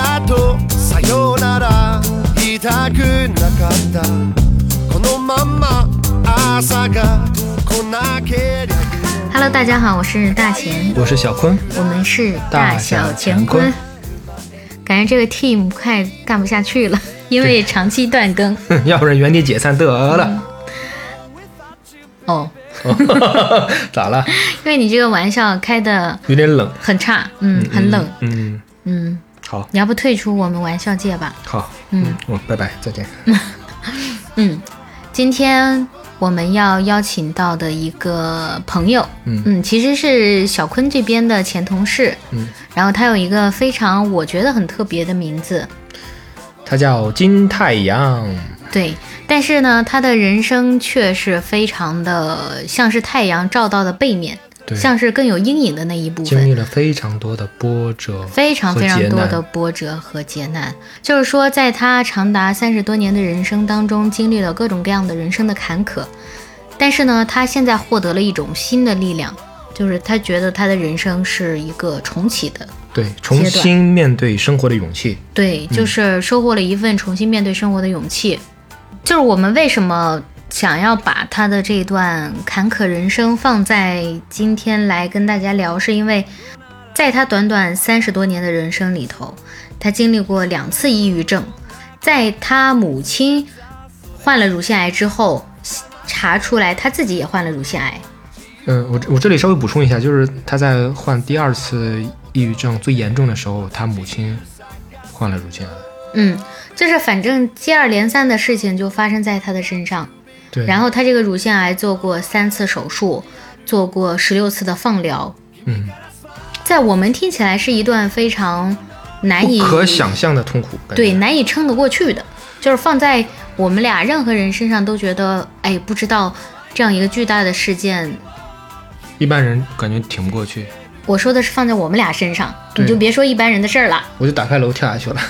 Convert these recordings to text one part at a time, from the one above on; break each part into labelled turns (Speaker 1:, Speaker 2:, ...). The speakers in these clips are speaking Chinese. Speaker 1: あとさよなら言いたくなかったこのまま朝が来なけりゃ
Speaker 2: Hello，大家好，我是大钱，
Speaker 3: 我是小坤，
Speaker 2: 我们是
Speaker 3: 大
Speaker 2: 小
Speaker 3: 小乾
Speaker 2: 乾坤
Speaker 3: 坤。
Speaker 2: 感觉这个 team 快干不下去了， 因为长期断更。
Speaker 3: 哼要不然原地解散得了。
Speaker 2: 哦，嗯
Speaker 3: 咋了？
Speaker 2: 因为你这个玩笑开的
Speaker 3: 有点冷，
Speaker 2: 很差，嗯，很冷，
Speaker 3: 嗯。嗯，
Speaker 2: 嗯，
Speaker 3: 好，
Speaker 2: 你要不退出我们玩笑界吧？
Speaker 3: 好，
Speaker 2: 嗯
Speaker 3: 嗯，拜拜，再见。
Speaker 2: 嗯，今天我们要邀请到的一个朋友，
Speaker 3: 嗯
Speaker 2: 其实是小坤这边的前同事，
Speaker 3: 嗯，
Speaker 2: 然后他有一个非常我觉得很特别的名字，
Speaker 3: 他叫金太阳，
Speaker 2: 对，但是呢，他的人生却是非常的像是太阳照到的背面，
Speaker 3: 对，
Speaker 2: 像是更有阴影的那一部
Speaker 3: 经历
Speaker 2: 分。
Speaker 3: 了非常多的波折，
Speaker 2: 非常非常
Speaker 3: 和劫
Speaker 2: 多
Speaker 3: 难
Speaker 2: 的波折和劫难，就是说，在他长达三十多年的人生当中，经历了各种各样的人生的坎坷，但是呢，他现在获得了一种新的力量，就是他觉得他的人生是一个重启的，
Speaker 3: 对，重
Speaker 2: 阶段
Speaker 3: 新面对生活的勇气。
Speaker 2: 对，就是收获了一份重新面对生活的勇气。就是我们为什么想要把他的这段坎坷人生放在今天来跟大家聊，是因为在他短短三十多年的人生里头，他经历过两次抑郁症，在他母亲患了乳腺癌之后，查出来他自己也患了乳腺癌。
Speaker 3: 嗯，我我这里稍微补充一下，就是他在患第二次抑郁症最严重的时候，他母亲患了乳腺癌。
Speaker 2: 嗯，就是反正接二连三的事情就发生在他的身上。
Speaker 3: 对，
Speaker 2: 然后他这个乳腺癌做过三次手术，做过十六次的放疗，
Speaker 3: 嗯，
Speaker 2: 在我们听起来是一段非常难
Speaker 3: 不
Speaker 2: 以
Speaker 3: 可想象的痛苦感觉。
Speaker 2: 对难以撑得过去的，就是放在我们俩任何人身上都觉得，哎，不知道这样一个巨大的事件，
Speaker 3: 一般人感觉挺不过去，
Speaker 2: 我说的是放在我们俩身上，你
Speaker 3: 对
Speaker 2: 就别说一般人的事儿了，
Speaker 3: 我就打开楼跳下去了。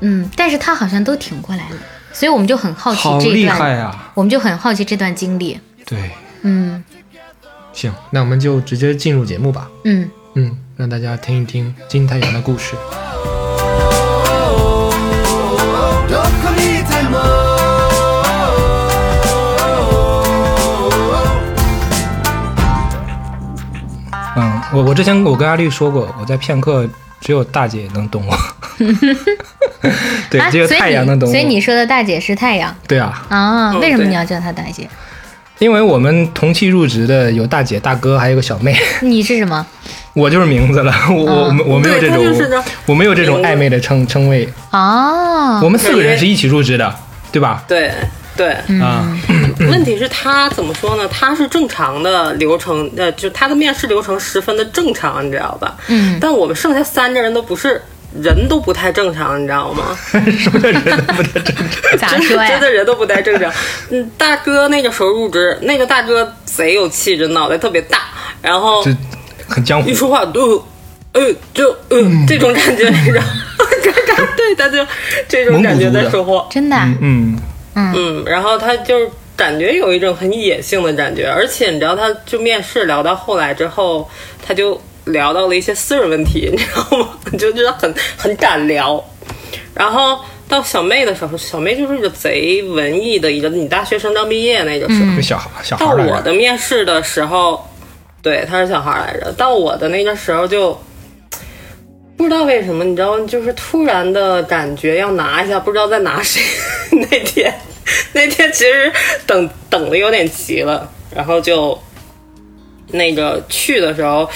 Speaker 2: 嗯，但是他好像都挺过来了，所以我们就很好奇
Speaker 3: 好
Speaker 2: 这一
Speaker 3: 厉
Speaker 2: 段，
Speaker 3: 害啊！
Speaker 2: 我们就很好奇这段经历，
Speaker 3: 对，
Speaker 2: 嗯
Speaker 3: 行，那我们就直接进入节目吧。
Speaker 2: 嗯，
Speaker 3: 嗯，让大家听一听金太阳的故事。
Speaker 1: どこにいても
Speaker 4: 嗯，我我之前我跟阿绿说过，我在片刻只有大姐能懂 我，对，
Speaker 2: 啊，
Speaker 4: 只有
Speaker 2: 所以
Speaker 4: 太阳能
Speaker 2: 你
Speaker 4: 懂我。
Speaker 2: 所以你说的大姐是太阳。
Speaker 4: 对啊，
Speaker 2: 啊，为什么
Speaker 4: 对
Speaker 2: 你要叫她大姐？
Speaker 4: 因为我们同期入职的有大姐、大哥，还有个小妹，
Speaker 2: 你是什么？
Speaker 4: 我就是名字了， 我我
Speaker 2: 啊
Speaker 4: 我没有
Speaker 5: 对
Speaker 4: 这
Speaker 5: 他就是
Speaker 4: 种
Speaker 5: 个
Speaker 4: 我没有这种暧昧的称称谓。
Speaker 5: 啊
Speaker 2: 哦
Speaker 4: 我，们四个人是一起入职的，对吧？
Speaker 5: 对对，
Speaker 2: 嗯
Speaker 4: 啊，
Speaker 5: 问题是他怎么说呢？他是正常的流程，呃，就他的面试流程十分的正常，你知道吧？
Speaker 2: 嗯，
Speaker 5: 但我们剩下三个人都不是，人都不太正常，你知道吗？
Speaker 4: 什么人都不太正常。
Speaker 2: 咋
Speaker 5: 真是
Speaker 2: 说呀
Speaker 5: 真？的人都不太正 常。嗯，大哥那个时候入职，那个大哥贼有气质，脑袋特别大，然后
Speaker 4: 就很江湖
Speaker 5: 一。说话都，呃，就呃、
Speaker 2: 嗯
Speaker 5: 这种感觉，你知道 吗？对，他就这种感觉在说话。
Speaker 2: 真的啊？
Speaker 4: 嗯，
Speaker 5: 嗯，然后他就是感觉有一种很野性的感觉，而且你知道，他就面试聊到后来之后，他就聊到了一些私人问题，你知道吗？ 就觉得很很敢聊。然后到小妹的时候，小妹就是个贼文艺的一个女大学生刚毕业那个时候。
Speaker 4: 就小孩小
Speaker 5: 嗯到
Speaker 4: 孩来
Speaker 5: 我
Speaker 4: 着。
Speaker 5: 的面试的时候，对，她是小孩来着。到我的那个时候就不知道为什么，你知道吗，就是突然的感觉要拿一下，不知道在拿谁。 那天那天其实等等的有点急了，然后就那个去的时候。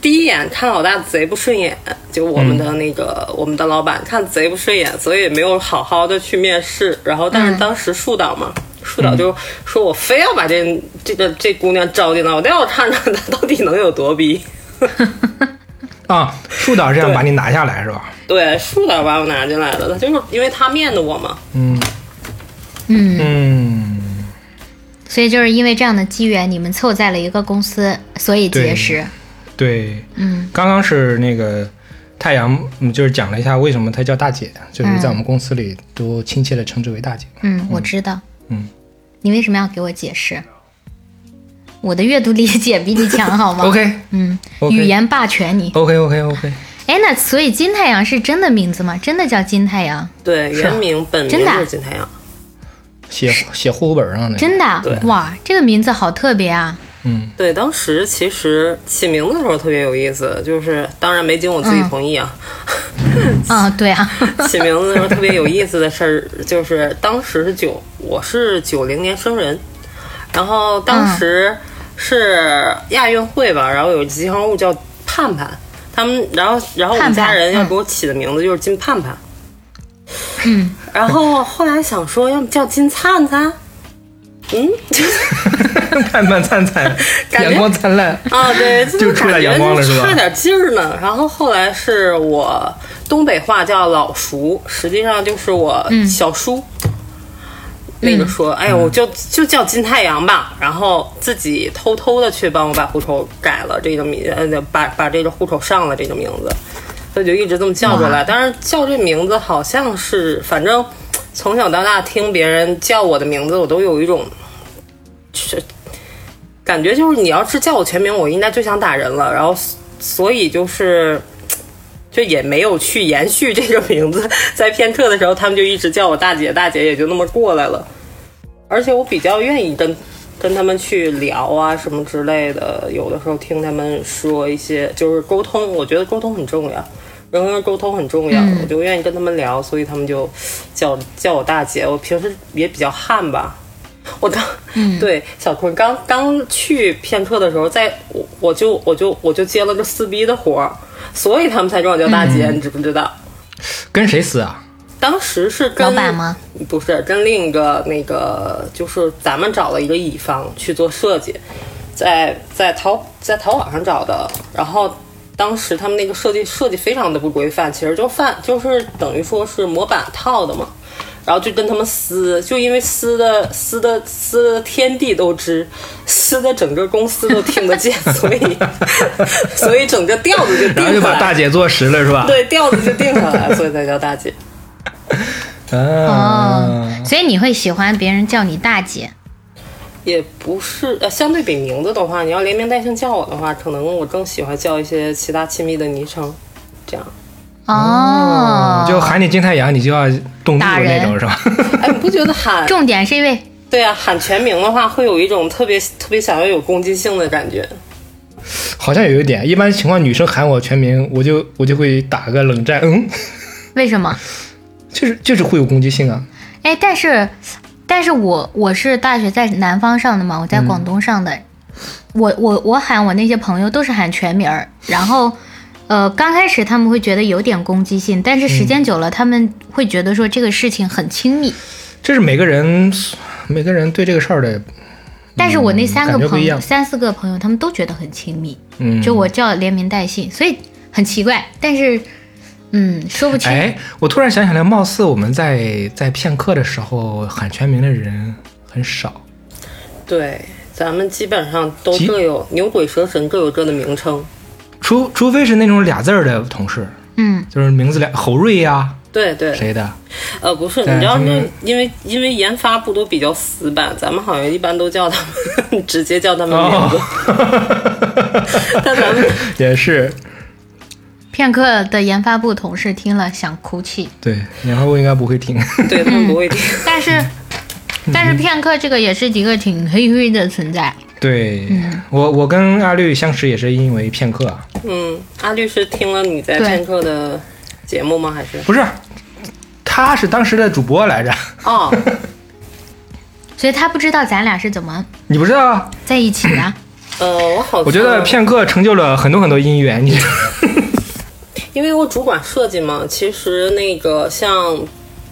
Speaker 5: 第一眼看老大贼不顺眼，就我们的
Speaker 2: 嗯
Speaker 5: 那个、我们的老板看贼不顺眼，所以也没有好好的去面试。然后，
Speaker 2: 嗯
Speaker 5: 但是当时树导嘛，树导就说我非要把这这个这姑娘招进来，我倒要看看她到底能有多逼。
Speaker 4: 啊，树导是想把你拿下来是吧？
Speaker 5: 对，树导把我拿进来了，他就是因为他面的我嘛。
Speaker 2: 嗯，
Speaker 4: 嗯，
Speaker 2: 所以就是因为这样的机缘，你们凑在了一个公司，所以结识。
Speaker 4: 对，
Speaker 2: 嗯
Speaker 4: 刚刚是那个太阳，嗯，就是讲了一下为什么她叫大姐，就是
Speaker 5: 嗯
Speaker 4: 在我们公司里都亲切的称之为大姐。
Speaker 2: 嗯，我知道。
Speaker 4: 嗯，
Speaker 2: 你为什么要给我解释？我的阅读理解比你强，好吗
Speaker 4: OK
Speaker 2: 嗯
Speaker 4: OK
Speaker 2: 语言霸权你。
Speaker 4: OK OK OK，
Speaker 2: 哎哎，那所以金太阳是真的名字吗？真的叫金太阳？
Speaker 5: 对，
Speaker 4: 是啊
Speaker 5: 原名本名
Speaker 2: 真的啊
Speaker 5: 就是金太阳，
Speaker 4: 写写户口本上的，
Speaker 2: 真的？啊哇，这个名字好特别啊！
Speaker 4: 嗯，
Speaker 5: 对，当时其实起名字的时候特别有意思，就是当然没经我自
Speaker 2: 嗯
Speaker 5: 己同意啊。
Speaker 2: 啊、对啊，
Speaker 5: 起名字的时候特别有意思的事儿，就是当时是九，我是九零年生人，然后当
Speaker 2: 嗯
Speaker 5: 时是亚运会吧，然后有吉祥物叫盼盼，他们然后然后我
Speaker 2: 盼盼
Speaker 5: 们家人要
Speaker 2: 嗯
Speaker 5: 给我起的名字就是金盼盼，
Speaker 2: 嗯，
Speaker 5: 然后后来想说要不叫金灿灿，嗯，
Speaker 4: 灿灿灿灿，
Speaker 5: 感觉
Speaker 4: 阳光灿烂，
Speaker 5: 啊， 对，
Speaker 4: 就
Speaker 5: 就
Speaker 4: 出来阳光了是吧
Speaker 5: 差点劲儿呢。然后后来是我东北话叫老叔，实际上就是我小叔。那个说，哎，
Speaker 4: 嗯
Speaker 5: 我就就叫金太阳吧，然后自己偷偷的去帮我把户口改了这个名，呃，把把这个户口上了这个名字，所以就一直这么叫着来。但是叫这名字好像是，反正从小到大听别人叫我的名字，我都有一种是感觉就是你要是叫我全名，我应该最想打人了。然后所所以就是。就也没有去延续这个名字，在片刻的时候，他们就一直叫我大姐，大姐也就那么过来了。而且我比较愿意跟跟他们去聊啊什么之类的，有的时候听他们说一些就是沟通，我觉得沟通很重要，人跟人沟通很重要，我就愿意跟他们聊，所以他们就叫叫我大姐。我平时也比较悍吧，我刚，对小坤刚刚去片刻的时候，在我我就我就我就接了个撕逼的活儿，所以他们才管我叫大姐，你知不知道？
Speaker 4: 跟谁撕啊？
Speaker 5: 当时是跟
Speaker 2: 老板吗？
Speaker 5: 不是，跟另一个那个，就是咱们找了一个乙方去做设计，在在淘在淘宝上找的，然后当时他们那个设计设计非常的不规范，其实就范就是等于说是模板套的嘛，然后就跟他们撕，就因为撕的撕的撕的天地都知，撕的整个公司都听 得见，所以所以整个调子就定
Speaker 4: 然后就
Speaker 5: 下
Speaker 4: 把
Speaker 5: 来
Speaker 4: 大
Speaker 5: 了
Speaker 4: 姐做实了是吧？
Speaker 5: 对调子就定下来了，所以才叫大姐。
Speaker 2: 哦
Speaker 4: 啊，，
Speaker 2: 所以你会喜欢别人叫你大姐？
Speaker 5: 也不是，呃，相对比名字的话，你要连名带姓叫我的话，可能我更喜欢叫一些其他亲密的昵称，这样。
Speaker 2: 哦，
Speaker 4: 就喊你金太阳，你就要动怒
Speaker 2: 打
Speaker 4: 的那
Speaker 2: 人
Speaker 4: 种是吧？
Speaker 5: 哎，你不觉 得喊
Speaker 2: 呃重点是因为
Speaker 5: 对啊喊全名的话，会有一种特别特别想要有攻击性的感觉？
Speaker 4: 好像有一点，一般情况女生喊我全名，我就我就会打个冷战，嗯，
Speaker 2: 为什么？
Speaker 4: 就是就是会有攻击性啊。
Speaker 2: 哎，但是，但是我我是大学在南方上的嘛，我在广东上
Speaker 4: 嗯
Speaker 2: 的，我我我喊我那些朋友都是喊全名儿，然后，呃，刚开始他们会觉得有点攻击性，但是时间久了，他们会觉得说这个事情很亲密。
Speaker 4: 这是每个人每个人对这个事儿的，
Speaker 2: 但是我那三个
Speaker 4: 嗯感觉不
Speaker 2: 朋
Speaker 4: 一
Speaker 2: 友，
Speaker 4: 样
Speaker 2: 三四个朋友，他们都觉得很亲密，
Speaker 4: 嗯，
Speaker 2: 就我叫连名带姓，所以很奇怪，但是，嗯，说不清。
Speaker 4: 哎，我突然想起来，貌似我们在在片刻的时候喊全名的人很少，
Speaker 5: 对，咱们基本上都
Speaker 4: 其
Speaker 5: 各有牛鬼蛇神各有各的名称。
Speaker 4: 除除非是那种俩字儿的同事，
Speaker 2: 嗯，
Speaker 4: 就是名字俩侯瑞呀、
Speaker 5: 对对，
Speaker 4: 谁 的，
Speaker 5: 呃，不是，
Speaker 4: 对
Speaker 5: 你知道
Speaker 4: 他
Speaker 5: 那
Speaker 4: 们
Speaker 5: 因为因为研发部都比较死板，咱们好像一般都叫他们直接叫他们名字，
Speaker 4: 哦
Speaker 5: 但咱们
Speaker 4: 也是
Speaker 2: 片刻的研发部同事听了想哭泣。
Speaker 4: 对，然后我应该不会 听，
Speaker 5: 对他们不会听。
Speaker 2: 但
Speaker 4: 嗯
Speaker 2: 是，但是片刻这个也是一个挺黑黑的存在。
Speaker 4: 对、我我跟阿绿相识也是因为片刻啊，
Speaker 5: 嗯，阿律是听了你在
Speaker 2: 对
Speaker 5: 片刻的节目吗？还是
Speaker 4: 不是，他是当时的主播来着，
Speaker 5: 哦，
Speaker 2: 所以他不知道咱俩是怎么
Speaker 4: 你不知道啊？
Speaker 2: 在一起 的。
Speaker 5: 呃，我好像，
Speaker 4: 我觉得片刻成就了很多很多姻缘，你
Speaker 5: 因为我主管设计嘛，其实那个像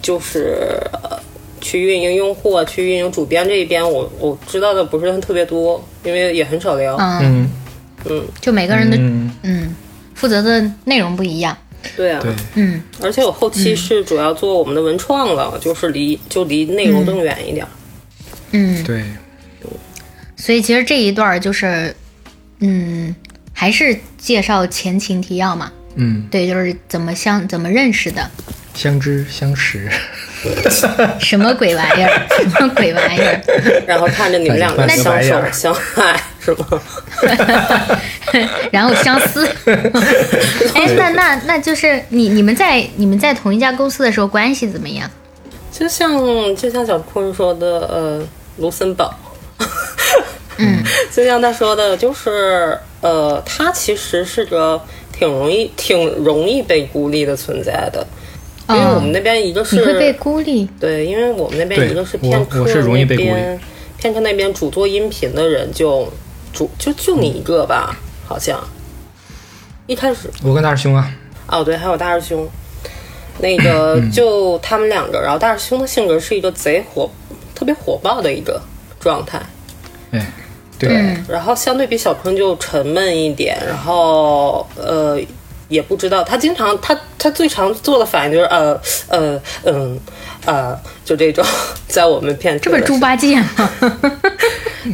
Speaker 5: 就是呃去运营用户、啊，去运营主编这一边，我我知道的不是特别多，因为也很少聊。
Speaker 2: 嗯，
Speaker 4: 嗯
Speaker 2: 就每个人的
Speaker 4: 嗯，
Speaker 2: 嗯负责的内容不一样。
Speaker 5: 对啊，
Speaker 4: 对，
Speaker 2: 嗯，
Speaker 5: 而且我后期是主要做我们的文创了，
Speaker 4: 嗯
Speaker 5: 就是离就离内容更远一点。
Speaker 2: 嗯，
Speaker 4: 对，
Speaker 2: 所以其实这一段儿就是，嗯，还是介绍前情提要嘛。
Speaker 4: 嗯，
Speaker 2: 对，就是怎么相怎么认识的，
Speaker 4: 相知相识，
Speaker 2: 什么鬼玩意儿， 什么鬼玩
Speaker 4: 嗯
Speaker 2: 意儿。
Speaker 5: 然后看着你们两个
Speaker 4: 那就
Speaker 5: 相
Speaker 4: 白眼
Speaker 5: 守
Speaker 4: 儿
Speaker 5: 相爱，是吗？
Speaker 2: 然后相 思。哎，那那那就是你你们在你们在同一家公司的时候关系怎么样？
Speaker 5: 就像就像小坤说的，呃，卢森堡，
Speaker 2: 嗯，
Speaker 5: 就像他说的，就是呃，他其实是个挺容易挺容易被孤立的存在的，因为我们那边一个
Speaker 2: 哦
Speaker 5: 是
Speaker 2: 你会被孤立？
Speaker 5: 对，因为我们那边
Speaker 4: 对
Speaker 5: 一个是
Speaker 4: 我
Speaker 5: 片刻
Speaker 4: 我是容易
Speaker 5: 那
Speaker 4: 被孤立
Speaker 5: 边，片刻那边主做音频的人就主就就你一个吧，好像一开始
Speaker 4: 我跟大师兄啊，
Speaker 5: 哦，对，还有大师兄，那个就他们两个，然后大师兄的性格是一个贼火，特别火爆的一个状态，
Speaker 4: 哎，
Speaker 2: 嗯
Speaker 5: 然后相对比小坤就沉闷一点，然后呃也不知道，他经常他他最常做的反应就是呃呃嗯呃就这种，在我们片
Speaker 2: 这不是猪八戒 吗？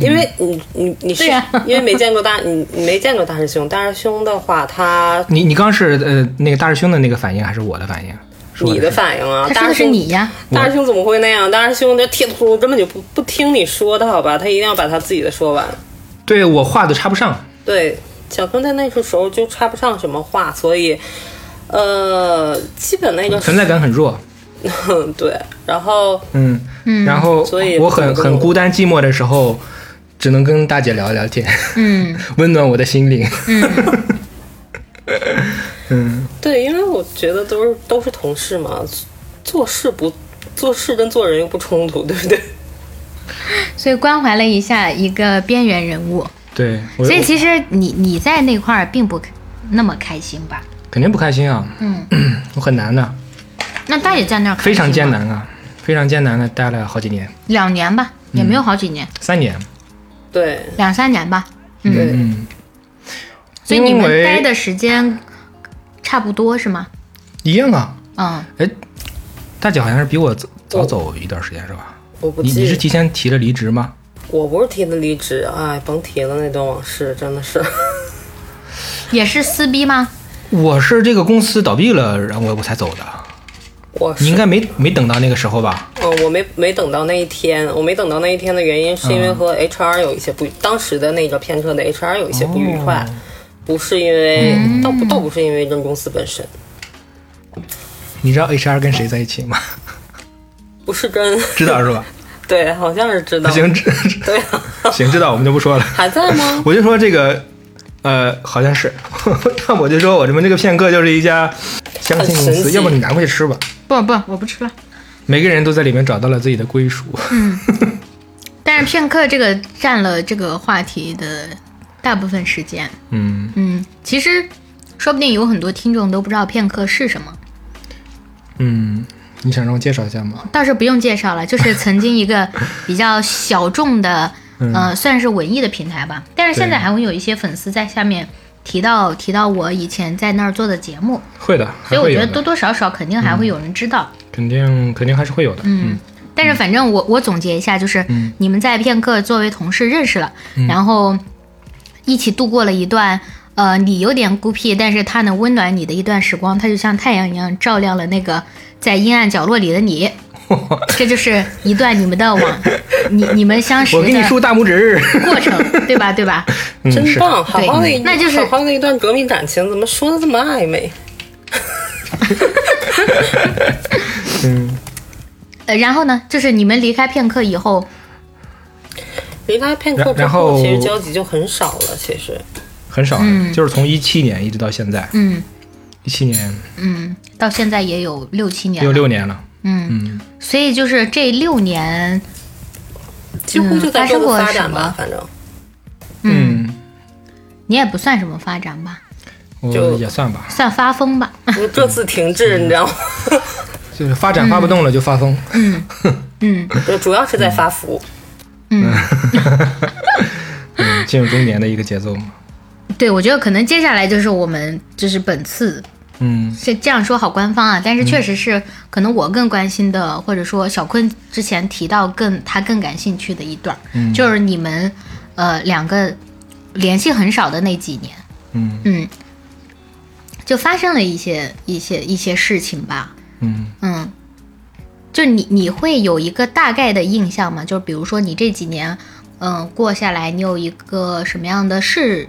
Speaker 5: 因为你你你是、
Speaker 2: 对呀
Speaker 5: 因为没见过大你你没见过大师兄，大师兄的话他
Speaker 4: 你你刚是呃那个大师兄的那个反应还是我的反应？是我
Speaker 5: 你的
Speaker 4: 反
Speaker 5: 反应啊，
Speaker 2: 他
Speaker 5: 大
Speaker 2: 说
Speaker 5: 师
Speaker 2: 的是
Speaker 5: 兄
Speaker 2: 你呀，
Speaker 5: 大师兄怎么会那样？大师兄这铁秃噜根本就不不听你说的好吧？他一定要把他自己的说完。
Speaker 4: 应对我话都插不上，
Speaker 5: 对，小坤在那个时候就插不上什么话，所以呃，基本那个
Speaker 4: 存在感很弱。
Speaker 5: 对，然后
Speaker 4: 嗯，
Speaker 2: 嗯
Speaker 4: 然后
Speaker 5: 所以
Speaker 4: 我
Speaker 5: 不
Speaker 4: 很
Speaker 5: 怎么跟
Speaker 4: 很
Speaker 5: 我
Speaker 4: 孤单寂寞的时候，只能跟大姐聊一聊天，
Speaker 2: 嗯
Speaker 4: 温暖我的心灵。
Speaker 5: 对，因为我觉得都是都是同事嘛，做事不做事跟做人又不冲突，对不对？
Speaker 2: 所以关怀了一下一个边缘人物。
Speaker 4: 对，我
Speaker 2: 所以
Speaker 4: 我
Speaker 2: 其实你你在那块儿并不那么开心吧？
Speaker 4: 肯定不开心啊，嗯， 我很难的、
Speaker 2: 那大姐在那儿开心
Speaker 4: 非
Speaker 2: 吗
Speaker 4: 常艰，难啊，非常艰难的待了好几年，
Speaker 2: 两年吧，也没有好几年，
Speaker 4: 三年。
Speaker 5: 对
Speaker 2: 两三年吧。
Speaker 4: 嗯
Speaker 5: 对，
Speaker 2: 所以你
Speaker 4: 因
Speaker 2: 们
Speaker 4: 为
Speaker 2: 待的时间差不多是吗？
Speaker 4: 一样啊，
Speaker 2: 嗯，
Speaker 4: 哎，大姐好像是比我早早走一段时间是吧？
Speaker 5: 我不
Speaker 4: 你
Speaker 5: 记
Speaker 4: 你是提前提了离职吗？
Speaker 5: 我不是提的离职，哎，甭提了，那段往事真的是。
Speaker 2: 也是撕逼吗？
Speaker 4: 我是这个公司倒闭了，然后我我才走的。
Speaker 5: 我是
Speaker 4: 你应该没没等到那个时候吧？
Speaker 5: 嗯，我没没等到那一天，我没等到那一天的原因是因
Speaker 4: 嗯
Speaker 5: 为和 HR 有一些不，当时的那个片刻的 HR 有一些不
Speaker 4: 哦
Speaker 5: 愉快，不是因为，
Speaker 4: 嗯
Speaker 5: 倒不倒不是因为跟公司本身，
Speaker 4: 你知道 HR 跟谁在一起吗？
Speaker 5: 不是跟
Speaker 4: 知道 是吧？
Speaker 5: 对，好像是知道，
Speaker 4: 行，知
Speaker 5: 对 啊，
Speaker 4: 行，知道我们就不说了。
Speaker 5: 还在吗？
Speaker 4: 我就说这个，呃，好像是， 但我就说我们这个片刻就是一家相亲公
Speaker 5: 很神
Speaker 4: 司，
Speaker 5: 奇
Speaker 4: 要不你拿过去吃吧。
Speaker 2: 不不，我不吃了。
Speaker 4: 每个人都在里面找到了自己的归属。
Speaker 2: 但是片刻这个占了这个话题的大部分时间。
Speaker 4: 嗯，
Speaker 2: 嗯，其实说不定有很多听众都不知道片刻是什么，
Speaker 4: 嗯，你想让我介绍一下吗？
Speaker 2: 倒是不用介绍了，就是曾经一 个比较小众的，
Speaker 4: 嗯
Speaker 2: 呃，算是文艺的平台吧。但是现在还会有一些粉丝在下面提到提到我以前在那儿做的节目，
Speaker 4: 会的，还
Speaker 2: 所以我
Speaker 4: 会
Speaker 2: 觉
Speaker 4: 有
Speaker 2: 得多
Speaker 4: 的，
Speaker 2: 多少少肯定还会有人知道。
Speaker 4: 肯定肯定还是会有的。嗯，
Speaker 2: 但是反正我我总结一下，就是你们在片刻作为同事认识了，
Speaker 4: 嗯
Speaker 2: 然后一起度过了一段。呃，你有点孤僻，但是他能温暖你的一段时光，他就像太阳一样照亮了那个在阴暗角落里的 你。这就是一段你们的往，你你们相识
Speaker 4: 我给你竖
Speaker 2: 的
Speaker 4: 大拇指。
Speaker 2: 过程，对吧？对吧？
Speaker 4: 嗯，
Speaker 5: 真
Speaker 4: 是
Speaker 5: 棒，好好的一，
Speaker 2: 对那就是
Speaker 5: 好好的一段革命感情，怎么说的这么暧昧？
Speaker 2: 呃，然后呢，就是你们离开片刻以后，
Speaker 5: 离开片刻之
Speaker 4: 然后
Speaker 5: 其实交集就很少了，其实
Speaker 4: 很少，就是从一七年一直到现在，
Speaker 2: 嗯
Speaker 4: 一七年
Speaker 2: 嗯，到现在也有六七年
Speaker 4: 有
Speaker 2: 了，
Speaker 4: 六年了。
Speaker 2: 嗯，所以就是这六年，
Speaker 5: 几乎就
Speaker 2: 嗯发
Speaker 5: 在
Speaker 2: 生
Speaker 5: 各自
Speaker 2: 过
Speaker 5: 发
Speaker 2: 什
Speaker 5: 展
Speaker 2: 么
Speaker 5: 吧，反正
Speaker 4: 嗯，
Speaker 2: 你也不算什么发展吧，
Speaker 4: 我
Speaker 5: 就
Speaker 4: 也算吧，
Speaker 2: 算发疯吧。
Speaker 5: 就各自停
Speaker 4: 嗯
Speaker 5: 滞，你知道吗？
Speaker 4: 就是发展发不动了就发疯。
Speaker 2: 嗯，
Speaker 5: 就主要是在发福。
Speaker 4: 嗯，进入中年的一个节奏嘛。
Speaker 2: 对，我觉得可能接下来就是我们就是本次
Speaker 4: 嗯，
Speaker 2: 这这样说好官方啊，但是确实是可能我更关心的，或者说小坤之前提到更他更感兴趣的一段儿，就是你们呃两个联系很少的那几年，
Speaker 4: 嗯
Speaker 2: 就发生了一些一些一些事情吧，
Speaker 4: 嗯
Speaker 2: 嗯，就你你会有一个大概的印象吗？就比如呃说你这几年，嗯，过下来，你有一个什么样的事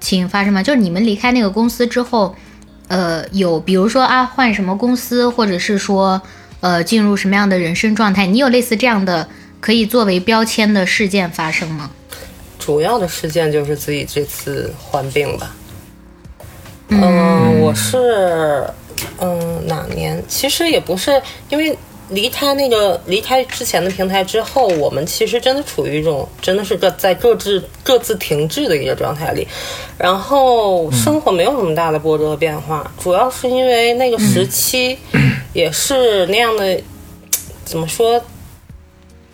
Speaker 2: 情发生吗？就是你们离开那个公司之后，呃，有比如说啊，换什么公司，或者是说呃，进入什么样的人生状态？你有类似这样的可以作为标签的事件发生吗？
Speaker 5: 主要的事件就是自己这次患病吧。嗯，我是嗯哪年？其实也不是，因为离开那个离开之前的平台之后，我们其实真的处于一种真的是各在各自各自停滞的一个状态里，然后生活没有什么大的波折和变化，主要是因为那个时期也是那样的，怎么说？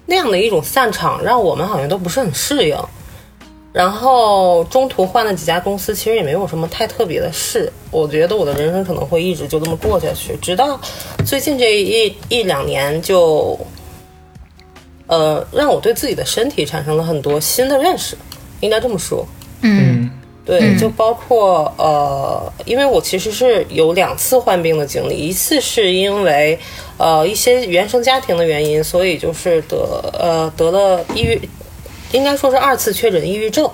Speaker 5: 那样的一种散场，让我们好像都不是很适应。然后中途换了几家公司，其实也没有什么太特别的事。我觉得我的人生可能会一直就这么过下去，直到最近这一一两年就，呃，让我对自己的身体产生了很多新的认识，应该这么说。
Speaker 2: 嗯
Speaker 5: 对，就包括呃，因为我其实是有两次患病的经历，一次是因为呃一些原生家庭的原因，所以就是得呃得了抑郁，应该说是二次确诊抑郁症。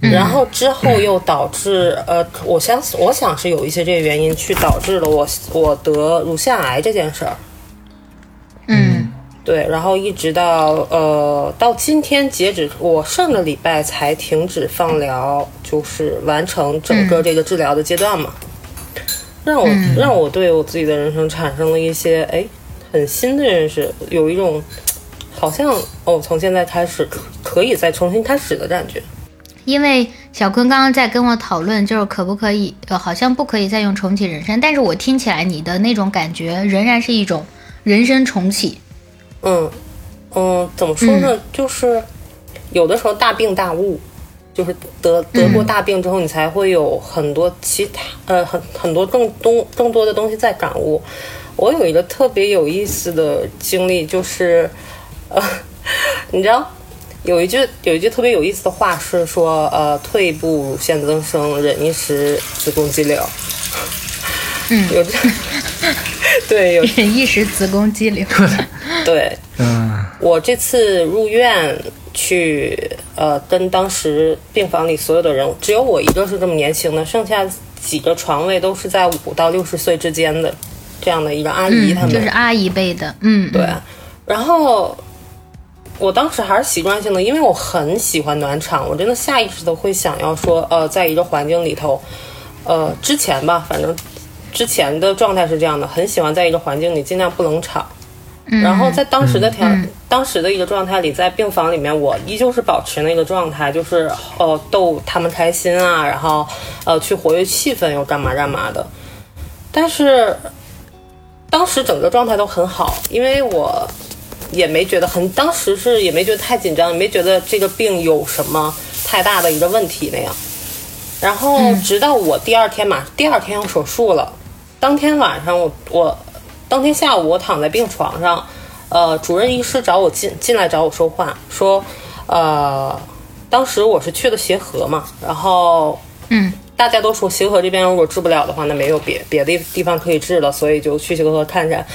Speaker 5: 然后之后又导致呃，我相信我想是有一些这个原因去导致了我我得乳腺癌这件事儿。
Speaker 2: 嗯
Speaker 5: 对，然后一直到呃到今天截止，我上个礼拜才停止放疗，就是完成整个这个治疗的阶段嘛，让我让我对我自己的人生产生了一些哎很新的认识，有一种好像哦从现在开始可可以再重新开始的感觉。
Speaker 2: 因为小坤刚刚在跟我讨论，就是可不可以，呃，好像不可以再用重启人生，但是我听起来你的那种感觉仍然是一种人生重启。
Speaker 5: 嗯嗯，怎么说呢？就是有的时候大病大悟，就是得得过大病之后，你才会有很多其他呃很很多更多更多的东西在感悟。我有一个特别有意思的经历，就是呃， 你知道。有一句有一句特别有意思的话是说，呃，退一步乳腺增生，忍一时子宫肌瘤。嗯，有这， 对，有
Speaker 2: 忍一时子宫肌瘤，
Speaker 5: 对，
Speaker 4: 嗯，
Speaker 5: 我这次入院去，呃，跟当时病房里所有的人，只有我一个是这么年轻的，剩下几个床位都是在五到六十岁之间的这样的一个阿姨他们。
Speaker 2: 就是阿姨辈的，嗯，
Speaker 5: 对，然后我当时还是习惯性的，因为我很喜欢暖场，我真的下意识的会想要说，呃，在一个环境里头，呃，之前吧，反正之前的状态是这样的，很喜欢在一个环境里尽量不冷场。然后在当时的条、当时的一个状态里，在病房里面，我依旧是保持那个状态，就是呃逗他们开心啊，然后呃去活跃气氛，又干嘛干嘛的。但是当时整个状态都很好，因为我也没觉得很，当时是也没觉得太紧张，也没觉得这个病有什么太大的一个问题那样。然后直到我第二天嘛，第二天要手术了，当天晚上我我当天下午我躺在病床上，呃，主任医师找我进进来找我说话，说，呃，当时我是去的协和嘛，然后
Speaker 2: 嗯
Speaker 5: 大家都说协和这边如果治不了的话，那没有别别的地方可以治了，所以就去协和看看。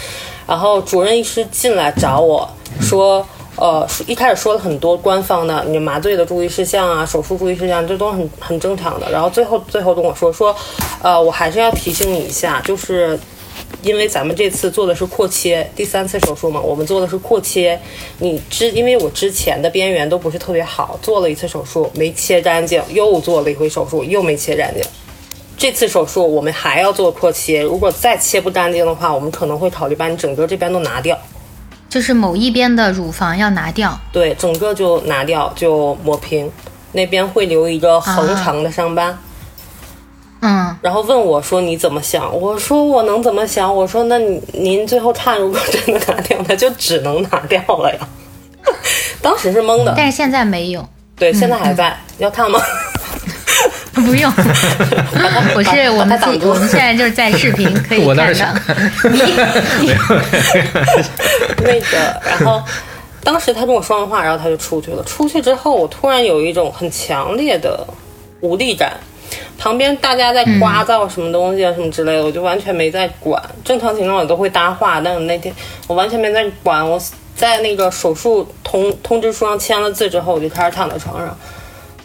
Speaker 5: 然后主任医师进来找我说，呃，说一开始说了很多官方的，你麻醉的注意事项啊，手术注意事项，这都很很正常的。然后最后最后跟我说说，呃，我还是要提醒你一下，就是因为咱们这次做的是扩切，第三次手术嘛，我们做的是扩切。你之因为我之前的边缘都不是特别好，做了一次手术没切干净，又做了一回手术又没切干净。这次手术我们还要做扩切，如果再切不干净的话，我们可能会考虑把你整个这边都拿掉。
Speaker 2: 就是某一边的乳房要拿掉，
Speaker 5: 对，整个就拿掉，就抹平，那边会留一个横长的伤疤。
Speaker 2: 嗯，
Speaker 5: 然后问我说你怎么想？我说我能怎么想？我说那你您最后看，如果真的拿 掉，那就只能拿掉了呀。当时是懵的，
Speaker 2: 但是现在没有，
Speaker 5: 对，现在还在，要看吗？
Speaker 2: 不用， 我是我们
Speaker 5: 把它
Speaker 2: 自
Speaker 5: 挡
Speaker 2: 己，
Speaker 5: 住
Speaker 2: 我们现在就是在视频可以
Speaker 4: 我倒是
Speaker 2: 看
Speaker 4: 想
Speaker 2: 到，
Speaker 5: 那个，然后当时他跟我说完话，然后他就出去了。出去之后，我突然有一种很强烈的无力感。旁边大家在刮噪什么东西啊什么之类的，我就完全没在管。正常情况我都会搭话，但是那天我完全没在管。我在那个手术通通知书上签了字之后，我就开始躺在床上，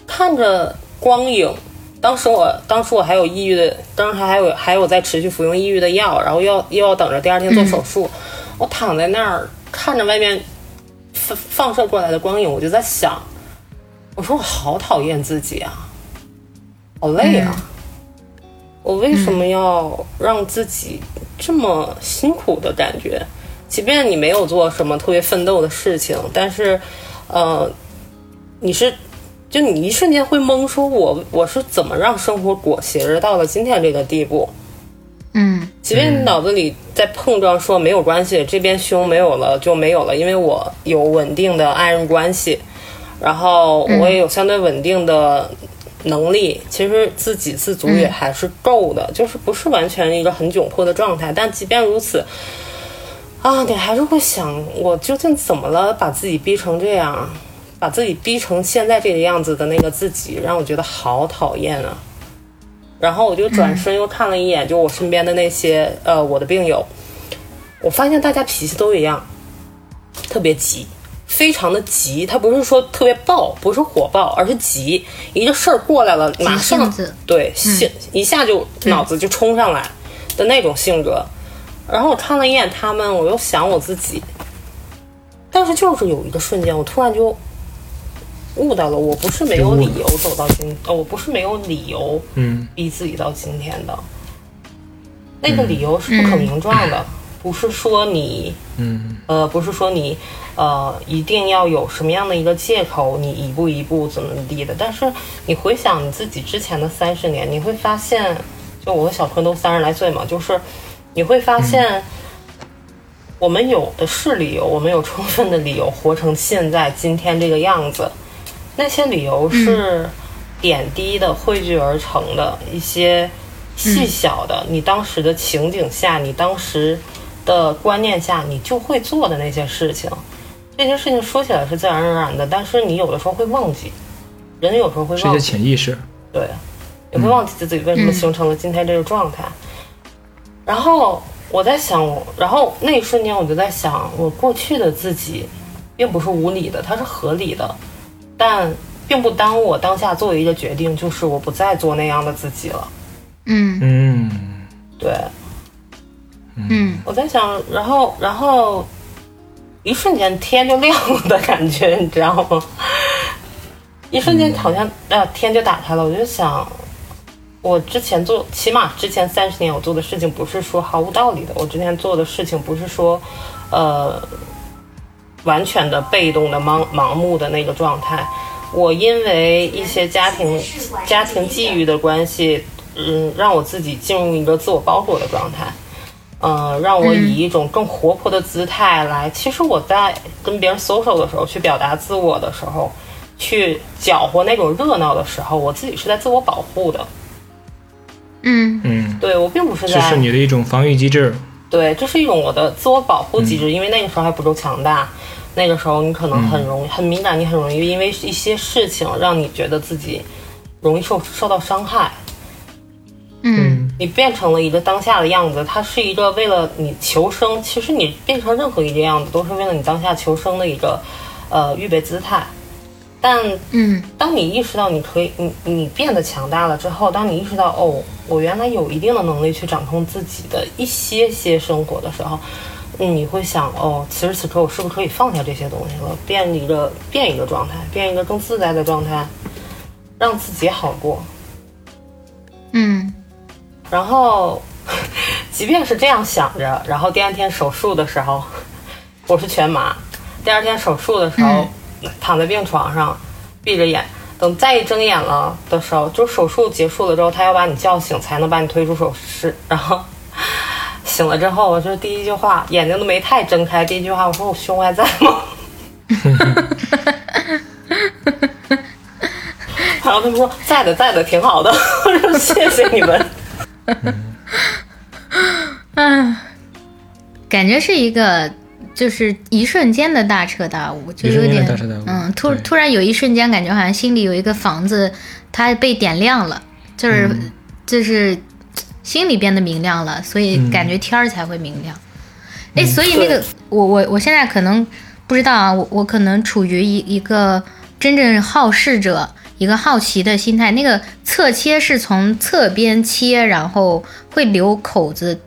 Speaker 5: 看着光影。当时我，当时我还有抑郁的，当时还有还有在持续服用抑郁的药，然后又要又要等着第二天做手术。我躺在那儿看着外面放放射过来的光影，我就在想，我说我好讨厌自己啊，好累啊，我为什么要让自己这么辛苦的感觉？即便你没有做什么特别奋斗的事情，但是，呃，你是就你一瞬间会懵，说我我是怎么让生活裹挟着到了今天这个地步？
Speaker 2: 嗯
Speaker 5: 即便你脑子里在碰撞，说没有关系，这边胸没有了就没有了，因为我有稳定的爱人关系，然后我也有相对稳定的能力，其实自给自足也还是够的，就是不是完全一个很窘迫的状态。但即便如此，啊，你还是会想，我究竟怎么了，把自己逼成这样，把自己逼成现在这个样子的那个自己，让我觉得好讨厌啊。然后我就转身又看了一眼，就我身边的那些呃我的病友，我发现大家脾气都一样，特别急，非常的急。他不是说特别暴，不是火爆，而是急。一个事儿过来了，马
Speaker 2: 性
Speaker 5: 上
Speaker 2: 子嗯
Speaker 5: 对性、一下就脑子就冲上来的那种性格。然后我看了一眼他们，我又想我自己，但是就是有一个瞬间，我突然就悟到了，我不是没有理由走到今，呃，我不是没有理由
Speaker 3: 嗯
Speaker 5: 逼自己到今天的。那个理由是不可名状的， 不是说你，
Speaker 3: 嗯，
Speaker 5: 呃，不是说你，呃，一定要有什么样的一个借口，你一步一步怎么地的。但是你回想你自己之前的三十年，你会发现，就我和小坤都三十来岁嘛，就是你会发
Speaker 3: 嗯
Speaker 5: 现，我们有的是理由，我们有充分的理由活成现在今天这个样子。那些理由是点滴的汇聚而成的一些细小的，你当时的情景下，你当时的观念下，你就会做的那些事情。这些事情说起来是自然而然的，但是你有的时候会忘记，人有时候会
Speaker 3: 是一
Speaker 5: 忘
Speaker 3: 些
Speaker 5: 记，
Speaker 3: 潜意识。
Speaker 5: 对，你会忘记自己为什么形成了今天这个状态。然后我在想，然后那一瞬间我就在想，我过去的自己，并不是无理的，它是合理的，但并不耽误我当下作为一个决定，就是我不再做那样的自己了。
Speaker 2: 嗯
Speaker 3: 嗯，
Speaker 5: 对，
Speaker 2: 嗯
Speaker 5: 我在想，然后然后一瞬间天就亮了的感觉，你知道吗？一瞬间好像呃天就打开了，我就想，我之前做，起码之前三十年我做的事情不是说毫无道理的，我之前做的事情不是说，呃，完全的被动的盲盲目的那个状态。我因为一些家庭家庭际遇的关系，嗯，让我自己进入一个自我包裹的状态。呃，让我以一种更活泼的姿态来。其实我在跟别人 social 的时候，去表达自我的时候，去搅和那种热闹的时候，我自己是在自我保护的。
Speaker 2: 嗯
Speaker 3: 嗯，
Speaker 5: 对我并不是
Speaker 3: 这
Speaker 5: 在
Speaker 3: 是你的一种防御机制。
Speaker 5: 对，这是一种我的自我保护机制，因为那个时候还不够强大。
Speaker 3: 嗯
Speaker 5: 那个时候你可能很容易、很敏感，你很容易因为一些事情让你觉得自己容易受受到伤害。
Speaker 2: 嗯
Speaker 5: 你变成了一个当下的样子，它是一个为了你求生。其实你变成任何一个样子，都是为了你当下求生的一个呃预备姿态。但
Speaker 2: 嗯
Speaker 5: 当你意识到你可以，你你变得强大了之后，当你意识到哦，我原来有一定的能力去掌控自己的一些些生活的时候，嗯你会想哦，此时此刻我是不是可以放下这些东西了，变一个变一个状态，变一个更自在的状态，让自己好过。
Speaker 2: 嗯
Speaker 5: 然后， 即便是这样想着，然后第二天手术的时候，我是全麻。第二天手术的时候，躺在病床上，闭着眼。等再一睁眼了的时候，就手术结束了之后，他要把你叫醒，才能把你推出手术室。 然后醒了之后，我就第一句话，眼睛都没太睁开，第一句话我说我胸还在吗？ 然后他们说在的，在的，挺好的。 我说谢谢你们。
Speaker 2: 嗯，感觉是一个就是一瞬间的大彻大悟，就
Speaker 3: 一
Speaker 2: 有
Speaker 3: 瞬间
Speaker 2: 点
Speaker 3: 的大彻大悟
Speaker 2: 嗯，突
Speaker 3: 对
Speaker 2: 突然有一瞬间感觉好像心里有一个房子它被点亮了，就是、
Speaker 3: 嗯
Speaker 2: 就是心里变得明亮了，所以感觉天儿才会明亮。
Speaker 3: 嗯
Speaker 2: 哎、所以那个
Speaker 5: 对
Speaker 2: 我我我现在可能不知道啊，我我可能处于一一个真正好事者，一个好奇的心态。那个侧切是从侧边切，然后会留口子，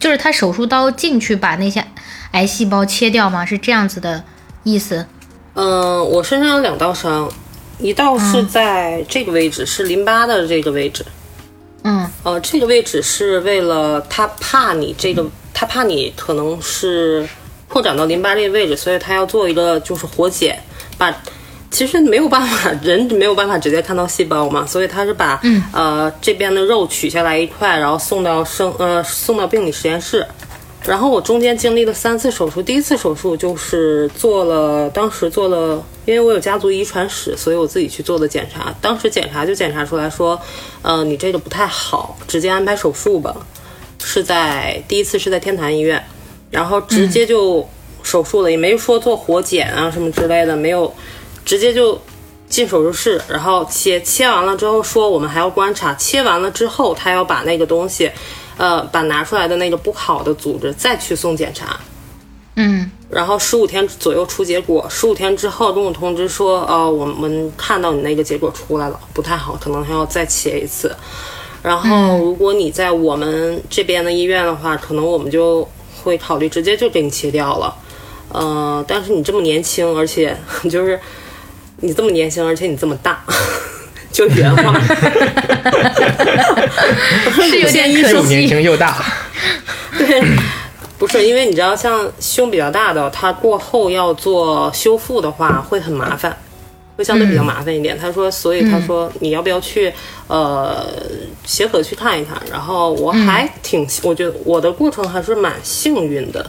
Speaker 2: 就是他手术刀进去把那些癌细胞切掉吗？是这样子的意思？
Speaker 5: 嗯，我身上有两道伤，一道是在这个位置，是淋巴的这个位置。
Speaker 2: 嗯
Speaker 5: 呃，这个位置是为了他怕你这个，他怕你可能是扩展到淋巴这个位置，所以他要做一个就是活检，把其实没有办法，人没有办法直接看到细胞嘛，所以他是把、
Speaker 2: 嗯
Speaker 5: 呃这边的肉取下来一块，然后送到生呃送到病理实验室。然后我中间经历了三次手术，第一次手术就是做了，当时做了，因为我有家族遗传史，所以我自己去做的检查。当时检查就检查出来说，呃，你这个不太好，直接安排手术吧。是在第一次是在天坛医院，然后直接就手术了，也没说做活检啊什么之类的，没有，直接就进手术室，然后切切完了之后说我们还要观察，切完了之后他要把那个东西，呃，把拿出来的那个不好的组织再去送检查，
Speaker 2: 嗯
Speaker 5: 然后十五天左右出结果，十五天之后跟我通知说，呃，我们看到你那个结果出来了，不太好，可能还要再切一次。然后如果你在我们这边的医院的话，可能我们就会考虑直接就给你切掉了。呃，但是你这么年轻，而且 就是你这么年轻，而且你这么大， 就原话。
Speaker 2: 是有点可
Speaker 3: 又
Speaker 2: 惜
Speaker 3: 年轻又大，
Speaker 5: 不是，因为你知道，像胸比较大的，它过后要做修复的话，会很麻烦，会相对比较麻烦一点。他说，所以他说你要不要去呃协和去看一看？然后我还挺，我觉得我的过程还是蛮幸运的，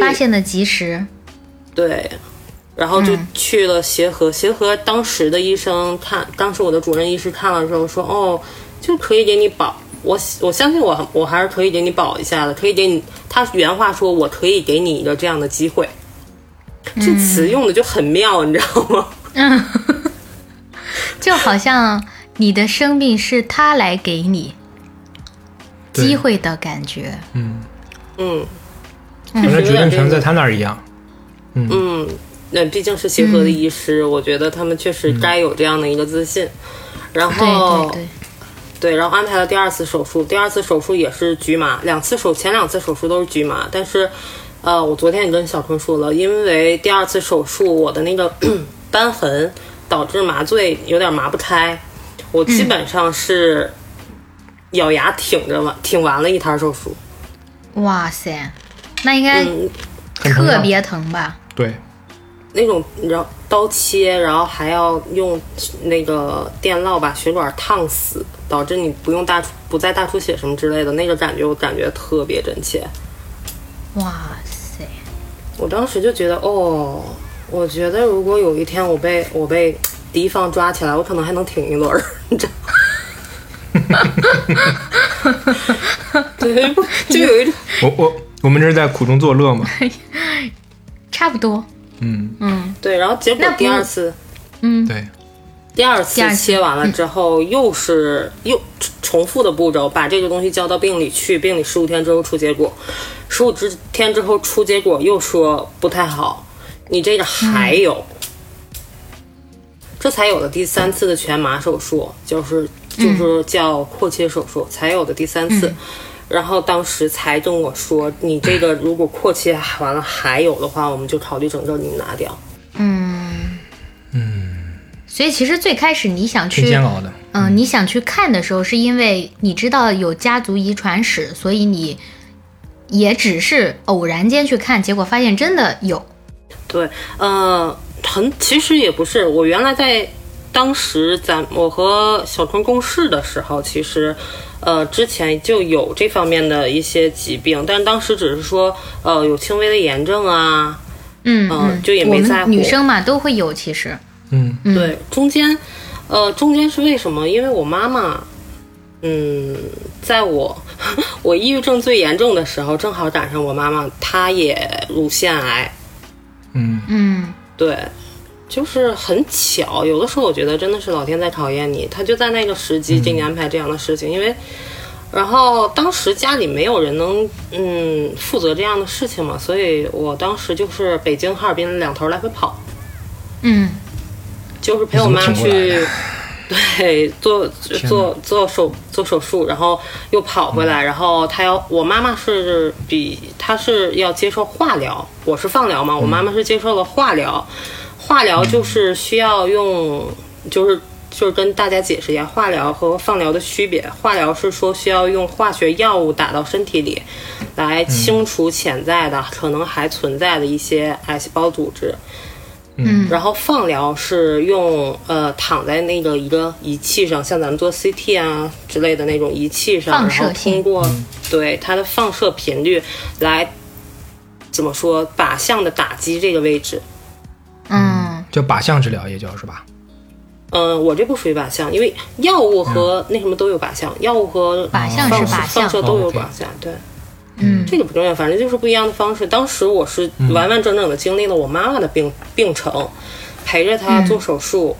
Speaker 2: 发现的及时。
Speaker 5: 对。然后就
Speaker 2: 嗯
Speaker 5: 去了协和，协和当时的医生看，当时我的主任医师看了之后说，哦，就可以给你保。我我相信我我还是可以给你保一下的，可以给你。他原话说，我可以给你一个这样的机会。这词用的就很妙，你知道吗？
Speaker 2: 嗯， 就好像你的生命是他来给你
Speaker 3: 对
Speaker 2: 机会的感觉。
Speaker 5: 嗯
Speaker 3: 好像
Speaker 5: 有
Speaker 3: 决定
Speaker 5: 点这
Speaker 3: 权在
Speaker 5: 个。
Speaker 3: 他那儿一样。
Speaker 5: 嗯，那毕竟是协和的医师，我觉得他们确实该有这样的一个自信。然
Speaker 2: 嗯对
Speaker 5: 后
Speaker 2: 对对，
Speaker 5: 对，然后安排了第二次手术，第二次手术也是局麻，两次手前两次手术都是局麻，但是，呃，我昨天也跟小坤说了，因为第二次手术我的那个 瘢痕导致麻醉有点麻不开，我基本上是咬牙挺着完，挺完了一摊手术，
Speaker 2: 哇塞，那应该
Speaker 5: 嗯，
Speaker 3: 很疼
Speaker 2: 特
Speaker 3: 的
Speaker 2: 别疼吧？
Speaker 3: 对，
Speaker 5: 那种你知道刀切，然后还要用那个电烙把血管烫死，导致你不用大出不再大出血什么之类的，那个感觉我感觉特别真切。
Speaker 2: 哇塞，
Speaker 5: 我当时就觉得，哦，我觉得如果有一天我被我被敌方抓起来，我可能还能挺一轮儿， 你知道？ 对，不就有一种
Speaker 3: 我我我们这是在苦中作乐嘛。
Speaker 2: 差不多。
Speaker 3: 嗯，
Speaker 5: 对，然后结果
Speaker 2: 那不
Speaker 5: 第二次，
Speaker 2: 嗯
Speaker 3: 对，
Speaker 5: 第二次
Speaker 2: 第二次
Speaker 5: 切完了之后，又是又重重复的步骤，把这个东西交到病理去，病理十五天之后出结果，十五之天之后出结果，又说不太好，你这个还有，这才有的第三次的全麻手术，就是就是叫扩切手
Speaker 2: 嗯
Speaker 5: 术，才有的第三次。然后当时才跟我说，你这个如果扩切完了还有的话，我们就考虑整个给你拿掉。
Speaker 2: 嗯所以其实最开始你想去
Speaker 4: 挺煎熬的。
Speaker 2: 嗯，你想去看的时候，是因为你知道有家族遗传史，所以你也只是偶然间去看，结果发现真的有。
Speaker 5: 对，呃，很其实也不是，我原来在当时咱我和小春共事的时候，其实呃之前就有这方面的一些疾病，但当时只是说呃有轻微的炎症啊，
Speaker 2: 嗯
Speaker 5: 嗯就也
Speaker 2: 我
Speaker 5: 没在
Speaker 2: 们
Speaker 5: 乎
Speaker 2: 女生嘛都会有，其实
Speaker 3: 嗯，
Speaker 5: 对，中间呃中间是为什么？因为我妈妈。嗯，在我 我抑郁症最严重的时候，正好赶上我妈妈，她也乳腺癌，
Speaker 2: 嗯
Speaker 5: 对，就是很巧。有的时候我觉得真的是老天在考验你，他就在那个时机给你安排这样的事情，因为。然后当时家里没有人能嗯负责这样的事情嘛，所以我当时就是北京、哈尔滨两头来回跑，
Speaker 2: 嗯，
Speaker 5: 就是陪我妈
Speaker 4: 你怎么挺过来
Speaker 5: 去， 对，做做做手做手术，然后又跑回
Speaker 4: 嗯
Speaker 5: 来，然后她要我妈妈是比她是要接受化疗，我是放疗
Speaker 4: 嗯
Speaker 5: 嘛，我妈妈是接受了化疗，化疗就是需要用，就是就是跟大家解释一下化疗和放疗的区别，化疗是说需要用化学药物打到身体里，来清
Speaker 4: 嗯
Speaker 5: 除潜在的、可能还存在的一些癌细胞组织。
Speaker 2: 嗯
Speaker 5: 然后放疗是用呃躺在那个一个仪器上，像咱们做 CT 啊之类的那种仪器上，
Speaker 2: 放
Speaker 5: 然
Speaker 2: 射嗯
Speaker 5: 后
Speaker 2: 性
Speaker 5: 通过、对它的放射频率来怎么说靶向的打击这个位置。
Speaker 2: 嗯
Speaker 4: 叫靶向治疗，也叫是吧？
Speaker 5: 嗯，我这不属于靶向，因为药物和那什么都有靶向，药物和
Speaker 2: 嗯靶向
Speaker 5: 放
Speaker 2: 是靶
Speaker 5: 放
Speaker 2: 向
Speaker 5: 射都
Speaker 4: 哦
Speaker 5: 有
Speaker 4: ，OK
Speaker 5: 靶向，对，
Speaker 2: 嗯
Speaker 5: 这个不重要，反正就是不一样的方式。当时我是完完整整的经历了我妈妈的病病程，陪着她做手术。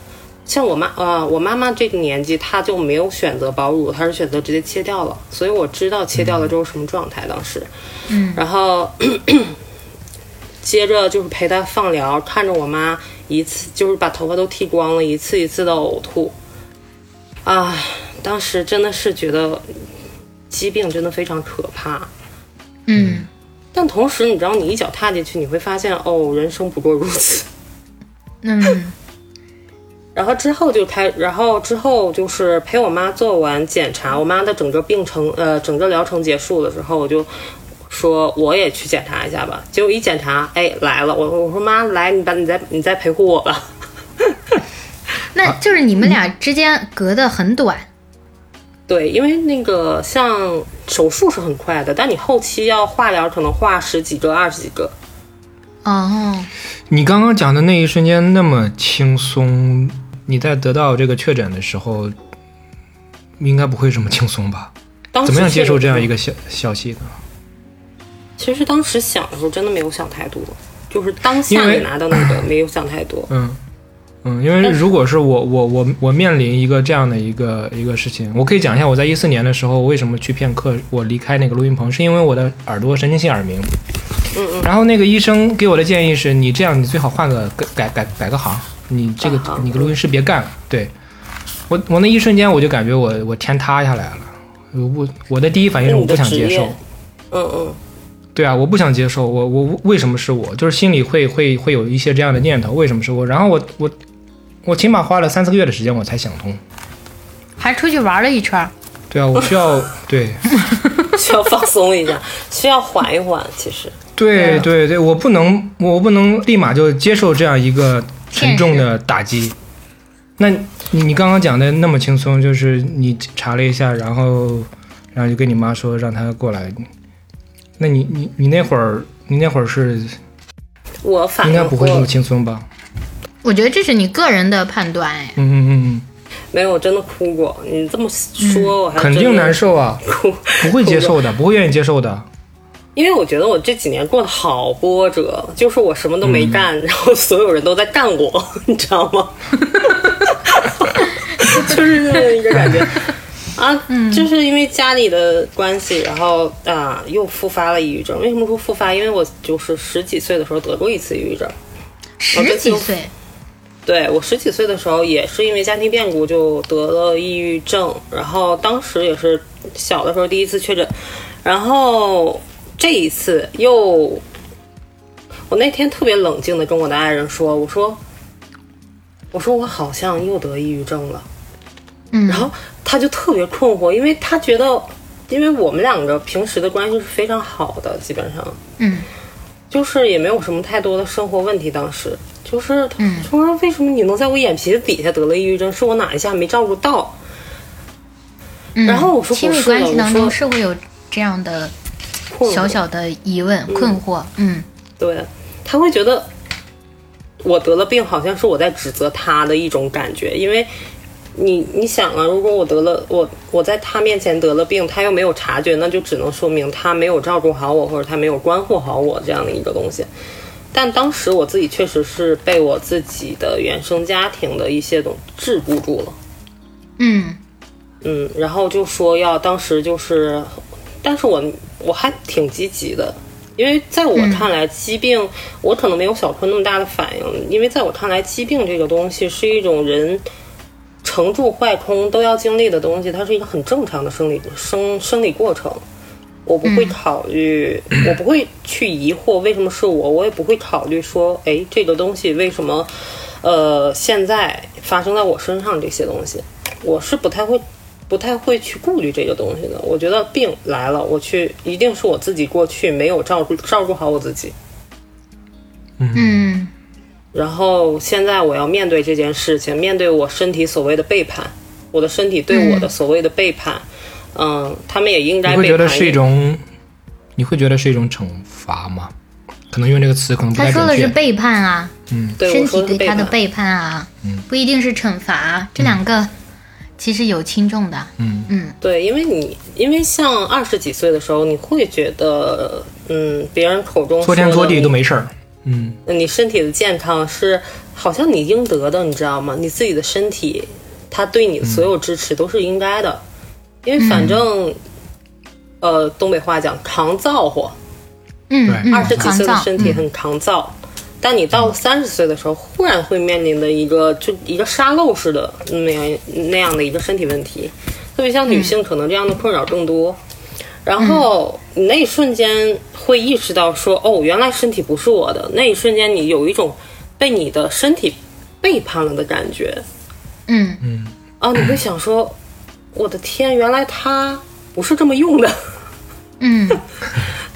Speaker 5: 像我妈啊、我妈妈这个年纪，她就没有选择保乳，她是选择直接切掉了，所以我知道切掉了之后什么状态。当时，
Speaker 2: 嗯
Speaker 5: 然后接着就是陪她放疗，看着我妈一次就是把头发都剃光了，一次一次的呕吐，啊，当时真的是觉得疾病真的非常可怕。
Speaker 2: 嗯，
Speaker 5: 但同时，你知道，你一脚踏进去，你会发现，哦，人生不过如此。
Speaker 2: 嗯
Speaker 5: 然后之后就开，然后之后就是陪我妈做完检查，我妈的整个病程，呃，整个疗程结束了之后，我就说我也去检查一下吧。结果一检查，哎，来了，我我说妈，来，你把你再你再陪护我吧。
Speaker 2: 那就是你们俩之间隔得很短，
Speaker 5: 对，因为那个像手术是很快的，但你后期要化疗，可能化十几个、二十几个。
Speaker 2: 哦，
Speaker 4: 你刚刚讲的那一瞬间那么轻松，你在得到这个确诊的时候，应该不会这么轻松吧？
Speaker 5: 当
Speaker 2: 哦
Speaker 5: 时
Speaker 4: 怎么样接受
Speaker 5: 确实
Speaker 4: 这样一个消消息呢？
Speaker 5: 其实当时想的时候，真的没有想太多，就是当下
Speaker 4: 因为
Speaker 5: 你拿到 那个没有想太多。
Speaker 4: 嗯嗯，因为如果是我我我我面临一个这样的一个一个事情，我可以讲一下我在一四年的时候为什么去片刻，我离开那个录音棚，是因为我的耳朵神经性耳鸣。嗯嗯。然后那个医生给我的建议是，你这样你最好换个改改改改个行，你这个
Speaker 5: 改行
Speaker 4: 你个录音师别干了。对，我我那一瞬间我就感觉我我天塌下来了，我不我的第一反应是我不想接
Speaker 5: 你的职
Speaker 4: 受
Speaker 5: 业。嗯嗯，
Speaker 4: 对啊，我不想接受，我我为什么是我？就是心里会会会有一些这样的念头，为什么是我？然后我我我起码花了三四个月的时间我才想通。
Speaker 2: 还出去玩了一圈儿。
Speaker 4: 对啊，我需 要对
Speaker 5: 需要放松一下， 需要缓一缓。其实，
Speaker 4: 对啊对对，我不能我不能立马就接受这样一个沉重的打击。那你你刚刚讲的那么轻松，就是你查了一下，然后然后就跟你妈说让她过来。那你你你那会儿你那会儿是
Speaker 5: 我反
Speaker 4: 应该
Speaker 5: 应
Speaker 4: 不
Speaker 5: 过
Speaker 4: 会这么轻松吧？
Speaker 2: 我觉得这是你个人的判断，哎，
Speaker 4: 嗯嗯嗯嗯。
Speaker 5: 没有，我真的哭过。你这么说，我还
Speaker 4: 肯定
Speaker 5: 真的
Speaker 4: 难受啊，
Speaker 5: 哭，
Speaker 4: 不会接受的，不会愿意接受的。
Speaker 5: 因为我觉得我这几年过得好波折，就是我什么都没干，然后所有人都在干我， 你知道吗？就是这样一个感觉啊，就是因为家里的关系，然后啊又复发了抑郁症。为什么说复发？因为我就是十几岁的时候得过一次抑郁症，
Speaker 2: 十
Speaker 5: 哦
Speaker 2: 几岁，
Speaker 5: 对我十几岁的时候，也是因为家庭变故就得了抑郁症，然后当时也是小的时候第一次确诊，然后这一次又，我那天特别冷静的跟我的爱人说，我说，我说我好像又得抑郁症了，
Speaker 2: 嗯
Speaker 5: 然后他就特别困惑，因为他觉得，因为我们两个平时的关系是非常好的，基本上，
Speaker 2: 嗯
Speaker 5: 就是也没有什么太多的生活问题。当时就是他
Speaker 2: 嗯
Speaker 5: 说，为什么你能在我眼皮子底下得了抑郁症？是我哪一下没照顾到？
Speaker 2: 嗯。
Speaker 5: 然后我说
Speaker 2: 亲
Speaker 5: 不
Speaker 2: 密
Speaker 5: 是的
Speaker 2: 关系当
Speaker 5: 我
Speaker 2: 中
Speaker 5: 说
Speaker 2: 是会有这样的
Speaker 5: 困惑
Speaker 2: 小小的疑问、困惑，嗯
Speaker 5: 对，他会觉得我得了病，好像是我在指责他的一种感觉，因为。你你想啊，如果我得了我我在他面前得了病，他又没有察觉，那就只能说明他没有照顾好我，或者他没有关护好我这样的一个东西。但当时我自己确实是被我自己的原生家庭的一些东桎梏住了。
Speaker 2: 嗯
Speaker 5: 嗯，然后就说要当时就是，但是我我还挺积极的，因为在我看来，疾病我可能没有小坤那么大的反应，因为在我看来，疾病这个东西是一种人成住坏空都要经历的东西，它是一个很正常的生理生生理过程。我不会
Speaker 3: 嗯
Speaker 5: 考虑，我不会去疑惑为什么是我，我也不会考虑说，哎，这个东西为什么，呃，现在发生在我身上这些东西，我是不太会，不太会去顾虑这个东西的。我觉得病来了，我去一定是我自己过去没有照顾照顾好我自己，
Speaker 2: 嗯
Speaker 5: 然后现在我要面对这件事情，面对我身体所谓的背叛，我的身体对我的所谓的背叛，嗯，他们也应该
Speaker 3: 你
Speaker 5: 背
Speaker 3: 会
Speaker 5: 叛。
Speaker 3: 觉得是一种，你会觉得是一种惩罚吗？可能用这个词可能不
Speaker 2: 他
Speaker 3: 太
Speaker 2: 说
Speaker 3: 准
Speaker 2: 的是
Speaker 3: 确。
Speaker 2: 背叛啊，
Speaker 5: 对
Speaker 2: 身
Speaker 5: 我说
Speaker 2: 体
Speaker 5: 的是
Speaker 2: 对他
Speaker 5: 叛
Speaker 2: 的背叛啊，
Speaker 3: 嗯
Speaker 2: 不一定是惩罚，啊这两个其实有轻重的。
Speaker 3: 嗯
Speaker 5: 对，因为你因为像二十几岁的时候，你会觉得，嗯，别人口中
Speaker 3: 搓天
Speaker 5: 说
Speaker 3: 搓
Speaker 5: 的
Speaker 3: 地都没事儿。嗯，
Speaker 5: 你你身体的健康是好像你应得的，你知道吗？你自己的身体，他对你的所有支持都是应该的，因为反正，呃，东北话讲扛造化，
Speaker 2: 嗯
Speaker 3: 对
Speaker 2: 嗯，
Speaker 5: 二十几
Speaker 2: 抗
Speaker 5: 岁的
Speaker 2: 造，
Speaker 5: 身体很抗造，但你到三十岁的时候，忽然会面临的一个就一个沙漏似的那样那样的一个身体问题，特别
Speaker 2: 嗯
Speaker 5: 像女性可能这样的困扰更多。然后你那一瞬间会意识到说，哦，原来身体不是我的。那一瞬间，你有一种被你的身体背叛了的感觉。
Speaker 2: 嗯
Speaker 5: 啊，你会 想说，我的天，原来它不是这么用的。
Speaker 2: 嗯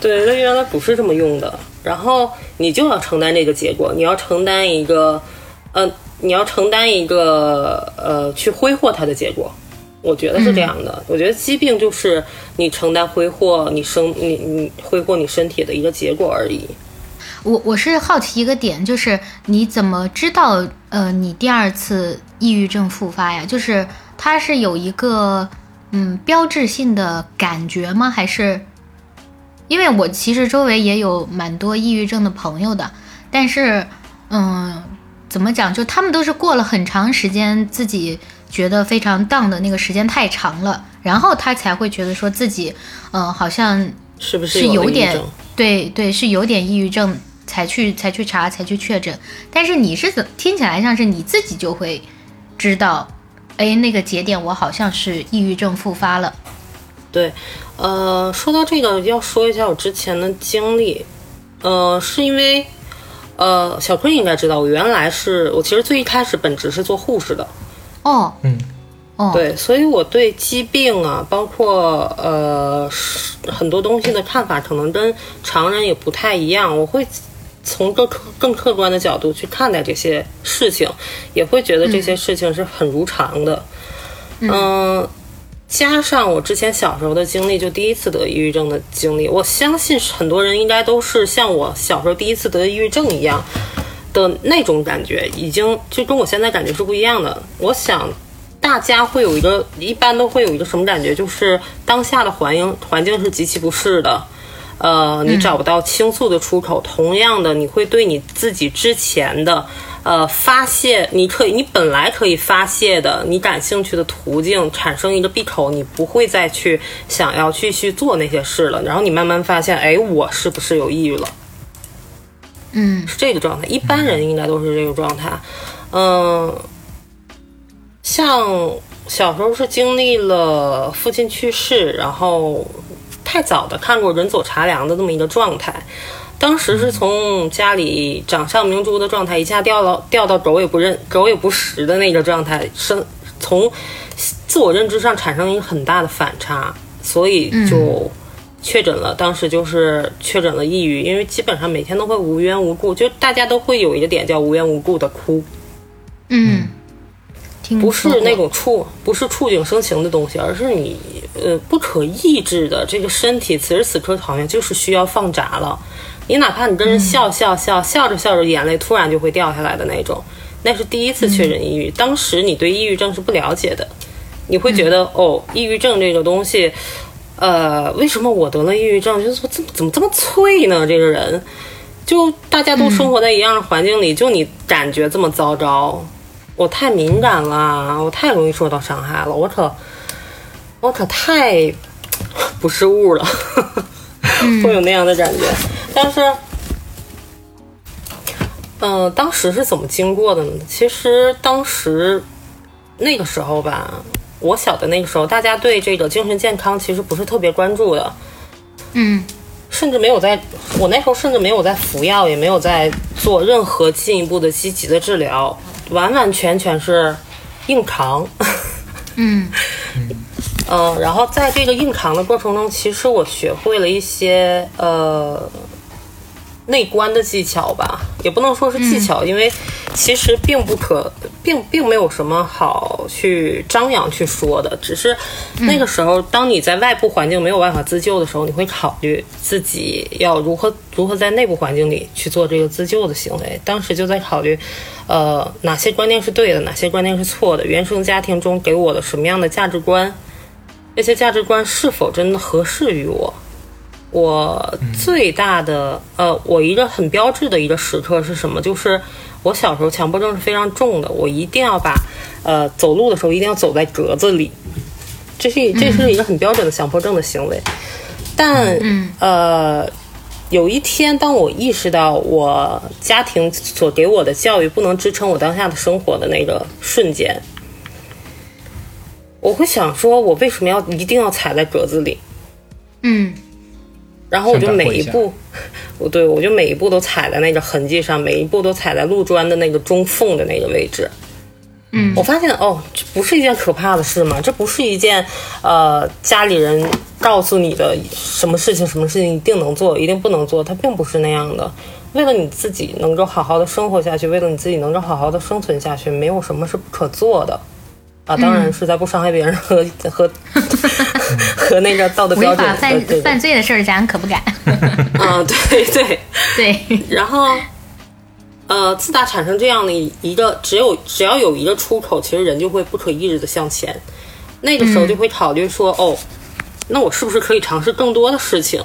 Speaker 5: 对，那原来不是这么用的。然后你就要承担这个结果，你要承担一个，呃，你要承担一个呃去挥霍它的结果。我觉得是这样的。
Speaker 2: 嗯
Speaker 5: 我觉得疾病就是你承担挥霍你生你你挥霍你身体的一个结果而已。
Speaker 2: 我我是好奇一个点，就是你怎么知道呃你第二次抑郁症复发呀？就是它是有一个嗯标志性的感觉吗？还是因为我其实周围也有蛮多抑郁症的朋友的，但是嗯怎么讲，就他们都是过了很长时间自己觉得非常 down 的那个时间太长了，然后他才会觉得说自己嗯、呃好像
Speaker 5: 是不
Speaker 2: 是
Speaker 5: 有
Speaker 2: 有
Speaker 5: 了抑郁
Speaker 2: 点
Speaker 5: 症
Speaker 2: 对对，是有点抑郁症才去才去查才去确诊。但是你是怎听起来像是你自己就会知道，哎，那个节点我好像是抑郁症复发了。
Speaker 5: 对，呃，说到这个，要说一下我之前的经历，呃，是因为，呃，小坤应该知道，我原来是我其实最一开始本职是做护士的，
Speaker 2: 哦，
Speaker 3: 嗯，
Speaker 2: 哦，，
Speaker 5: 对，所以我对疾病啊，包括呃是很多东西的看法，可能跟常人也不太一样。我会从更客更客观的角度去看待这些事情，也会觉得这些事情是很如常的。嗯、加上我之前小时候的经历，就第一次得抑郁症的经历，我相信很多人应该都是像我小时候第一次得抑郁症一样。的那种感觉，已经就跟我现在感觉是不一样的。我想，大家会有一个，一般都会有一个什么感觉，就是当下的环境环境是极其不适的，呃，你找不到倾诉的出口。同样的，你会对你自己之前的。呃，发泄你可以，你本来可以发泄的，你感兴趣的途径产生一个闭口，你不会再去想要去去做那些事了。然后你慢慢发现，哎，我是不是有抑郁了？
Speaker 2: 嗯
Speaker 5: 是这个状态，一般人应该都是这个状态。嗯，像小时候是经历了父亲去世，然后太早的看过人走茶凉的这么一个状态。当时是从家里掌上明珠的状态一下掉到掉到狗也不认、狗也不识的那个状态，生从自我认知上产生一个很大的反差，所以就确诊了。当时就是确诊了抑郁，因为基本上每天都会无缘无故，就大家都会有一个点叫无缘无故的哭，
Speaker 2: 嗯，听
Speaker 5: 不
Speaker 2: 说
Speaker 5: 是
Speaker 2: 过
Speaker 5: 那种触，不是触景生情的东西，而是你呃不可抑制的这个身体，此时此刻好像就是需要放闸了。你哪怕你跟人
Speaker 2: 嗯
Speaker 5: 笑笑笑笑着笑着，眼泪突然就会掉下来的那种，那是第一次
Speaker 2: 嗯
Speaker 5: 确诊抑郁，当时你对抑郁症是不了解的，你会
Speaker 2: 嗯
Speaker 5: 觉得、哦，抑郁症这个东西，呃，为什么我得了抑郁症，就是怎么怎么这么脆呢？这个人，就大家都
Speaker 2: 嗯
Speaker 5: 生活在一样的环境里，就你感觉这么糟糕，我太敏感啦，我太容易受到伤害了，我可，我可太不是物了，会有那样的感觉。但是，嗯、当时是怎么经过的呢？其实当时那个时候吧，我小的那个时候，大家对这个精神健康其实不是特别关注的，
Speaker 2: 嗯，
Speaker 5: 甚至没有在我那时候甚至没有在服药，也没有在做任何进一步的积极的治疗，完完全全是硬扛。
Speaker 2: 嗯
Speaker 5: 嗯，然后在这个硬扛的过程中，其实我学会了一些呃内观的技巧吧，也不能说是技巧，因为其实并不可，并并没有什么好去张扬去说的，只是那个时候，当你在外部环境没有办法自救的时候，你会考虑自己要如何如何在内部环境里去做这个自救的行为。当时就在考虑，呃，哪些观念是对的，哪些观念是错的，原生家庭中给我的什么样的价值观。这些价值观是否真的合适于我？我最大的呃，我一个很标志的一个时刻是什么？就是我小时候强迫症是非常重的，我一定要把呃走路的时候一定要走在格子里，这是这是一个很标准的强迫症的行为。但呃，有一天，当我意识到我家庭所给我的教育不能支撑我当下的生活的那个瞬间，我会想说，我为什么要一定要踩在格子里？
Speaker 2: 嗯
Speaker 5: 然后我就
Speaker 4: 想打
Speaker 5: 每
Speaker 4: 破一
Speaker 5: 一
Speaker 4: 下
Speaker 5: 步，我对我就每一步都踩在那个痕迹上，每一步都踩在路砖的那个中缝的那个位置。
Speaker 2: 嗯
Speaker 5: 我发现哦，这不是一件可怕的事嘛，这不是一件呃家里人告诉你的什么事情什么事情一定能做，一定不能做，它并不是那样的。为了你自己能够好好的生活下去，为了你自己能够好好的生存下去，没有什么是不可做的。啊，当
Speaker 2: 嗯
Speaker 5: 然是在不伤害别人和、和 和那个道德
Speaker 2: 违
Speaker 5: 标准呃
Speaker 2: 法
Speaker 5: 的
Speaker 2: 犯
Speaker 5: 这个
Speaker 2: 犯罪的事儿咱可不敢。
Speaker 5: 啊，对对。
Speaker 2: 对，
Speaker 5: 然后，呃，自打产生这样的一个，只有只要有一个出口，其实人就会不可抑制的向前。那个时候就会考虑说，哦，那我是不是可以尝试更多的事情？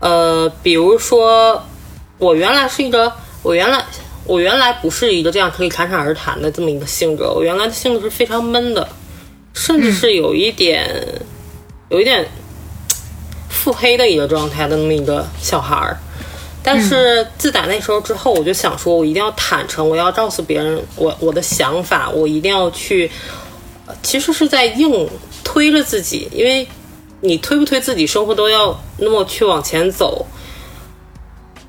Speaker 5: 呃，比如说，我原来是一个，我原来我原来不是一个这样可以侃侃而谈的这么一个性格，我原来的性格是非常闷的，甚至是有一点，有一点腹黑的一个状态的那么一个小孩儿。但是自打那时候之后，我就想说，我一定要坦诚，我要告诉别人我我的想法，我一定要去，呃其实是在硬推着自己，因为你推不推自己，生活都要那么去往前走。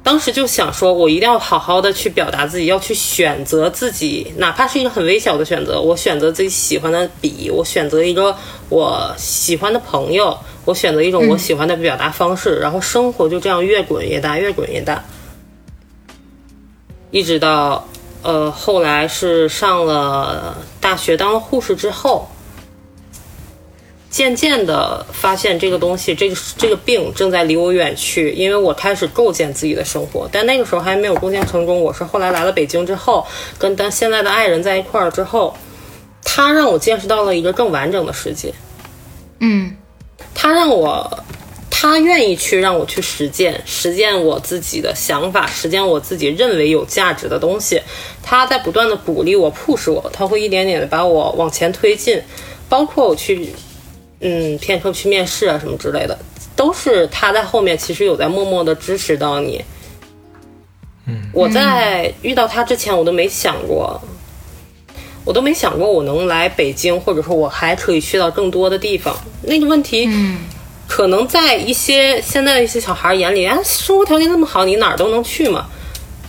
Speaker 5: 当时就想说，我一定要好好的去表达自己，要去选择自己，哪怕是一个很微小的选择。我选择自己喜欢的笔，我选择一个我喜欢的朋友，我选择一种我喜欢的表达方式，然后生活就这样越滚越大，越滚越大，一直到呃后来是上了大学当了护士之后，渐渐的发现这个东西，这个这个病正在离我远去，因为我开始构建自己的生活，但那个时候还没有构建成功。我是后来来了北京之后，跟当现在的爱人在一块儿之后，他让我见识到了一个更完整的世界，
Speaker 2: 嗯
Speaker 5: 他让我，他愿意去让我去实践，实践我自己的想法，实践我自己认为有价值的东西。他在不断的鼓励我、push 我，他会一点点的把我往前推进，包括我去，嗯，片刻去面试啊什么之类的，都是他在后面其实有在默默的支持到你。嗯，我在遇到他之前，我都没想过。我都没想过我能来北京，或者说我还可以去到更多的地方。那个问题，可能在一些现在的一些小孩眼里，啊，生活条件那么好，你哪儿都能去嘛？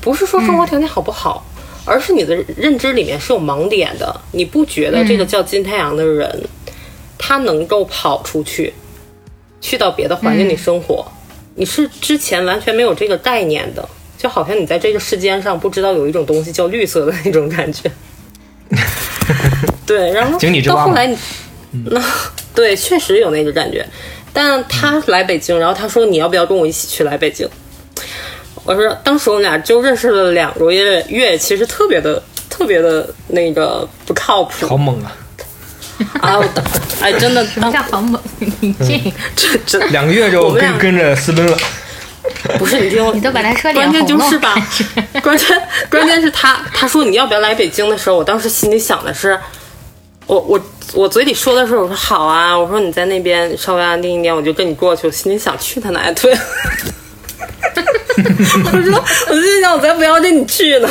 Speaker 5: 不是说生
Speaker 3: 嗯
Speaker 5: 活条件好不好，而是你的认知里面是有盲点的，你不觉得这
Speaker 3: 嗯
Speaker 5: 个叫金太阳的人，他能够跑出去，去到别的环境里生活，
Speaker 3: 嗯
Speaker 5: 你是之前完全没有这个概念的。就好像你在这个世间上不知道有一种东西叫绿色的那种感觉，对，然后
Speaker 3: 井底之
Speaker 5: 到
Speaker 3: 蛙
Speaker 5: 后
Speaker 3: 嘛嗯
Speaker 5: 来你，那对，确实有那个感觉。但他来北京，然后他说你要不要跟我一起去来北京？我说当时我们俩就认识了两个月，月其实特别的特别的那个不靠谱
Speaker 3: 好猛啊！
Speaker 5: 啊！我哎， 真的，
Speaker 2: 什么叫好猛？你
Speaker 5: 嗯
Speaker 2: 这 个
Speaker 5: 这这
Speaker 3: 两个月
Speaker 5: 我
Speaker 3: 就
Speaker 5: 们俩
Speaker 3: 跟跟着私奔了，
Speaker 5: 不是你听我，
Speaker 2: 你都把他说脸
Speaker 5: 关键
Speaker 2: 红
Speaker 5: 就
Speaker 2: 了，
Speaker 5: 是吧， 关键关键是他他说你要不要来北京的时候，我当时心里想的是，我我我嘴里说的时候我说好啊，我说你在那边稍微安定一点，我就跟你过去。我心里想去他奶腿， 我说，我就想，我才不要跟你去呢。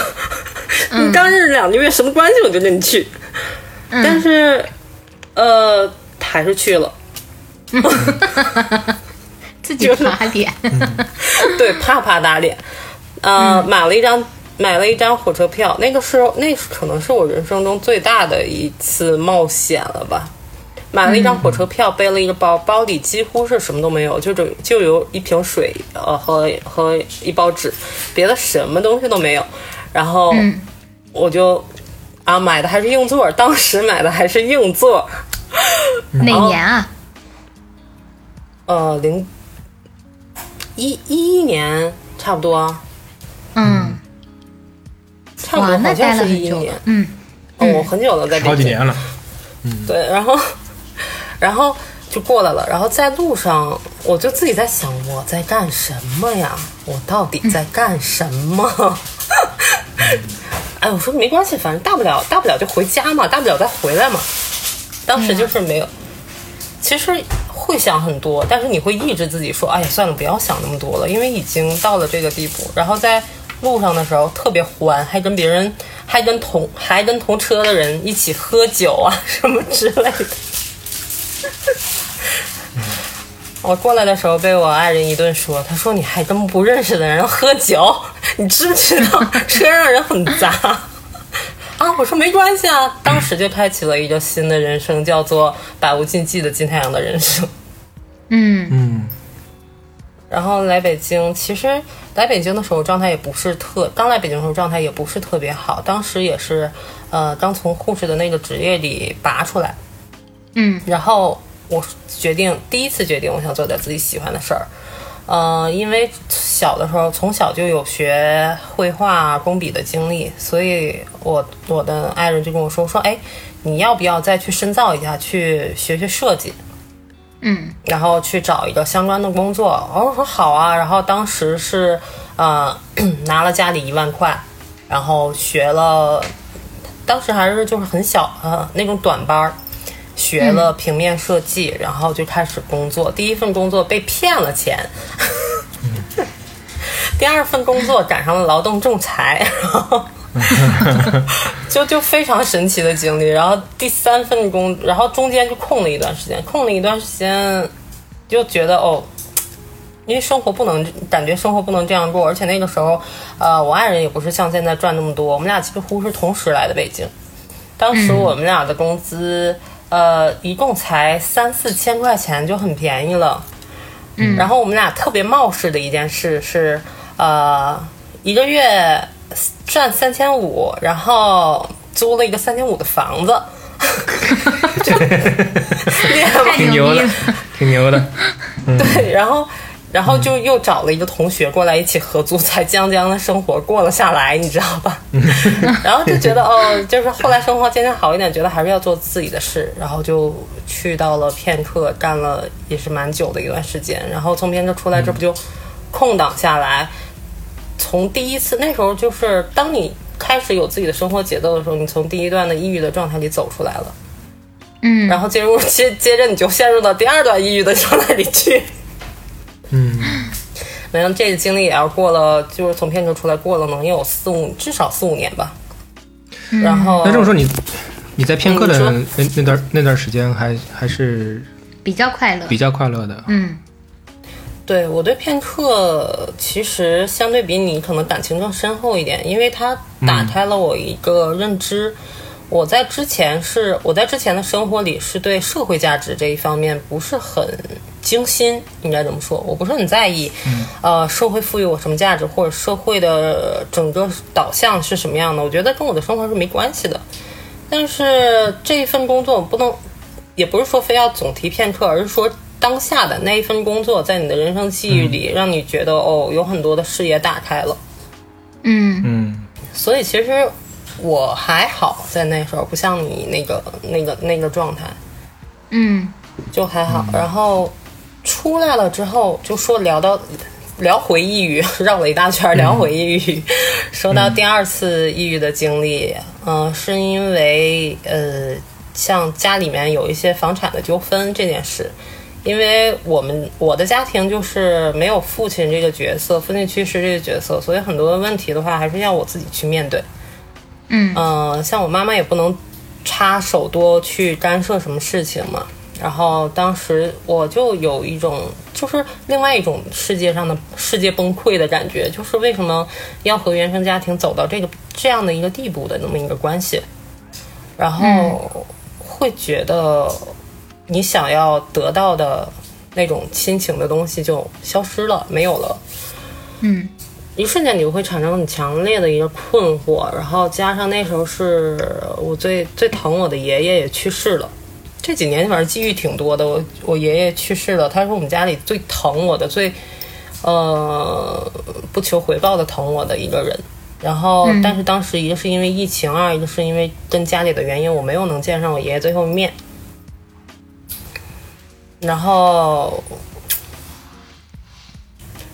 Speaker 2: 嗯
Speaker 5: 你刚认识两个月，什么关系我就跟你去。但是，呃，还是去了。
Speaker 2: 自己爬脸，
Speaker 5: 嗯对，啪啪打脸。呃，
Speaker 2: 嗯
Speaker 5: 买了一张买了一张火车票，那个时候那是可能是我人生中最大的一次冒险了吧。买了一张
Speaker 2: 嗯
Speaker 5: 火车票，背了一个包，包里几乎是什么都没有，就只就有一瓶水，呃，和和一包纸，别的什么东西都没有。然后
Speaker 2: 嗯
Speaker 5: 我就啊，买的还是硬座，当时买的还是硬座，
Speaker 2: 哪年啊？
Speaker 5: 呃，零一一一年差不多，
Speaker 2: 嗯，
Speaker 5: 差不
Speaker 2: 哇，
Speaker 5: 多
Speaker 2: 那
Speaker 5: 哦好像
Speaker 2: 待了
Speaker 5: 是
Speaker 2: 很
Speaker 5: 一一
Speaker 2: 久
Speaker 5: 年
Speaker 2: 了，，嗯
Speaker 5: 嗯，我很久了，在这
Speaker 4: 好几
Speaker 5: 边
Speaker 4: 年了，
Speaker 5: 对，然后，然后就过来了。然后在路上，我就自己在想，我在干什么呀？我到底在干什么？ 哎，我说没关系，反正大不了大不了就回家嘛，大不了再回来嘛。当时就是没有，其实会想很多，但是你会抑制自己说，哎呀，算了，不要想那么多了，因为已经到了这个地步。然后在路上的时候特别欢，还跟别人，还跟同还跟同车的人一起喝酒啊什么之类的。我过来的时候被我爱人一顿说，他说你还跟不认识的人喝酒，你知不知 道车上人很杂？啊，我说没关系啊，当时就开启了一个新的人生，叫做百无禁忌的金太阳的人生。
Speaker 2: 嗯
Speaker 4: 嗯，
Speaker 5: 然后来北京，其实来北京的时候状态也不是特，刚来北京的时候状态也不是特别好，当时也是，呃，刚从护士的那个职业里拔出来，
Speaker 2: 嗯
Speaker 5: 然后我决定第一次决定，我想做点自己喜欢的事儿。呃，因为小的时候从小就有学绘画、工笔的经历，所以我我的爱人就跟我说说，哎，你要不要再去深造一下，去学学设计？
Speaker 2: 嗯
Speaker 5: 然后去找一个相关的工作。然后我说好啊，然后当时是呃 拿了家里一万块，然后学了，当时还是就是很小呃那种短班儿，学了平面设计，然后就开始工作。第一份工作被骗了钱。 第二份工作赶上了劳动仲裁，然后就 就非常神奇的经历。然后第三份工，然后中间就空了一段时间，空了一段时间，就觉得哦，因为生活不能感觉生活不能这样过，而且那个时候，呃，我爱人也不是像现在赚那么多，我们俩几乎是同时来的北京，当时我们俩的工资，呃，一共才三四千块钱就很便宜了。嗯，然后我们俩特别冒失的一件事是，呃，一个月赚三千五，然后租了一个三千五的房子，就脸盲
Speaker 2: 太
Speaker 4: 挺
Speaker 2: 牛
Speaker 4: 牛
Speaker 2: 逼
Speaker 4: 的
Speaker 2: 了，
Speaker 4: 挺牛的，
Speaker 5: 对，然后然后就又找了一个同学过来一起合租，才将将的生活过了下来，你知道吧？然后就觉得哦，就是后来生活渐渐好一点，觉得还是要做自己的事，然后就去到了片刻，干了也是蛮久的一段时间，然后从片刻出来，这不就空档下来。从第一次那时候，就是当你开始有自己的生活节奏的时候，你从第一段的抑郁的状态里走出来了，
Speaker 2: 嗯，
Speaker 5: 然后进入接接着你就陷入到第二段抑郁的状态里去。
Speaker 4: 嗯，
Speaker 5: 反正这个经历也要过了，就是从片头出来过了能有四五，至少四五年吧。然后
Speaker 4: 那这么说你你在片刻的
Speaker 5: 嗯
Speaker 4: 那那段那段时间还还是
Speaker 2: 比较快乐
Speaker 4: 比，较快乐的，
Speaker 2: 嗯
Speaker 5: 对我对片刻其实相对比你可能感情更深厚一点，因为它打开了我一个认知。我在之前是我在之前的生活里是对社会价值这一方面不是很精心，应该怎么说？我不是很在意，呃，社会赋予我什么价值，或者社会的整个导向是什么样的，我觉得跟我的生活是没关系的。但是这一份工作我不能，也不是说非要总提片刻，而是说当下的那一份工作，在你的人生际遇里，让你觉得哦，有很多的视野打开了。
Speaker 2: 嗯
Speaker 4: 嗯
Speaker 5: 所以其实我还好，在那时候不像你那个那个那个状态，
Speaker 2: 嗯
Speaker 5: 就还好。然后出来了之后，就说聊到聊回抑郁， 绕了一大圈儿聊回抑郁，说到第二次抑郁的经历，嗯、是因呃为呃，像家里面有一些房产的纠纷这件事。因为我们我的家庭就是没有父亲这个角色，父亲去世这个角色，所以很多问题的话还是要我自己去面对。
Speaker 2: 嗯
Speaker 5: 呃，像我妈妈也不能插手多去干涉什么事情嘛。然后当时我就有一种，就是另外一种世界上的世界崩溃的感觉，就是为什么要和原生家庭走到这个这样的一个地步的那么一个关系，然后会觉得你想要得到的那种亲情的东西就消失了，没有了。
Speaker 2: 嗯
Speaker 5: 一瞬间你会产生很强烈的一个困惑，然后加上那时候是我最最疼我的爷爷也去世了，这几年反正际遇挺多的。我我爷爷去世了，他是我们家里最疼我的、最呃不求回报的疼我的一个人。然后，但是当时一个是因为疫情，二一个是因为跟家里的原因，我没有能见上我爷爷最后一面。然后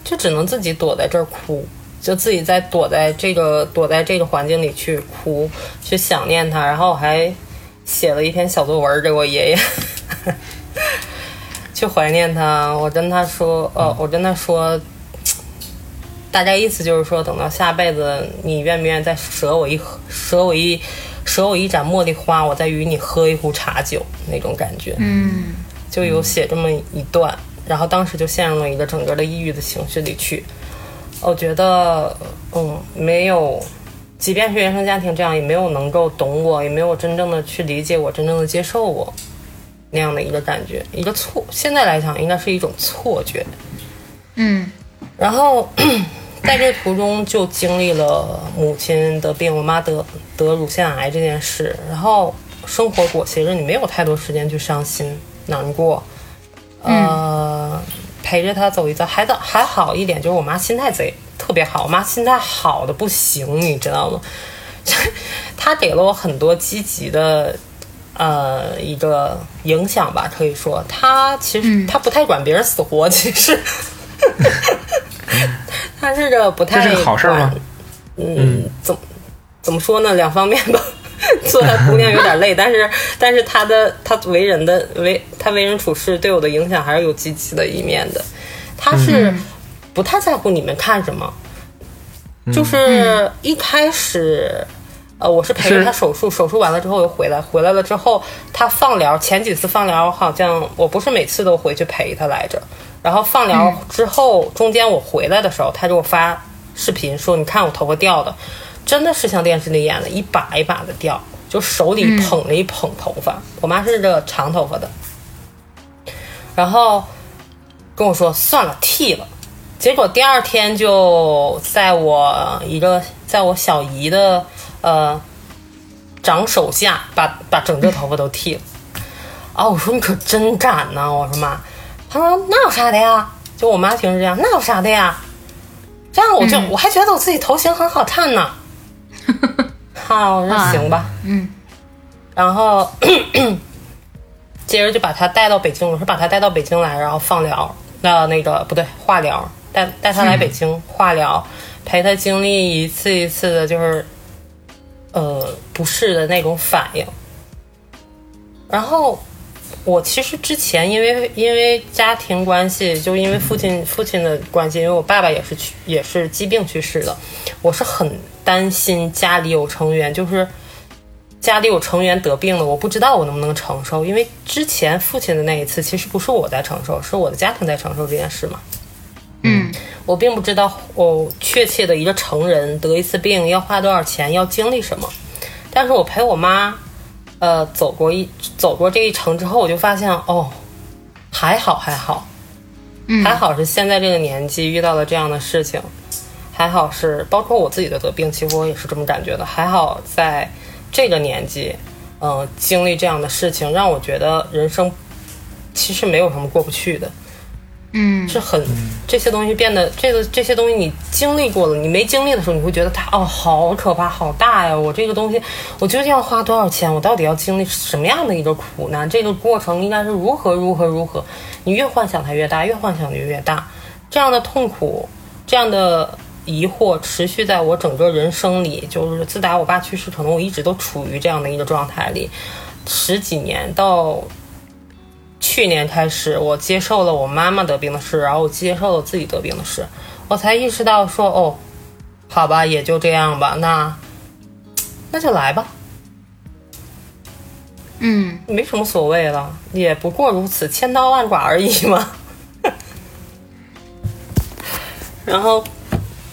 Speaker 5: 就只能自己躲在这儿哭，就自己在躲在这个躲在这个环境里去哭，去想念他。然后我还写了一篇小作文儿给我爷 爷，去怀念他。我跟他说，呃，我跟他说，大概意思就是说，等到下辈子，你愿不愿意再舍我一盒舍我一舍我一盏茉莉花，我再与你喝一壶茶酒那种感觉。
Speaker 2: 嗯
Speaker 5: 就有写这么一段，然后当时就陷入了一个整个的抑郁的情绪里去。我觉得，嗯，没有，即便是原生家庭这样，也没有能够懂我，也没有真正的去理解我，真正的接受我那样的一个感觉，一个错。现在来讲，应该是一种错觉。
Speaker 2: 嗯
Speaker 5: 然后 在这途中就经历了母亲得病，我妈得得乳腺癌这件事，然后生活裹挟着你，没有太多时间去伤心难过，呃，陪着她走一遭，还早还好一点，就是我妈心态贼特别好，我妈心态好的不行，你知道吗？ 她给了我很多积极的。呃，一个影响吧，可以说，她其实、她不太管别人死活，其实，他是个不太
Speaker 4: 这是个好事儿吗
Speaker 5: 管？嗯，怎么怎么说呢？两方面吧。 做他姑娘 有点累，但是但是他的他为人的为他为人处事对我的影响还是有积极的一面的。他是
Speaker 4: 嗯
Speaker 5: 不太在乎你们看什么，就是一开始。呃，我是陪着
Speaker 4: 是
Speaker 5: 他手术，手术完了之后又回来，回来了之后他放疗，前几次放疗好像我不是每次都回去陪他来着，然后放疗之后、中间我回来的时候，他给我发视频说，你看我头发掉的，真的是像电视里演的，一把一把的掉，就手里捧着一捧头发，我妈是个长头发的，然后跟我说算了，剃了。结果第二天就在我一个在我小姨的呃长手下把把整个头发都剃了。啊，我说你可真敢呐！我说妈，她说那有啥的呀？就我妈平时这样，那有啥的呀？这样我就、
Speaker 2: 嗯
Speaker 5: 我还觉得我自己头型很好 看呢。哈、我说
Speaker 2: 啊
Speaker 5: 行吧，
Speaker 2: 嗯，
Speaker 5: 然后 接着就把他带到北京，我是把他带到北京来，然后放疗，呃那那个不对，化疗，带带他来北
Speaker 2: 嗯
Speaker 5: 京化疗，陪他经历一次一次的，就是呃不适的那种反应。然后我其实之前因为因为家庭关系，就因为父亲父亲的关系，因为我爸爸也是去也是疾病去世的，我是很担心家里有成员就是。家里有成员得病了，我不知道我能不能承受，因为之前父亲的那一次，其实不是我在承受，是我的家庭在承受这件事嘛。
Speaker 2: 嗯
Speaker 5: 我并不知道我确切的一个成人得一次病要花多少钱，要经历什么。但是我陪我妈，呃，走过一走过这一程之后，我就发现哦，还好还好，还好是现在这个年纪遇到了这样的事情，还好是包括我自己的得病，其实我也是这么感觉的。还好在这个年纪，嗯、经历这样的事情，让我觉得人生其实没有什么过不去的。
Speaker 2: 嗯
Speaker 5: 是很这些东西变得这个这些东西你经历过了，你没经历的时候，你会觉得它哦好可怕好大呀！我这个东西我究竟要花多少钱？我到底要经历什么样的一个苦难？这个过程应该是如何如何如何？你越幻想它越大，越幻想就越大。这样的痛苦，这样的疑惑持续在我整个人生里，就是自打我爸去世，可能我一直都处于这样的一个状态里，十几年到去年开始，我接受了我妈妈得病的事，然后我接受了自己得病的事，我才意识到说，哦，好吧，也就这样吧，那那就来吧，
Speaker 2: 嗯，
Speaker 5: 没什么所谓了，也不过如此，千刀万剐而已嘛。 然后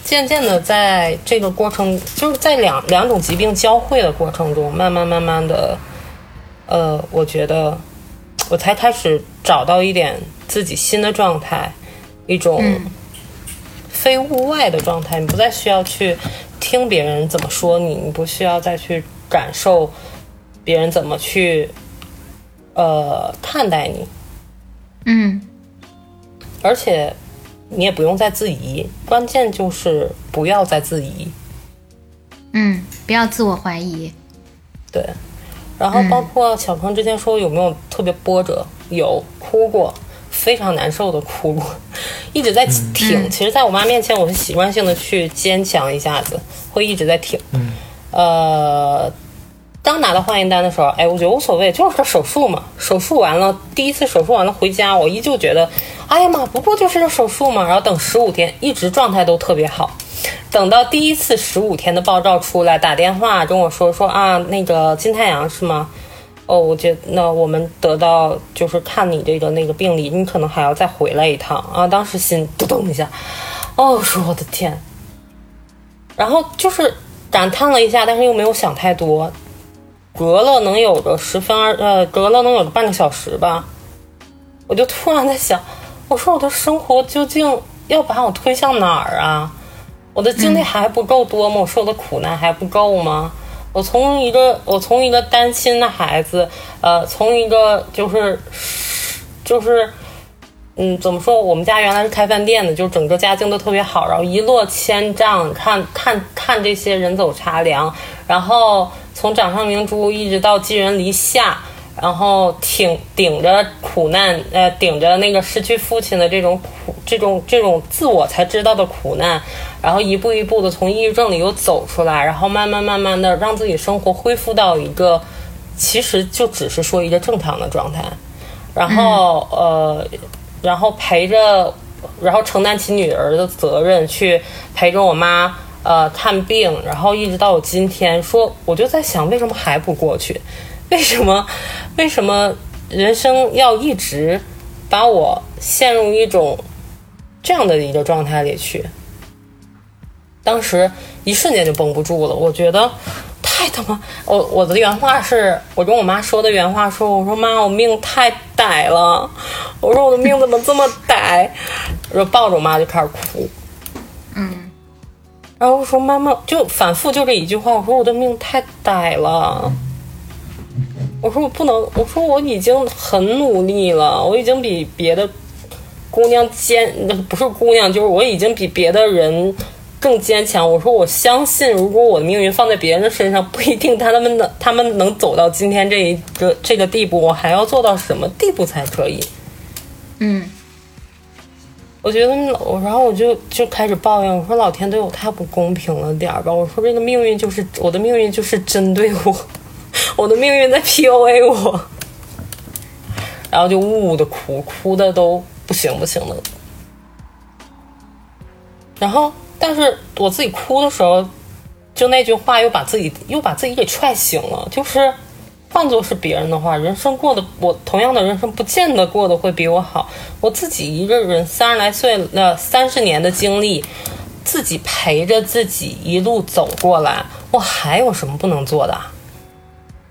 Speaker 5: 渐渐的，在这个过程，就是在两两种疾病交汇的过程中，慢慢慢慢的，呃，我觉得我才开始找到一点自己新的状态，一种非物外的状态。你不再需要去听别人怎么说你，你不需要再去感受别人怎么去呃看待你，
Speaker 2: 嗯，
Speaker 5: 而且你也不用再自疑，关键就是不要再自疑。
Speaker 2: 嗯，不要自我怀疑。
Speaker 5: 对，然后包括小鹏之前说有没有特别波折，有哭过，非常难受的哭过， 一直在挺。其实，在我妈面前，我是习惯性的去坚强一下子，会一直在挺。呃，当拿到化验单的时候，哎，我觉得无所谓，就是个手术嘛。手术完了，第一次手术完了回家，我依旧觉得，哎呀妈，不过就是个手术嘛。然后等十五天，一直状态都特别好。等到第一次十五天的报告出来，打电话跟我说说啊，那个金太阳是吗？哦，我觉得那我们得到就是看你这个那个病例，你可能还要再回来一趟啊。当时心扑通一下，哦，我说我的天，然后就是感叹了一下，但是又没有想太多。隔了能有个十分二呃，隔了能有个半个小时吧，我就突然在想，我说我的生活究竟要把我推向哪儿啊？我的经历还不够多吗？我受的苦难还不够吗？我从一个我从一个单亲的孩子，呃，从一个就是就是嗯，怎么说？我们家原来是开饭店的，就整个家境都特别好，然后一落千丈，看看看这些人走茶凉，然后从掌上明珠一直到寄人篱下，然后挺顶着苦难，呃，顶着那个失去父亲的这种苦，这种这种自我才知道的苦难，然后一步一步的从抑郁症里又走出来，然后慢慢慢慢的让自己生活恢复到一个，其实就只是说一个正常的状态，然后、呃。然后陪着，然后承担起女儿的责任，去陪着我妈呃看病，然后一直到我今天说，我就在想为什么还不过去？为什么？ 为什么人生要一直把我陷入一种这样的一个状态里去？当时一瞬间就绷不住了，我觉得太他妈……我我的原话是我跟我妈说的原话说，我说妈，我命太歹了，我说我的命怎么这么歹，我说抱着我妈就开始哭，嗯，然后我说妈妈就反复就这一句话，我说我的命太歹了。我说我不能，我说我已经很努力了，我已经比别的姑娘坚，那不是姑娘，就是我已经比别的人更坚强。我说我相信，如果我的命运放在别人的身上，不一定他们能他们能走到今天这一个这个地步，我还要做到什么地步才可以？
Speaker 2: 嗯
Speaker 5: 我觉得我，然后我就就开始抱怨，我说老天对我太不公平了点儿吧。我说这个命运就是我的命运就是针对我， 我的命运在 PUA 我。然后就呜呜的哭，哭的都不行不行的。然后，但是我自己哭的时候，就那句话又把自己又把自己给踹醒了。就是换做是别人的话，人生过得我同样的人生，不见得过得会比我好。我自己一个人三十来岁了，三十年的经历，自己陪着自己一路走过来，我还有什么不能做的啊？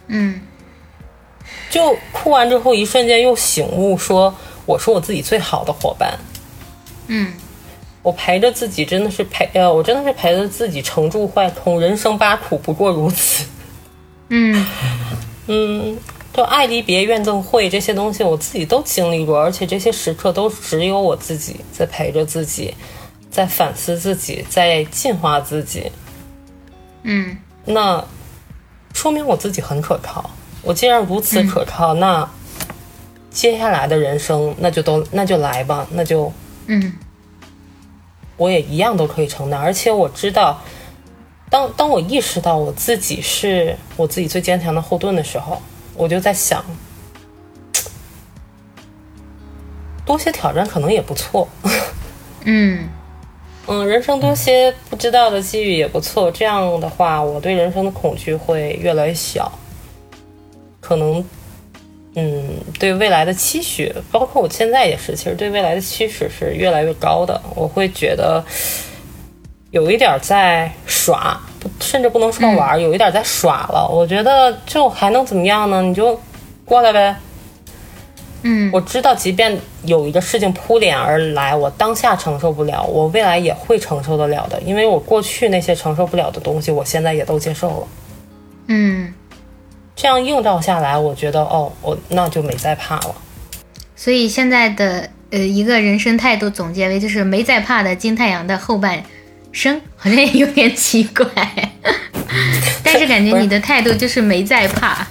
Speaker 2: 嗯
Speaker 5: 就哭完之后，一瞬间又醒悟，说：“我是我自己最好的伙伴，
Speaker 2: 嗯
Speaker 5: 我陪着自己，真的是陪呃，我真的是陪着自己承住坏空，人生八苦不过如此。
Speaker 2: 嗯
Speaker 5: 嗯，就爱离别、怨憎会这些东西，我自己都经历过，而且这些时刻都只有我自己在陪着自己，在反思自己，在进化自己。
Speaker 2: 嗯
Speaker 5: 那说明我自己很可靠。我既然如此可靠，那接下来的人生，那就都那就来吧，那就
Speaker 2: 嗯
Speaker 5: 我也一样都可以承担。而且我知道，当当我意识到我自己是我自己最坚强的后盾的时候，我就在想，多些挑战可能也不错。
Speaker 2: 嗯，
Speaker 5: 嗯，人生多些不知道的机遇也不错。这样的话，我对人生的恐惧会越来越小。可能，嗯，对未来的期许，包括我现在也是，其实对未来的期许是越来越高的。我会觉得有一点儿在耍，不甚至不能说玩儿，有一点儿在耍了。我觉得就还能怎么样呢？你就过来呗。
Speaker 2: 嗯
Speaker 5: 我知道，即便有一个事情扑脸而来，我当下承受不了，我未来也会承受得了的，因为我过去那些承受不了的东西，我现在也都接受了。
Speaker 2: 嗯，
Speaker 5: 这样映照下来，我觉得哦，我那就没再怕了。
Speaker 2: 所以现在的呃一个人生态度总结为就是没在怕的金太阳的后半生，好像也有点奇怪， 但是感觉你的态度就是没在怕。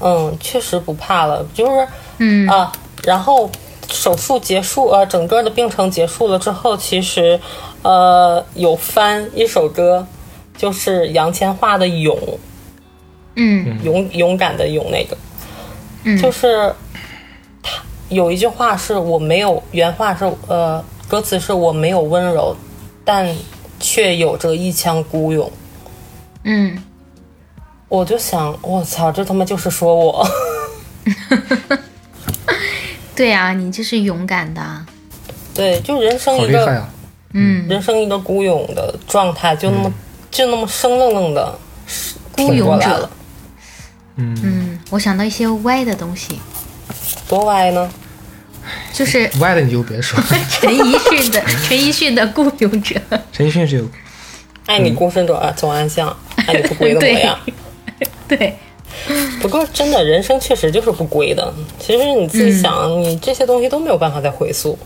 Speaker 5: 嗯，确实不怕了，就是
Speaker 2: 嗯
Speaker 5: 啊，然后手术结束，呃，整个的病程结束了之后，其实呃有翻一首歌，就是杨千嬅的《勇》。
Speaker 2: 嗯
Speaker 5: 勇勇敢的勇那个，
Speaker 2: 嗯
Speaker 5: 就是他有一句话是我没有，原话是呃歌词是我没有温柔，但却有着一腔孤勇。
Speaker 2: 嗯
Speaker 5: 我就想，我操，这他妈就是说我，
Speaker 2: 对啊，你就是勇敢的。
Speaker 5: 对，就人生
Speaker 3: 好
Speaker 5: 一
Speaker 3: 厉
Speaker 5: 个、
Speaker 3: 害啊！
Speaker 2: 嗯，
Speaker 5: 人生一个孤勇的状态，就那
Speaker 3: 嗯
Speaker 5: 么、就那么生愣愣的啊
Speaker 2: 孤
Speaker 5: 挺过
Speaker 2: 勇
Speaker 5: 来
Speaker 2: 者
Speaker 5: 了。，
Speaker 2: 嗯，我想到一些歪的东西，
Speaker 5: 多歪呢？
Speaker 2: 就是
Speaker 3: 歪的你就别说，
Speaker 2: 陈奕迅的陈奕迅的孤勇者，
Speaker 3: 陈奕迅是有
Speaker 5: 爱
Speaker 3: 嗯
Speaker 5: 你孤身走啊暗走暗巷，爱你 不归的模样。
Speaker 2: 对，
Speaker 5: 不过真的，人生确实就是不归的。其实你自己想，你这些东西都没有办法再回溯。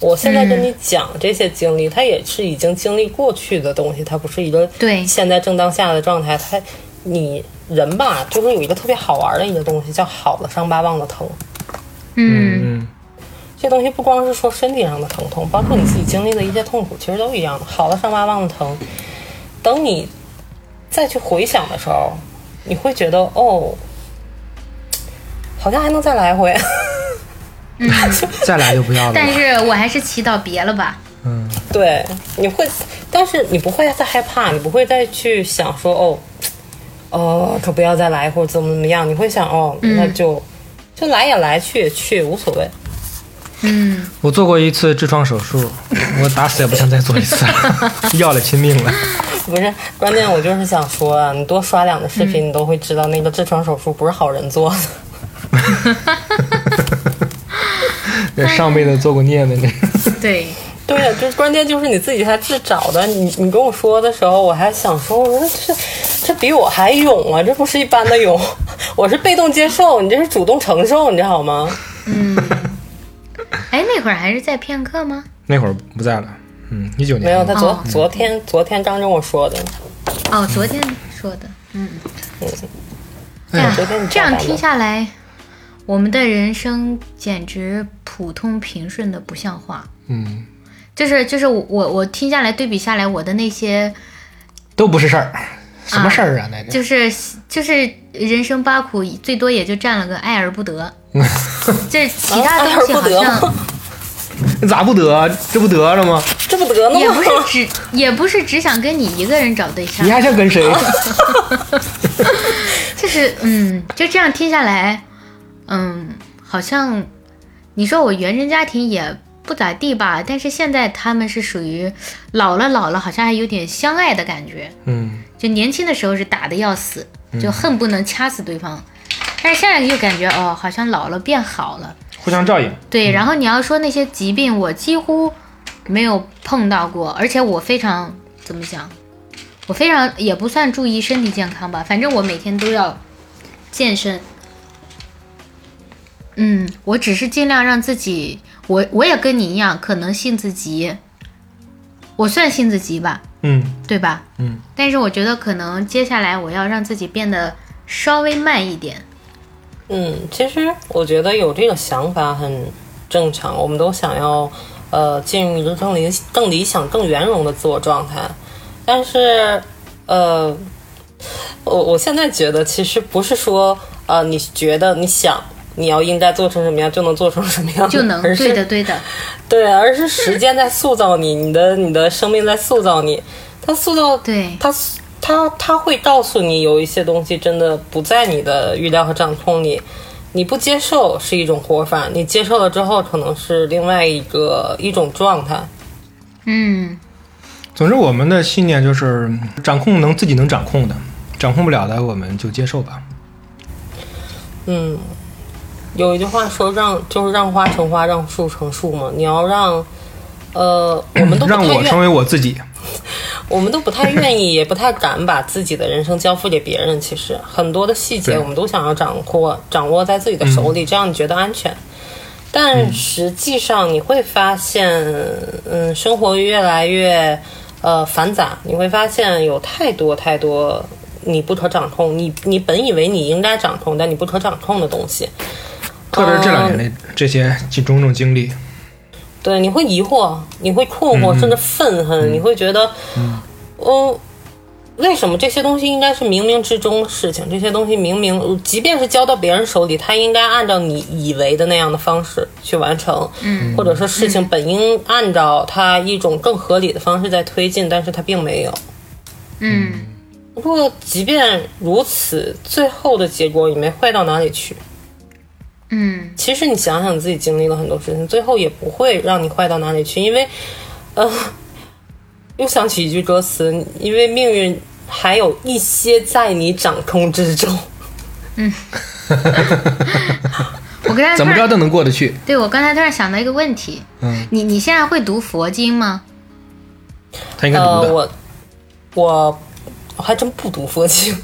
Speaker 5: 我现在跟你讲这些经历，它也是已经经历过去的东西，它不是一个
Speaker 2: 对
Speaker 5: 现在正当下的状态。它你人吧，就是有一个特别好玩的一个东西，叫好了伤疤忘了疼。
Speaker 2: 嗯
Speaker 3: 嗯
Speaker 5: 这东西不光是说身体上的疼痛，包括你自己经历的一些痛苦，其实都一样的。好了伤疤忘了疼，等你再去回想的时候，你会觉得哦，好像还能再来回。
Speaker 3: 再来就不要了吧
Speaker 2: 但。是我还是祈祷别了吧。
Speaker 3: 嗯，
Speaker 5: 对，你会，但是你不会再害怕，你不会再去想说哦，哦，可不要再来或者怎么怎么样。你会想哦，那就、就来也来，去也去，无所谓。
Speaker 2: 嗯，
Speaker 3: 我做过一次痔疮手 术，我打死也不想再做一 次了，要了亲命了。
Speaker 5: 不是，关键我就是想说啊，你多刷两个视频，你都会知道那个痔疮手术不是好人做的。
Speaker 3: 这 上辈子做过孽的那 个，
Speaker 2: 对，
Speaker 5: 对呀、就是关键就是你自己还自找的。你你跟我说的时候，我还想说，我说这这比我还勇啊，这不是一般的勇， 我是被动接受，你这是主动承受，你知道吗？
Speaker 2: 哎，那会儿还是在片刻吗？
Speaker 3: 那会儿不在了。嗯，一九年
Speaker 5: 没有，他昨、
Speaker 2: 哦
Speaker 5: 昨天昨天刚跟我说的，
Speaker 2: 哦，昨天说的。嗯，哎
Speaker 5: 我昨天你
Speaker 2: 这样
Speaker 5: 找到
Speaker 2: 听
Speaker 5: 了
Speaker 2: 下来，我们的人生简直普通平顺的不像话。
Speaker 3: 嗯，
Speaker 2: 就是就是我我我听下来对比下来，我的那些
Speaker 3: 都不是事儿，什么事儿啊？ 那个
Speaker 2: 就是就是人生八苦，最多也就占了个爱而不 得。这其他东西好
Speaker 5: 啊爱而不得
Speaker 2: 像
Speaker 3: 你咋不得？这不得了吗？
Speaker 5: 这不得
Speaker 2: 也
Speaker 5: 了
Speaker 2: 不
Speaker 5: 吗
Speaker 2: 是？只也不是只想跟你一个人找对象
Speaker 3: 你，还想跟 谁？
Speaker 2: 就是嗯，就这样听下来，嗯，好像你说我原生家庭也不咋地吧，但是现在他们是属于老了老了，好像还有点相爱的感觉。
Speaker 3: 嗯，
Speaker 2: 就年轻的时候是打的要死，
Speaker 5: 嗯
Speaker 2: 就恨不能掐死对方，但是现在就感觉哦，好像老了变好了。
Speaker 3: 互相照应。
Speaker 4: 嗯
Speaker 2: 对，然后你要说那些疾病，我几乎没有碰到过，而且我非常怎么讲，我非常也不算注意身体健康吧，反正我每天都要健身。嗯，我只是尽量让自己，我我也跟你一样，可能性子急，我算性子急吧，
Speaker 3: 嗯
Speaker 2: 对吧？
Speaker 3: 嗯。
Speaker 2: 但是我觉得可能接下来我要让自己变得稍微慢一点。
Speaker 5: 嗯，其实我觉得有这个想法很正常，我们都想要呃进入一个更理更理想、更圆融的自我状态，但是呃，我我现在觉得其实不是说呃你觉得你想你要应该做成什么样就能做成什么样，
Speaker 2: 就能
Speaker 5: 而
Speaker 2: 对
Speaker 5: 是
Speaker 2: 的对的，
Speaker 5: 对，而是时间在塑造你，你的你的生命在塑造你，它塑造
Speaker 2: 对
Speaker 5: 它它它会告诉你有一些东西真的不在你的预料和掌控里，你不接受是一种活法，你接受了之后可能是另外一个一种状态。
Speaker 2: 嗯，
Speaker 4: 总之，我们的信念就是嗯掌控能自己能掌控的，掌控不了的我们就接受吧。
Speaker 5: 嗯，有一句话说让就是让花成花，让树成树嘛，你要让。呃，我们都不
Speaker 4: 让
Speaker 5: 太
Speaker 4: 我
Speaker 5: 愿
Speaker 4: 成为我自己。
Speaker 5: 我们都不太愿意， 也不太敢把自己的人生交付给别人。其实很多的细节，
Speaker 4: 对
Speaker 5: 我们都想要掌握，掌握在自己的手里，这样你觉得安全。但实际上，你会发现，嗯，生活越来越呃繁杂，你会发现有太多太多你不可掌控，你你本以为你应该掌控，但你不可掌控的东西。嗯
Speaker 4: 特别是这两年
Speaker 3: 哦
Speaker 4: 的这些种种经历，
Speaker 5: 对，你会疑惑，你会困惑，甚至愤恨，你会觉得，哦，为什么这些东西应该是冥冥之中的事情？这些东西明明，即便是交到别人手里，他应该按照你以为的那样的方式去完成，嗯，或者说事情本应按照他一种更合理的方式在推进，但是他并没有。
Speaker 2: 嗯，
Speaker 5: 不过，即便如此，最后的结果也没坏到哪里去。
Speaker 2: 嗯，
Speaker 5: 其实你想想自己经历了很多事情，最后也不会让你坏到哪里去，因为，呃， 又想起一句歌词，因为命运还有一些在你掌控之中。
Speaker 2: 我跟大家
Speaker 4: 怎么
Speaker 2: 突然
Speaker 4: 着都能过得去。
Speaker 2: 对我刚才突然想到一个问题，
Speaker 4: 嗯，
Speaker 2: 你你现在会读佛经吗？
Speaker 4: 他应该读
Speaker 5: 呃，
Speaker 4: 的，
Speaker 5: 我我我还真不读佛经，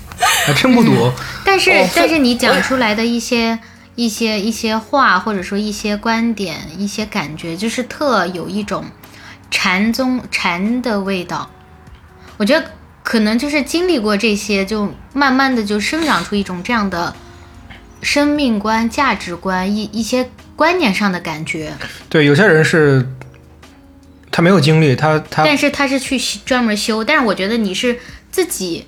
Speaker 4: 还真不
Speaker 3: 嗯
Speaker 4: 读。
Speaker 2: 但是、
Speaker 5: 哦是
Speaker 2: 但是你讲出来的一些一些一些话，或者说一些观点、一些感觉，就是特有一种禅宗禅的味道。我觉得可能就是经历过这些，就慢慢的就生长出一种这样的生命观、价值观，一一些观念上的感觉。
Speaker 4: 对，有些人是，他没有经历，他他
Speaker 2: 但是他是去修专门修，但是我觉得你是自己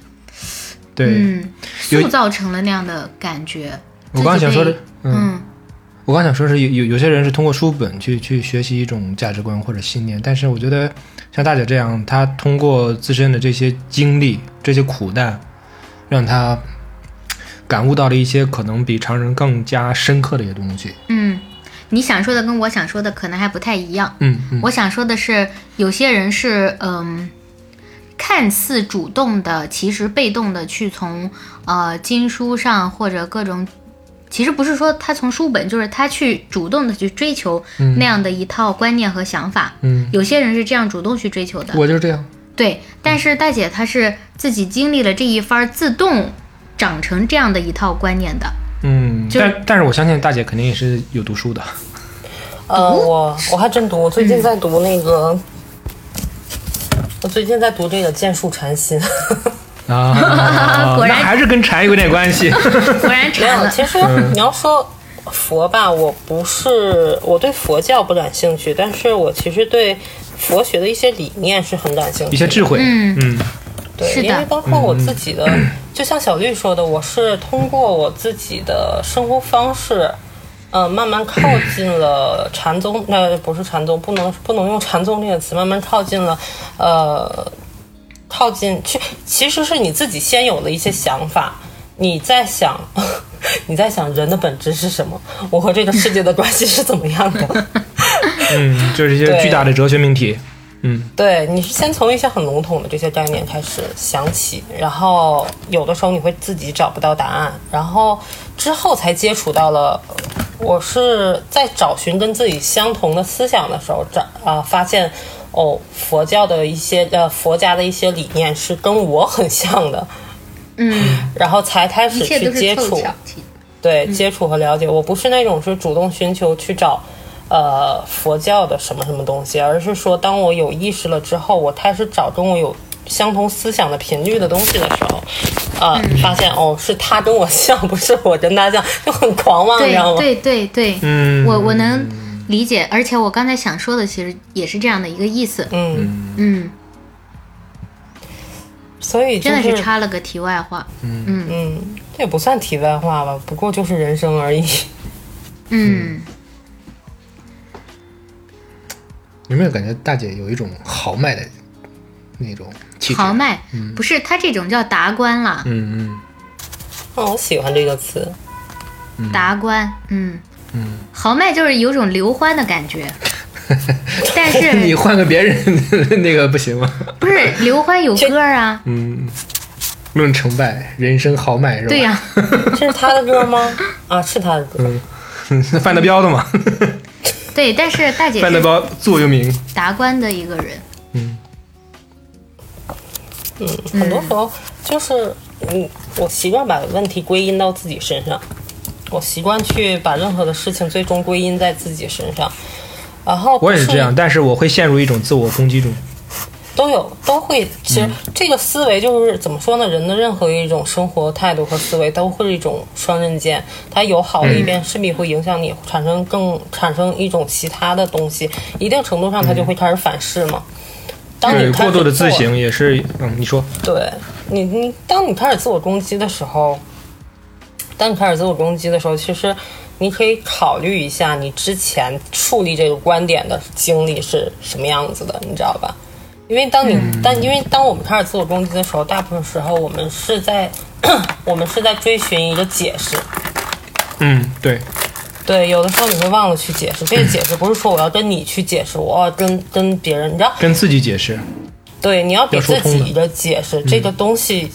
Speaker 4: 对、
Speaker 2: 嗯
Speaker 4: 有
Speaker 2: 塑造成了那样的感觉。
Speaker 4: 我刚刚想说
Speaker 2: 自
Speaker 4: 的
Speaker 2: 己被，
Speaker 4: 嗯，
Speaker 2: 嗯
Speaker 4: 我刚想说是有有有些人是通过书本去去学习一种价值观或者信念，但是我觉得像大姐这样，她通过自身的这些经历、这些苦难，让她嘖感悟到了一些可能比常人更加深刻的一些东西。
Speaker 2: 嗯，你想说的跟我想说的可能还不太一样。
Speaker 4: 嗯嗯，
Speaker 2: 我想说的是，有些人是嗯，看似主动的，其实被动的去从呃经书上或者各种，其实不是说他从书本，就是他去主动的去追求那样的一套观念和想法。
Speaker 4: 嗯，
Speaker 2: 有些人是这样主动去追求的。
Speaker 4: 我就是这样。
Speaker 2: 对，
Speaker 5: 嗯
Speaker 2: 但是大姐她是自己经历了这一番儿，自动长成这样的一套观念 的。
Speaker 4: 嗯，
Speaker 2: 就
Speaker 4: 但但是我相信大姐肯定也是有读书的。
Speaker 5: 呃，我我还真读，我最近在读那个，我最近在读这个《剑术禅心》。
Speaker 4: 啊
Speaker 2: 果
Speaker 4: 那
Speaker 2: 然
Speaker 4: 还是跟禅有点关系。
Speaker 2: 果然
Speaker 5: 没
Speaker 2: 馋
Speaker 5: 有，
Speaker 2: 了，
Speaker 5: 其实你要说佛吧，我不是我对佛教不感兴趣，但是我其实对佛学的一些理念是很感兴趣的，
Speaker 4: 一些智慧，
Speaker 2: 嗯
Speaker 4: 嗯，
Speaker 5: 对，
Speaker 2: 是的嗯
Speaker 5: 因为包括我自己的，就像小绿说的，我是通过我自己的生活方式。呃，慢慢靠近了禅宗，那、不是禅宗，不能不能用禅宗这个词，慢慢靠近了，呃，靠近去，其实是你自己先有了一些想法，你在想， 你在想人的本质是什么，我和这个世界的关系是怎么样的？
Speaker 4: 嗯，就是一些
Speaker 5: 对
Speaker 4: 巨大的哲学命题。
Speaker 5: 对，你是先从一些很笼统的这些概念开始想起，然后有的时候你会自己找不到答案，然后之后才接触到了。我是在找寻跟自己相同的思想的时候，找啊、发现哦，佛教的一些呃佛家的一些理念是跟我很像的，
Speaker 2: 嗯，
Speaker 5: 然后才开
Speaker 2: 一
Speaker 5: 始
Speaker 2: 切
Speaker 5: 去
Speaker 2: 都
Speaker 5: 接
Speaker 2: 是
Speaker 5: 触。
Speaker 2: 凑巧。其实
Speaker 5: 对
Speaker 2: 嗯
Speaker 5: 接触和了解。我不是那种是主动寻求去找，呃，佛教的什么什么东西，而是说，当我有意识了之后，我开始找跟我有相同思想的频率的东西的时候，呃，
Speaker 2: 嗯
Speaker 5: 发现哦，是他跟我像，不是我跟 他像，就很狂妄，你知道吗？
Speaker 2: 对对对对，
Speaker 4: 嗯
Speaker 2: 我我能理解，而且我刚才想说的其实也是这样的一个意思。
Speaker 5: 嗯，
Speaker 2: 嗯，
Speaker 5: 所以就
Speaker 2: 真的
Speaker 5: 是
Speaker 2: 是插了个题外话。
Speaker 5: 嗯，这也不算题外话吧，不过就是人生而已。
Speaker 2: 嗯，
Speaker 3: 有没有感觉大姐有一种豪迈的那种气质？
Speaker 2: 豪迈、
Speaker 5: 嗯
Speaker 2: 不是他这种叫达观啦，
Speaker 3: 嗯嗯，
Speaker 5: 哦，我喜欢这个词。
Speaker 2: 达观，嗯嗯，豪迈就是有种刘欢的感 觉，但
Speaker 3: 你
Speaker 2: 是
Speaker 3: 换个别人那个不行吗？
Speaker 2: 不是刘欢有歌啊？
Speaker 3: 嗯，论成败，人生豪迈是吧？
Speaker 2: 对 呀、
Speaker 5: 这是他的歌吗？啊，是他的歌。
Speaker 3: 那范德彪的嘛，
Speaker 2: 对，但是大姐
Speaker 3: 范德
Speaker 2: 是
Speaker 3: 彪座右铭。
Speaker 2: 达观的一个人，
Speaker 5: 嗯，很多时候就是，嗯，我习惯把问题归因到自己身上，我习惯去把任何的事情最终归因在自己身上，然后
Speaker 4: 我也是
Speaker 5: 不
Speaker 4: 这样，，但是我会陷入一种自我攻击中。
Speaker 5: 都有都会。其
Speaker 4: 嗯
Speaker 5: 实这个思维就是怎么说呢？人的任何一种生活态度和思维都会是一种双刃剑，它有好
Speaker 4: 嗯
Speaker 5: 的一边，势必会影响你产生更产生一种其他的东西，一定程度上它就会开始反噬嘛。当
Speaker 4: 嗯
Speaker 5: 你
Speaker 4: 对，
Speaker 5: 开始
Speaker 4: 过度的自
Speaker 5: 做
Speaker 4: 省也是，嗯，你说，
Speaker 5: 对你，你当你开始自我攻击的时候，当你开始自我攻击的时候，其实你可以考虑一下你之前树立这个观点的经历是什么样子的，你知道吧？因为当你、但因为当我们开始自我攻击的时候，大部分时候我们是在 我们是在追寻一个解释，
Speaker 4: 嗯，对，
Speaker 5: 对，有的时候你会忘了去解释，这个解释不是说我要跟你去解释，我要跟跟别人，你知道，
Speaker 4: 跟自己解释，
Speaker 5: 对，你要给
Speaker 4: 要说
Speaker 5: 自
Speaker 4: 通的嗯
Speaker 5: 己一个解释，这个东西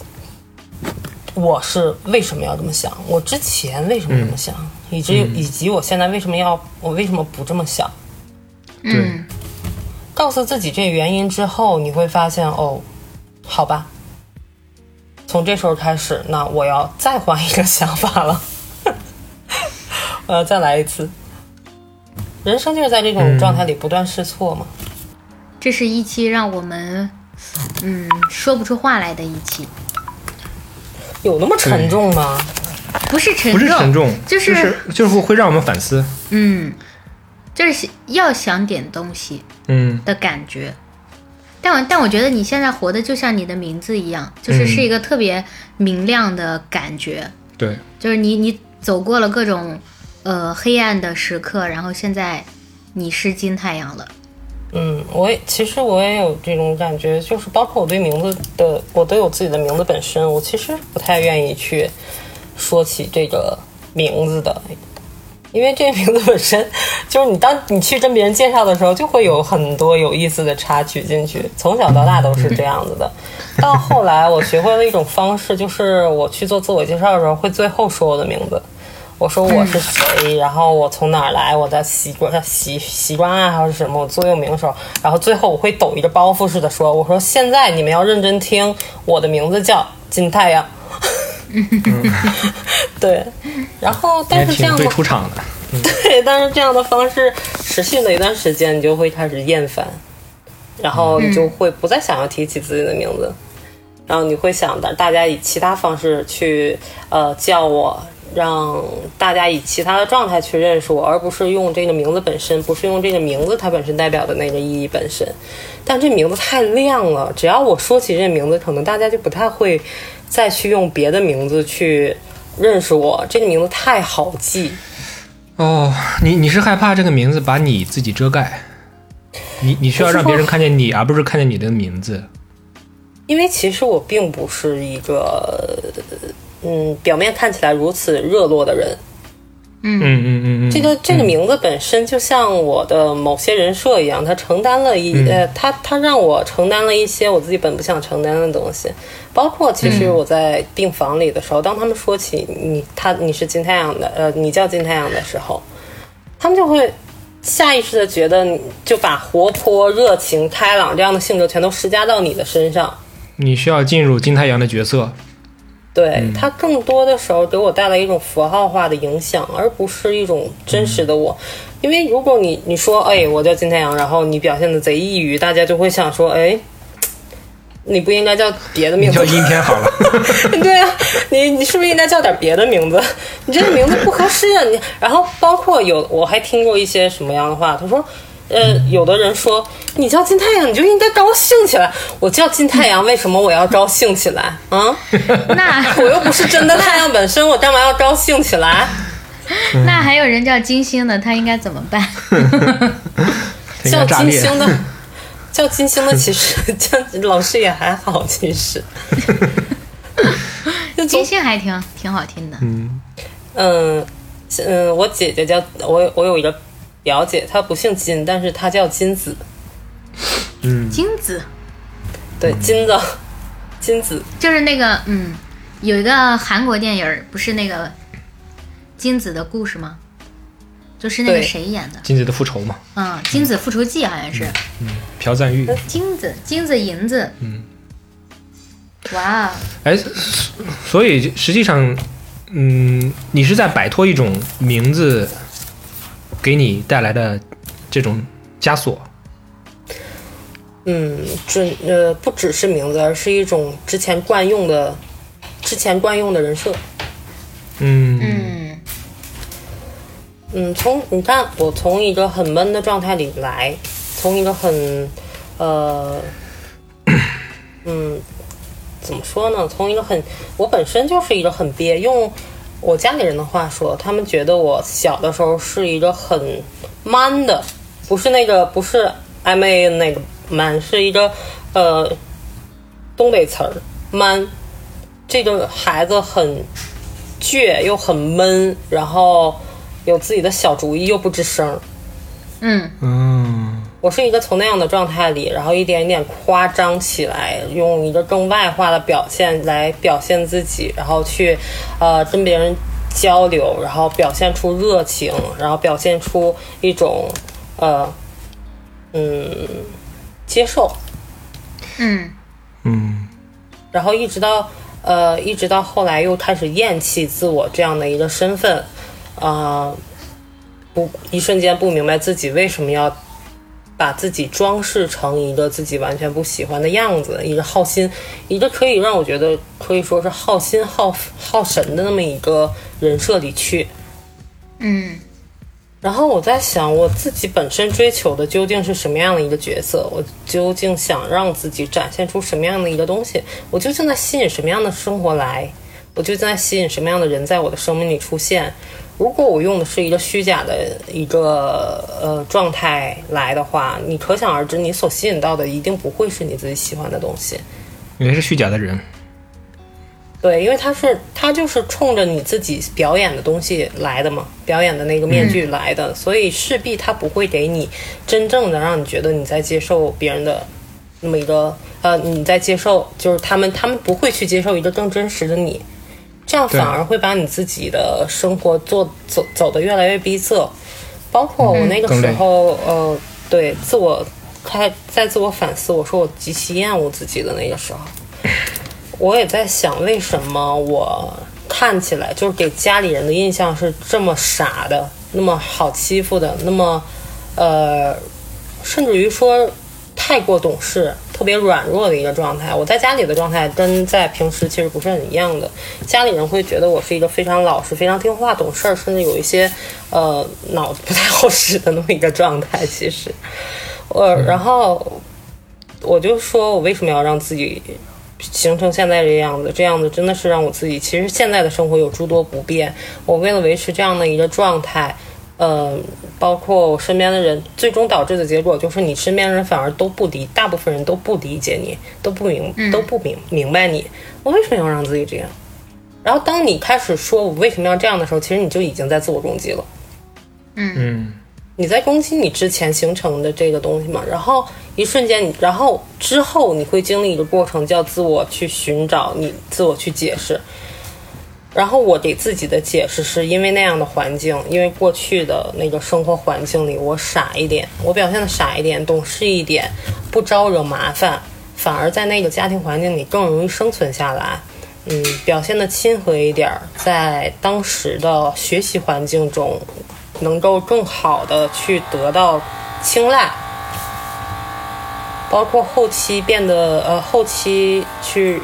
Speaker 5: 我是为什么要这么想，我之前为什么这么想，
Speaker 4: 嗯
Speaker 5: 以及以及我现在为什么要我为什么不这么想，
Speaker 2: 嗯，
Speaker 5: 告诉自己这原因之后，你会发现哦，好吧，从这时候开始，那我要再换一个想法了， 我要再来一次。人生就是在这
Speaker 4: 嗯
Speaker 5: 种状态里不断试错嘛。
Speaker 2: 这是一期让我们嗯说不出话来的一期，
Speaker 5: 有那么沉重吗？
Speaker 2: 不是沉
Speaker 4: 不
Speaker 2: 重，
Speaker 4: 是沉重，
Speaker 2: 就、
Speaker 4: 就是就是会让我们反思。
Speaker 2: 嗯，就是想要想点东西
Speaker 4: 嗯，
Speaker 2: 的感觉。但我但我觉得你现在活的就像你的名字一样，就是
Speaker 4: 嗯
Speaker 2: 是一个特别明亮的感觉。
Speaker 4: 对，
Speaker 2: 就是你你走过了各种呃黑暗的时刻，然后现在你是金太阳了。
Speaker 5: 嗯，我也其实我也有这种感觉，就是包括我对名字的，我都有自己的名字本身，我其实不太愿意去说起这个名字的，因为这个名字本身 就是你当你去跟别人介绍的时候，就会有很多有意思的插曲进去。从小到大都是这样子的，到后来我学会了一种方式，就是我去做自我介绍的时候，会最后说我的名字。我说我是谁，然后我从哪儿来，我的习惯习习惯爱好是什么，我座右铭的时候，然后最后我会抖一个包袱似的说，我说现在你们要认真听，我的名字叫金太阳。 对，然后但
Speaker 4: 也
Speaker 5: 是这
Speaker 4: 挺
Speaker 5: 样
Speaker 4: 会
Speaker 5: 的
Speaker 4: 出场的。
Speaker 5: 对，但是这样的方式持续了一段时间，你就会开始厌烦，然后你就会不再想要提起自己的名字，然后你会想的，大家以其他方式去呃叫我，让大家以其他的状态去认识我，而不是用这个名字本身，不是用这个名字它本身代表的那个意义本身。但这名字太亮了，只要我说起这名字，可能大家就不太会再去用别的名字去认识我。这个名字太好记。
Speaker 4: 哦，你你是害怕这个名字把你自己遮盖，你你需要让别人看见你，而不是看见你的名字。
Speaker 5: 因为其实我并不是一个，嗯，表面看起来如此热络的人。
Speaker 4: 嗯嗯嗯
Speaker 5: 这
Speaker 4: 嗯，
Speaker 5: 个这个名字本身就像我的某些人设一样，它承担了一、
Speaker 4: 嗯
Speaker 5: 呃，它它让我承担了一些我自己本不想承担的东西。包括其实我在病房里的时候，当他们说起你他你是金太阳的，呃，你叫金太阳的时候，他们就会下意识的觉得你就把活泼、热情、开朗这样的性格全都施加到你的身上。
Speaker 4: 你需要进入金太阳的角色。
Speaker 5: 对
Speaker 4: 嗯
Speaker 5: 它更多的时候给我带来一种符号化的影响，而不是一种真实的我。因为如果你你说哎我叫金太阳，然后你表现的贼抑郁，大家就会想说哎，你不应该叫别的名
Speaker 4: 你
Speaker 5: 字
Speaker 4: 叫，阴天好了，
Speaker 5: 对啊，你你是不是应该叫点别的名字？你这个名字不合适啊！你然后包括有我还听过一些什么样的话，他说。呃，有的人说你叫金太阳，你就应该高兴起来。我叫金太阳，为什么我要高兴起来啊？
Speaker 2: 那
Speaker 5: 我又不是真的太阳本身，我干嘛要高兴起来？
Speaker 2: 那还有人叫金星的，他应该怎么办？
Speaker 3: 他 应
Speaker 5: 叫
Speaker 3: 该炸
Speaker 5: 金
Speaker 3: 裂。
Speaker 5: 星的， 叫金星的，其实叫老师也还好，其实。 就
Speaker 2: 金
Speaker 5: 总
Speaker 2: 星还挺挺好听的，
Speaker 5: 嗯嗯，我姐姐叫我有我有一个表姐，她不姓金，但是她叫金子，
Speaker 2: 金子
Speaker 5: 对，金子，金子，
Speaker 2: 就是那个嗯，有一个韩国电影儿，不是那个金子的故事吗？就是那个
Speaker 5: 对
Speaker 2: 谁演的？
Speaker 3: 金子的复仇嘛，
Speaker 2: 嗯，《金子复仇记》好像是
Speaker 3: 朴赞
Speaker 5: 嗯
Speaker 3: 玉。
Speaker 2: 金子、金子、银子。嗯，哇，哦
Speaker 3: 哎，所所以实际上，嗯，你是在摆脱一种名字给你带来的这种枷锁。
Speaker 5: 嗯，准呃不只是名字，而是一种之前惯用的，之前惯用的人设。
Speaker 3: 嗯，
Speaker 2: 嗯
Speaker 5: 嗯，从你看，我从一个很闷的状态里来，从一个很，呃， 嗯，怎么说呢？从一个很，我本身就是一个很憋。用我家里人的话说，他们觉得我小的时候是一个很 man 的，不是那个，不是 M A 那个 man，是一个呃东北词儿 man。这个孩子很倔又很闷，然后有自己的小主意又不吱声儿。
Speaker 2: 嗯，
Speaker 3: 嗯，
Speaker 5: 我是一个从那样的状态里，然后一点一点夸张起来，用一个更外化的表现来表现自己，然后去呃跟别人交流，然后表现出热情，然后表现出一种呃嗯接受，
Speaker 2: 嗯，
Speaker 5: 然后一直到呃，一直到后来又开始厌弃自我这样的一个身份，啊、不，一瞬间不明白自己为什么要把自己装饰成一个自己完全不喜欢的样子，一个耗心，一个可以让我觉得可以说是耗心耗耗神的那么一个人设里去。
Speaker 2: 嗯，
Speaker 5: 然后我在想，我自己本身追求的究竟是什么样的一个角色？我究竟想让自己展现出什么样的一个东西？我究竟在吸引什么样的生活来？我究竟在吸引什么样的人在我的生命里出现？如果我用的是一个虚假的一个呃状态来的话，你可想而知，你所吸引到的一定不会是你自己喜欢的东西。
Speaker 3: 你还是虚假的人。
Speaker 5: 对，因为他是他就是冲着你自己表演的东西来的嘛，表演的那个面具来的，所以势必他不会给你真正的让你觉得你在接受别人的那么一个呃，你在接受就是他们他们不会去接受一个更真实的你，这样反而会把你自己的生活做走走得越来越逼仄。包括我那个
Speaker 3: 嗯更
Speaker 5: 时
Speaker 3: 累
Speaker 5: 候，呃，对自我开在自我反思，我说我极其厌恶自己的那个时候，我也在想为什么我看起来就是给家里人的印象是这么傻的，那么好欺负的，那么呃，甚至于说太过懂事。特别软弱的一个状态，我在家里的状态跟在平时其实不是很一样的。家里人会觉得我是一个非常老实、非常听话、懂事儿，甚至有一些呃脑子不太好使的那么一个状态。其实，我然后我就说我为什么要让自己形成现在这样子，这样子真的是让我自己，其实现在的生活有诸多不便。我为了维持这样的一个状态，呃，包括我身边的人，最终导致的结果就是你身边人反而都不理，大部分人都不理解你，都不明，都不明明白你，我为什么要让自己这样？然后当你开始说我为什么要这样的时候，其实你就已经在自我攻击了。
Speaker 3: 嗯，
Speaker 5: 你在攻击你之前形成的这个东西嘛，然后一瞬间你，然后之后你会经历一个过程，叫自我去寻找你，自我去解释。然后我给自己的解释是因为那样的环境，因为过去的那个生活环境里，我傻一点，我表现的傻一点，懂事一点，不招惹麻烦，反而在那个家庭环境里更容易生存下来。嗯，表现的亲和一点儿，在当时的学习环境中，能够更好的去得到青睐，包括后期变得呃后期去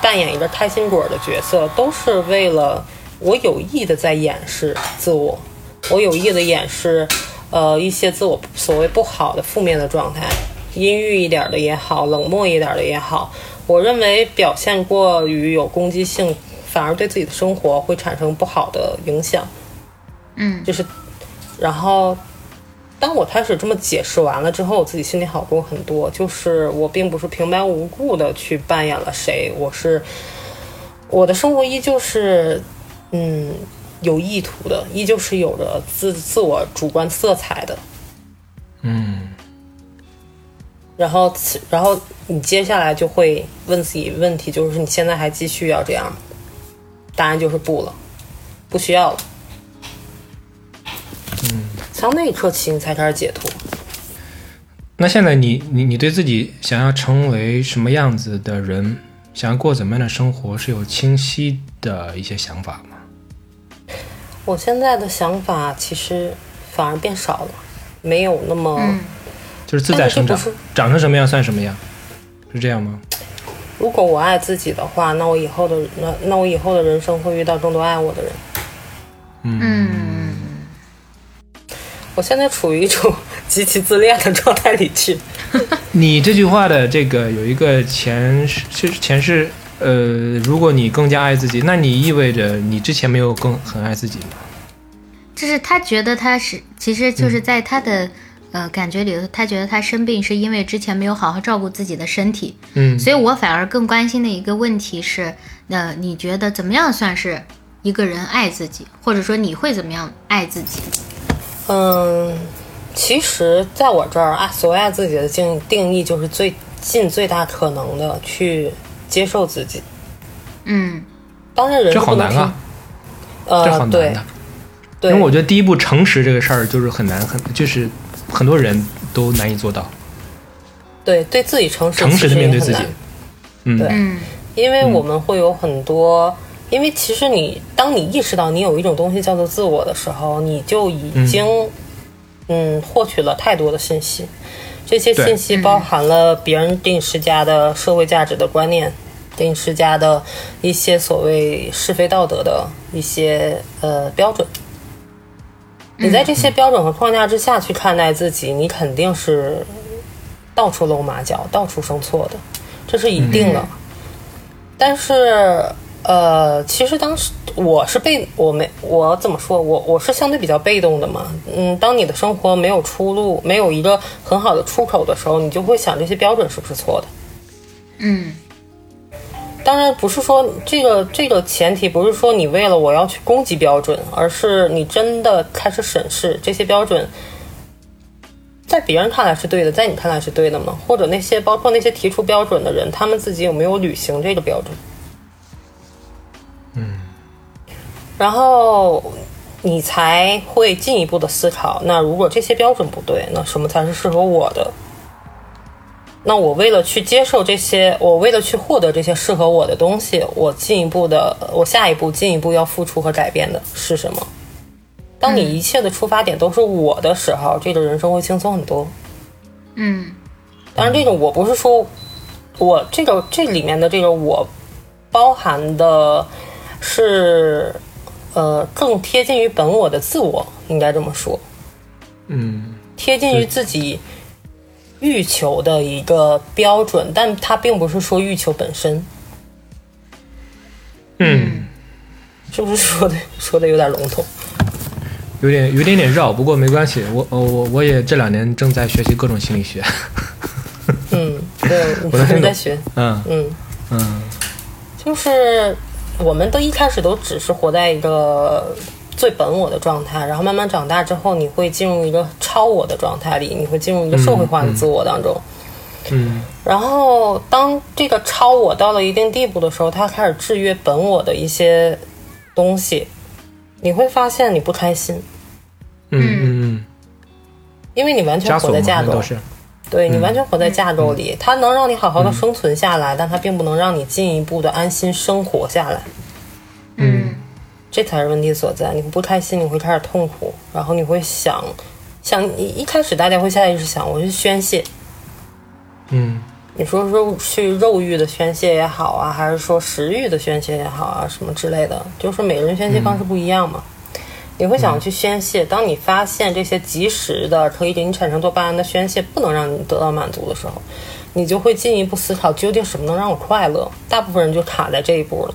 Speaker 5: 扮演一个开心果的角色，都是为了我有意的在掩饰自我，我有意的掩饰呃一些自我所谓不好的负面的状态，阴郁一点的也好，冷漠一点的也好，我认为表现过于有攻击性，反而对自己的生活会产生不好的影响。
Speaker 2: 嗯
Speaker 5: 就是，然后当我开始这么解释完了之后，我自己心里好过很多。就是我并不是平白无故的去扮演了谁，我是我的生活依旧是嗯有意图的，依旧是有着自自我主观色彩的。然后此，然后你接下来就会问自己问题，就是你现在还继续要这样吗？答案就是不了，不需要了。嗯，从那一刻起，你才开始解脱。
Speaker 4: 那现在你你你对自己想要成为什么样子的人，想要过怎么样的生活，是有清晰的一些想法吗？
Speaker 5: 我现在的想法其实反而变少了，没有那么、
Speaker 4: 就是自在生长
Speaker 5: 但是这不，
Speaker 4: 长成什么样算什么样，是这样吗？
Speaker 5: 如果我爱自己的话，那我以后的那那我以后的人生会遇到更多爱我的人。
Speaker 2: 嗯，
Speaker 5: 我现在处于一种 极其自恋的状态里去。
Speaker 4: 你这句话的这个有一个前世是前世，呃，如果你更加爱自己，那你意味着你之前没有更很爱自己吗？
Speaker 2: 就是他觉得他是，其实就是在他的、呃感觉里头，他觉得他生病是因为之前没有好好照顾自己的身体，
Speaker 4: 嗯
Speaker 2: 所以我反而更关心的一个问题是，那、你觉得怎么样算是一个人爱自己，或者说你会怎么样爱自己？
Speaker 5: 嗯，其实在我这儿，爱所谓爱自己的定定义就是最尽最大可能的去接受自己。
Speaker 2: 嗯
Speaker 5: 当然，人
Speaker 4: 这
Speaker 5: 是
Speaker 4: 好
Speaker 5: 不能
Speaker 4: 难啊，
Speaker 5: 听
Speaker 4: 这好
Speaker 5: 呃，
Speaker 4: 难
Speaker 5: 对
Speaker 4: 的。
Speaker 5: 对，
Speaker 4: 因为我觉得第一步诚实这个事儿就是很难，很就是很多人都难以做到，
Speaker 5: 对对自己诚实，
Speaker 4: 诚实的面对自己。嗯，
Speaker 5: 对
Speaker 2: 嗯
Speaker 5: 因为我们会有很多，因为其实你当你意识到你有一种东西叫做自我的时候，你就已经嗯获取了太多的信息，这些
Speaker 4: 对
Speaker 5: 信息包含了别人给你施加的社会价值的观念，给你施加的一些所谓是非道德的一些呃标准。你在这些标准和框架之下去看待自己，你肯定是到处露马脚、到处生错的，这是一定的。但是呃，其实当时我是被我没我怎么说，我我是相对比较被动的嘛。嗯，当你的生活没有出路，没有一个很好的出口的时候，你就会想这些标准是不是错的。
Speaker 2: 嗯
Speaker 5: 当然不是说这个这个前提不是说你为了我要去攻击标准，而是你真的开始审视这些标准，在别人看来是对的，在你看来是对的吗？或者那些包括那些提出标准的人，他们自己有没有履行这个标准？嗯，然后你才会进一步的思考，那如果这些标准不对，那什么才是适合我的？那我为了去接受这些，我为了去获得这些适合我的东西，我进一步的，我下一步进一步要付出和改变的是什么？当你一切的出发点都是我的时候，这个人生会轻松很多。
Speaker 2: 嗯
Speaker 5: 当然，这个我不是说我这个这里面的这个我包含的是呃更贴近于本我的自我，应该这么说。
Speaker 4: 嗯，
Speaker 5: 贴近于自己欲求的一个标准，但它并不是说欲求本身。
Speaker 4: 嗯，
Speaker 5: 是不是说的说的有点笼统？
Speaker 4: 有点有点点绕，不过没关系，我呃我我我也这两年正在学习各种心理学，
Speaker 5: 嗯，对，
Speaker 4: 我能听懂
Speaker 5: 你在学，
Speaker 4: 嗯
Speaker 5: 嗯，
Speaker 4: 嗯，
Speaker 5: 就是我们都一开始都只是活在一个最本我的状态，然后慢慢长大之后，你会进入一个超我的状态里，你会进入一个社会化的自我当中。
Speaker 4: 嗯
Speaker 5: 然后，当这个超我到了一定地步的时候，它开始制约本我的一些东西，你会发现你不开心，
Speaker 4: 嗯嗯
Speaker 5: 因为你完
Speaker 4: 嗯，
Speaker 5: 全
Speaker 4: 枷
Speaker 5: 活
Speaker 4: 锁嘛
Speaker 5: 在架
Speaker 4: 那
Speaker 5: 构
Speaker 4: 都，是，
Speaker 5: 对你完全活在架构里，它能让你好好的生存下来，但它并不能让你进一步的安心生活下来，
Speaker 2: 嗯
Speaker 5: 这才是问题所在。你不开心，你会开始痛苦，然后你会想，想一一开始大家会下意识想我去宣泄，
Speaker 4: 嗯
Speaker 5: 你说说去肉欲的宣泄也好啊，还是说食欲的宣泄也好啊，什么之类的，就是每个人宣泄方式不一样嘛。你会想去宣泄，当你发现这些及时的可以给你产生多巴胺的宣泄不能让你得到满足的时候，你就会进一步思考究竟什么能让我快乐。大部分人就卡在这一步了。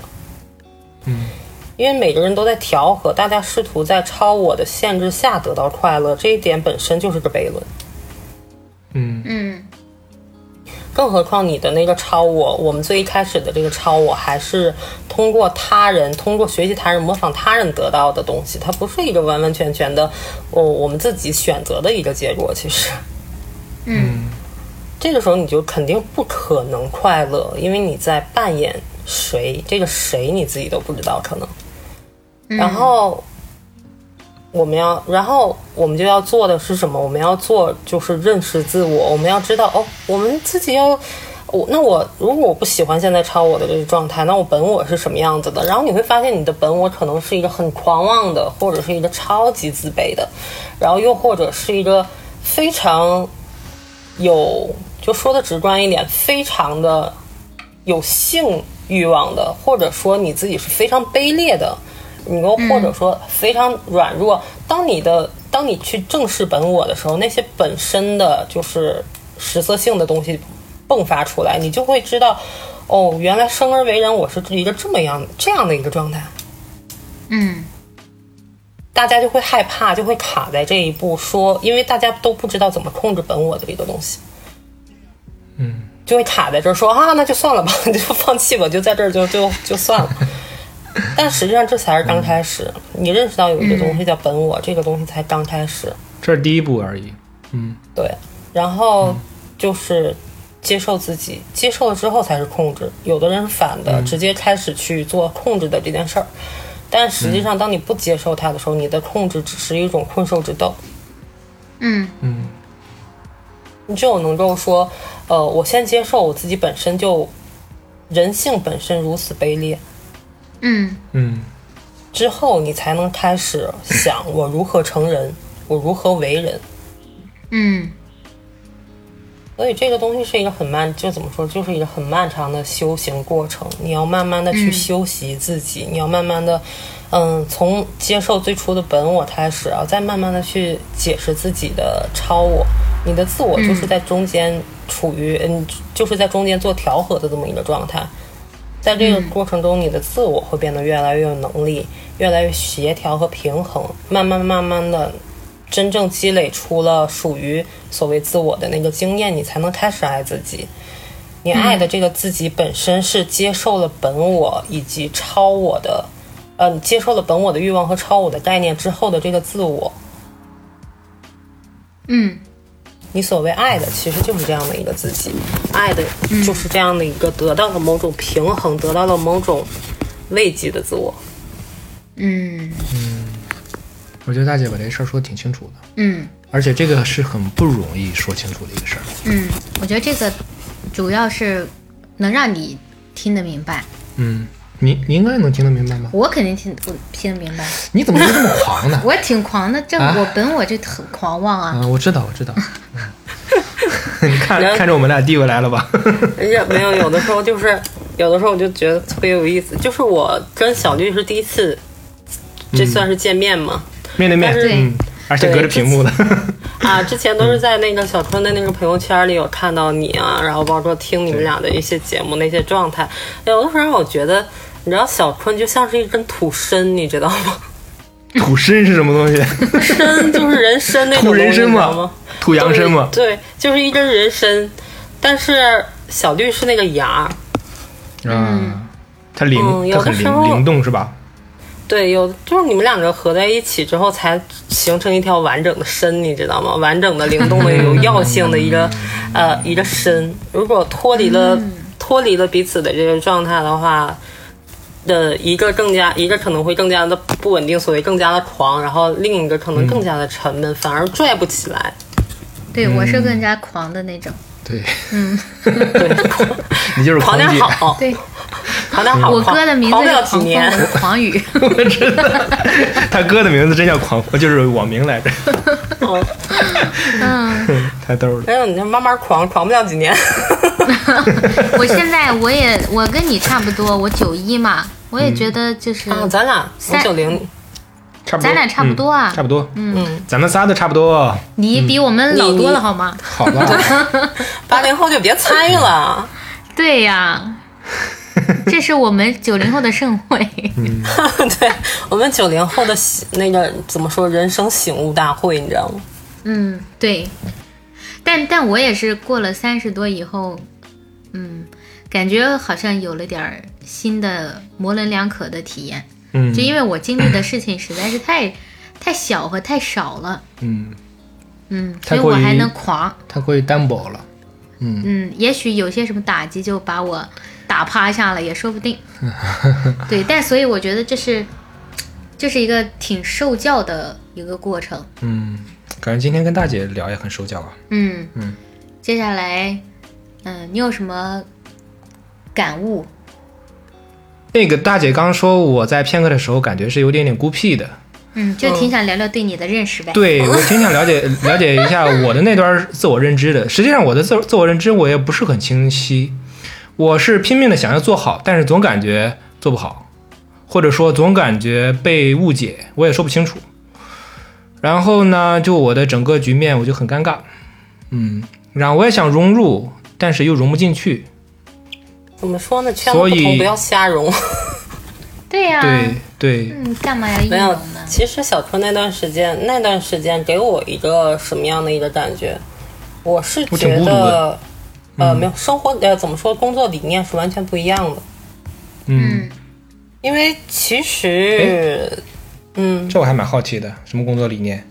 Speaker 5: 嗯，因为每个人都在调和，大家试图在超我的限制下得到快乐，这一点本身就是个悖论。
Speaker 3: 嗯，
Speaker 2: 嗯，
Speaker 5: 更何况你的那个超我，我们最一开始的这个超我，还是通过他人，通过学习他人、模仿他人得到的东西，它不是一个完完全全的哦，我们自己选择的一个结果。其实，
Speaker 2: 嗯，
Speaker 5: 这个时候你就肯定不可能快乐，因为你在扮演谁，这个谁你自己都不知道，可能。然后我们要，然后我们就要做的是什么？我们要做就是认识自我，我们要知道哦，我们自己要。我那我如果我不喜欢现在超我的这个状态，那我本我是什么样子的？然后你会发现你的本我可能是一个很狂妄的，或者是一个超级自卑的，然后又或者是一个非常有，就说的直观一点，非常的有性欲望的，或者说你自己是非常卑劣的，你又或者说非常软弱。当你的当你去正视本我的时候，那些本身的就是实色性的东西迸发出来，你就会知道，哦，原来生而为人，我是一个这么样这样的一个状态。
Speaker 2: 嗯，
Speaker 5: 大家就会害怕，就会卡在这一步，说，因为大家都不知道怎么控制本我的一个东西，
Speaker 3: 嗯，
Speaker 5: 就会卡在这儿说啊，那就算了吧，就 放弃吧，就在这儿就就就算了。但实际上这才是刚开始，你认识到有一个东西叫本我，这个东西才刚开始，
Speaker 3: 这是第一步而已。嗯，
Speaker 5: 对。然后就是接受自己，接受了之后才是控制。有的人是反的，直接开始去做控制的这件事儿，但实际上当你不接受它的时候，你的控制只是一种困兽之斗。
Speaker 2: 嗯，
Speaker 5: 你只有能够说，呃，我先接受我自己本身就人性本身如此卑劣，
Speaker 2: 嗯，
Speaker 3: 嗯，
Speaker 5: 之后你才能开始想我如何成人，我如何为人。
Speaker 2: 嗯，
Speaker 5: 所以这个东西是一个很漫，就怎么说，就是一个很漫长的修行过程。你要慢慢的去修习自己，你要慢慢的，嗯，从接受最初的本我开始，然后再慢慢的去解释自己的超我。你的自我就是在中间处于，嗯，就是在中间做调和的这么一个状态。在这个过程中，你的自我会变得越来越有能力，越来越协调和平衡，慢慢慢慢的，真正积累出了属于所谓自我的那个经验，你才能开始爱自己。你爱的这个自己本身是接受了本我以及超我的，呃，你接受了本我的欲望和超我的概念之后的这个自我，
Speaker 2: 嗯，
Speaker 5: 你所谓爱的其实就是这样的一个自己，爱的就是这样的一个得到了某种平衡，得到了某种慰藉的自我。
Speaker 2: 嗯，
Speaker 4: 我觉得大姐把这事儿说的挺清楚的，
Speaker 2: 嗯，
Speaker 4: 而且这个是很不容易说清楚的一个事儿。
Speaker 2: 嗯，我觉得这个主要是能让你听得明白，
Speaker 4: 嗯，你你应该能听得明白吧？
Speaker 2: 我肯定听我听得明白，
Speaker 4: 你怎么就这么狂呢？
Speaker 2: 我挺狂的，这
Speaker 4: 啊
Speaker 2: 我本我就很狂妄啊，
Speaker 4: 啊，我知道，我知道。嗯、你 看看着我们俩地位来了吧？
Speaker 5: 也没有，有的时候就是，有的时候我就觉得特别有意思。就是我跟小绿是第一次，这
Speaker 4: 嗯
Speaker 5: 算是见面嘛？
Speaker 4: 面对面，
Speaker 5: 但是
Speaker 4: 嗯，而且隔着屏幕的。
Speaker 5: 啊，之前都
Speaker 4: 嗯
Speaker 5: 是在那个小春的那个朋友圈里有看到你啊，然后包括听你们俩的一些节目那些状态。有的时候我觉得，你知道小春就像是一根土参，你知道吗？
Speaker 4: 土参是什么东西？
Speaker 5: 参就是人参 那种
Speaker 4: 土
Speaker 5: 东西，
Speaker 4: 人参
Speaker 5: 你知道吗
Speaker 4: 吗？？土洋参吗？
Speaker 5: 对，就是一根人参，但是小绿是那个芽。
Speaker 4: 啊，它灵
Speaker 5: 嗯，有
Speaker 4: 它
Speaker 5: 的
Speaker 4: 很
Speaker 5: 时候
Speaker 4: 灵灵动是吧？
Speaker 5: 对，有就是你们两个合在一起之后，才形成一条完整的身，你知道吗？完整的、灵动的、有药性的一个呃一个身。如果脱离了、脱离了彼此的这个状态的话，的一个更加一个可能会更加的不稳定，所谓更加的狂，然后另一个可能更加的沉闷，反而拽不起来。
Speaker 2: 对我是更加狂的那种，
Speaker 4: 对，
Speaker 5: 对，
Speaker 4: 你就是狂
Speaker 5: 狂点
Speaker 4: 姐，
Speaker 5: 好，
Speaker 2: 对
Speaker 5: 狂点好。
Speaker 2: 我
Speaker 5: 狂
Speaker 2: 哥的名字
Speaker 5: 狂不
Speaker 2: 叫
Speaker 5: 了几
Speaker 2: 狂风，
Speaker 5: 年
Speaker 2: 我。是狂雨，
Speaker 4: 我知道。 他哥的名字真叫狂，就是网名来着，
Speaker 5: 嗯
Speaker 2: 嗯，
Speaker 4: 太逗了。
Speaker 5: 哎呦，你这慢慢狂，狂不了几 年。
Speaker 2: 我现在我也我跟你差不多，我九一嘛，我也觉得就是、
Speaker 5: 啊，咱俩我
Speaker 2: 三
Speaker 5: 九零，
Speaker 4: 差不多，
Speaker 2: 咱俩差不多啊
Speaker 4: 嗯差不多，
Speaker 5: 嗯，
Speaker 4: 咱们仨都差不多。
Speaker 2: 你比我们老
Speaker 5: 你
Speaker 2: 多
Speaker 5: 你
Speaker 2: 了好吗？
Speaker 4: 好吧，
Speaker 5: 八零后就别猜了。
Speaker 2: 对呀，这是我们九零后的盛会。
Speaker 5: 对我们九零后的醒那个怎么说人生醒悟大会，你知道吗？
Speaker 2: 嗯，对。但但我也是过了三十多以后，嗯，感觉好像有了点儿新的模棱两可的体验。
Speaker 3: 嗯
Speaker 2: 就因为我经历的事情实在是太 太小和太少了，
Speaker 4: 嗯，
Speaker 2: 嗯，所
Speaker 4: 太
Speaker 2: 以
Speaker 4: 过
Speaker 2: 我还
Speaker 4: 于
Speaker 2: 能狂，
Speaker 4: 太过于单薄了。
Speaker 2: 嗯，也许有些什么打击就把我打趴下了，也说不 定。对，但所以我觉得这是这是一个挺受教的一个过程。
Speaker 4: 嗯，
Speaker 3: 感觉今天跟大姐聊也很受教啊。
Speaker 2: 嗯
Speaker 3: 嗯，
Speaker 2: 接下来，嗯、你有什么感悟？
Speaker 4: 那个大姐刚说我在片刻的时候，感觉是有点点孤僻的。
Speaker 2: 嗯，就挺想聊聊对你的认识呗。
Speaker 4: 对我挺想了解了解一下我的那段自我认知的。实际上，我的自自我认知我也不是很清晰，我是拼命的想要做好，但是总感觉做不好，或者说总感觉被误解，我也说不清楚。然后呢，就我的整个局面我就很尴尬，嗯，然后我也想融入，但是又融不进去，
Speaker 5: 怎么说呢？圈子不
Speaker 4: 所
Speaker 5: 同，
Speaker 4: 以
Speaker 5: 不要 瞎融。
Speaker 2: 对呀、
Speaker 4: 对对，
Speaker 2: 嗯，干嘛要硬
Speaker 5: 没有
Speaker 2: 融呢，？
Speaker 5: 其实小春那段时间，那段时间给我一个什么样的一个感觉？我是
Speaker 4: 我挺
Speaker 5: 觉
Speaker 4: 孤独
Speaker 5: 得
Speaker 4: 的，
Speaker 5: 呃，没有生活呃，怎么说，工作理念是完全不一样的。
Speaker 4: 嗯，
Speaker 2: 嗯，
Speaker 5: 因为其实，嗯，
Speaker 4: 这我还蛮好奇的，什么工作理念？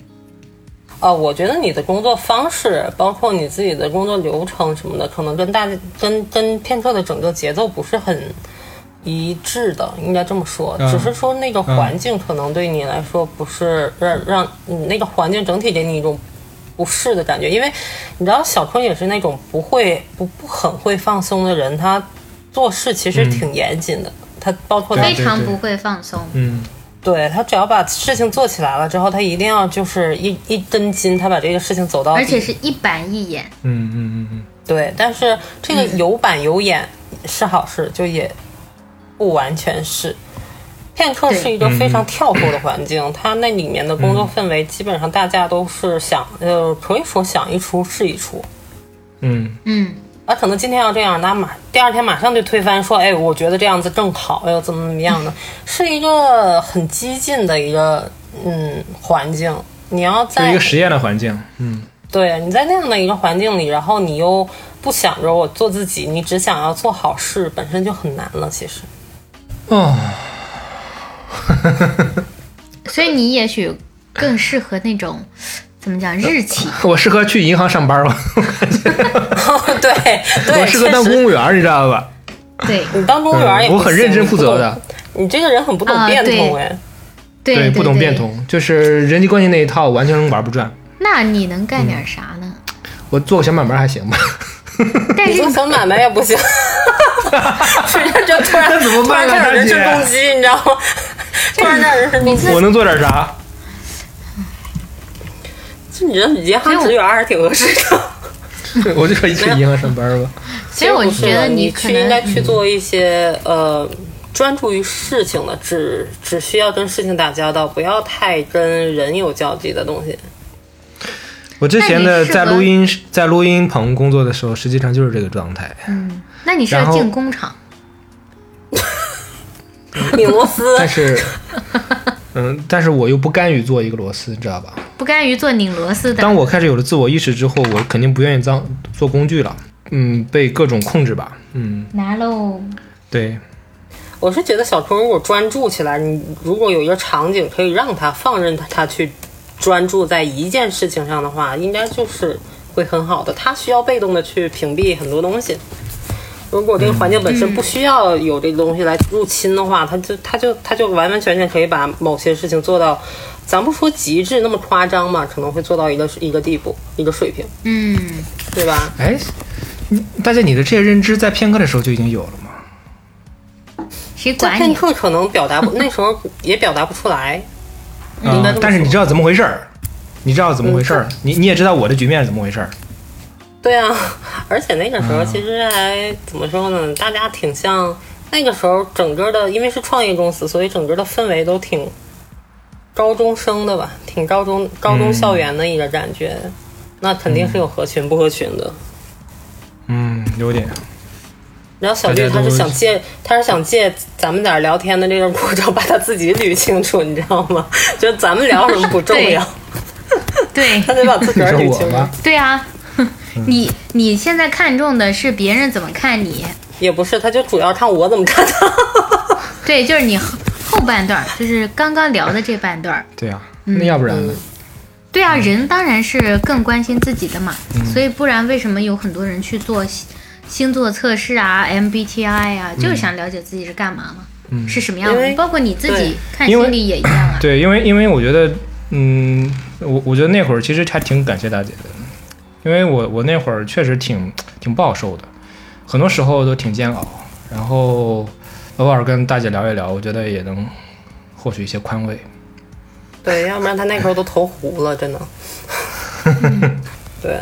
Speaker 5: 啊，我觉得你的工作方式，包括你自己的工作流程什么的，可能跟大跟跟片刻的整个节奏不是很一致的，应该这么说。
Speaker 4: 嗯
Speaker 5: 只是说那个环境可能对你来说不是让让你那个环境整体给你一种不适的感觉，因为你知道小坤也是那种不会不不很会放松的人，他做事其
Speaker 4: 嗯
Speaker 5: 实挺严谨的，他包括他
Speaker 2: 非常
Speaker 4: 对
Speaker 2: 不会放松。
Speaker 4: 嗯，
Speaker 5: 对他只要把事情做起来了之后，他一定要就是一一根筋，他把这个事情走到底。
Speaker 2: 而且是一板一眼，
Speaker 4: 嗯嗯嗯
Speaker 5: 对，但是这个有板有眼是好事，就也不完全是。片刻
Speaker 2: 对
Speaker 5: 是一个非常跳脱的环境，它那里面的工作氛围基本上大家都是想，呃，可以说想一出是一出。
Speaker 4: 嗯
Speaker 2: 嗯，
Speaker 5: 啊，可能今天要这样，那马第二天马上就推翻，说，哎，我觉得这样子更好，哎呦，怎么怎么样 呢？是一个很激进的一个嗯环境，你要
Speaker 4: 嗯，就
Speaker 5: 在
Speaker 4: 一个实验的环境，嗯
Speaker 5: 对你在那样的一个环境里，然后你又不想着我做自己，你只想要做好事，本身就很难了。其实，
Speaker 4: 哦。
Speaker 2: 所以你也许更适合那种怎么讲日企，
Speaker 4: 我适合去银行上班吧，
Speaker 5: 对 对，
Speaker 4: 我适合当
Speaker 5: 确实
Speaker 4: 公务员，你知道吧？
Speaker 2: 对
Speaker 5: 你当公务员
Speaker 4: 嗯
Speaker 5: 也不行、
Speaker 4: 我很认真负责的，
Speaker 5: 你不懂。你这个人很不懂
Speaker 2: 啊
Speaker 5: 变通
Speaker 2: 对
Speaker 5: 哎、
Speaker 2: 对对，
Speaker 4: 不懂变。通，就是人际关系那一套完全玩不转。
Speaker 2: 那你能干点啥呢？
Speaker 4: 我做个小买卖还 行吧，
Speaker 2: 但
Speaker 5: 你
Speaker 2: 是
Speaker 5: 做小买卖也 不行，人家就突然
Speaker 4: 那怎么办啊
Speaker 5: 突然让人身
Speaker 4: 大姐
Speaker 5: 攻击，你知道吗？ 突然让人身攻击，
Speaker 4: 我能做点啥？
Speaker 5: 就你这银行职员还是挺合适的。
Speaker 4: 我就可以去银行上班吧。
Speaker 2: 所以我
Speaker 5: 不是
Speaker 2: 觉得
Speaker 5: 你
Speaker 2: 可
Speaker 5: 去应该
Speaker 2: 能嗯
Speaker 5: 去做一些呃专注于事情的，只只需要跟事情打交道，不要太跟人有交集 的东西。
Speaker 4: 我之前
Speaker 2: 那你
Speaker 4: 的
Speaker 2: 适合
Speaker 4: 在录音在录音棚工作的时候，实际上就是这个状态。
Speaker 2: 那你是
Speaker 4: 然
Speaker 2: 要
Speaker 4: 后
Speaker 2: 进工厂，
Speaker 5: 拧螺丝，
Speaker 4: 但是，嗯，但是我又不甘于做一个螺丝，你知道吧？
Speaker 2: 不甘于做拧螺丝的。
Speaker 4: 当我开始有了自我意识之后，我肯定不愿意当做工具了。嗯，被各种控制吧。嗯，
Speaker 2: 拿喽，
Speaker 4: 对，
Speaker 5: 我是觉得小春如果专注起来，你如果有一个场景可以让他放任他他去专注在一件事情上的话，应该就是会很好的。他需要被动的去屏蔽很多东西。如果这个环境本身不需要有这个东西来入侵的话，他就他就他就完完全全可以把某些事情做到，咱不说极致那么夸张嘛，可能会做到一个一个地步、一个水平，
Speaker 2: 嗯，
Speaker 5: 对吧？
Speaker 4: 哎，你大家，你的这些认知在片刻的时候就已经有了吗？
Speaker 2: 谁
Speaker 5: 这
Speaker 2: 管
Speaker 5: 片
Speaker 2: 你？
Speaker 5: 刻可能表达不，那时候也表达不出来。应该这
Speaker 4: 啊
Speaker 5: 么
Speaker 4: 但是
Speaker 5: 说嗯
Speaker 4: 你知道怎么回事儿，你知道怎么回事儿，你你也知道我的局面是怎么回事儿。
Speaker 5: 对啊， 而且那个时候其实还、怎么说呢，大家挺像那个时候整个的，因为是创业公司，所以整个的氛围都挺高中生的吧，挺高中高中校园的一个感觉。那肯定是有合群不合群的，
Speaker 4: 嗯，有点。
Speaker 5: 然后小
Speaker 3: 大
Speaker 5: 绿
Speaker 3: 家
Speaker 5: 他
Speaker 3: 都
Speaker 5: 是想借，他是想借咱们在这聊天的这个过程， 把他自己捋清楚，你知道吗？觉得咱们聊什么不重要
Speaker 2: 对，对
Speaker 5: 他得把自个
Speaker 4: 你
Speaker 5: 儿
Speaker 4: 说
Speaker 5: 捋
Speaker 4: 我
Speaker 5: 清楚
Speaker 4: 吧。，
Speaker 2: 对啊， 你你现在看重的是别人怎么看你，
Speaker 5: 也不是，他就主要看我怎么看他。
Speaker 2: 对，就是你后后半段儿，就是刚刚聊的这半段儿。
Speaker 4: 对呀、
Speaker 5: 嗯
Speaker 4: 那要不然呢？
Speaker 2: 对
Speaker 4: 嗯
Speaker 2: 啊，人当然是更关心自己的嘛，所以不然为什么有很多人去做星星座测试啊、MBTI 啊，
Speaker 4: 嗯
Speaker 2: 就是想了解自己是干嘛嘛，是什么样
Speaker 5: 因
Speaker 2: 的
Speaker 5: 为，
Speaker 2: 包括你自己
Speaker 5: 对
Speaker 2: 看
Speaker 4: 因为
Speaker 2: 心理也一样啊。
Speaker 4: 嗯对，因为因为我觉得，嗯，我我觉得那会儿其实还挺感谢大姐的，因为我我那会儿确实挺挺不好受的，很多时候都挺煎熬，然后偶尔跟大姐聊一聊，我觉得也能获取一些宽慰。
Speaker 5: 对，要不然他那时候都投壶了，真的。对，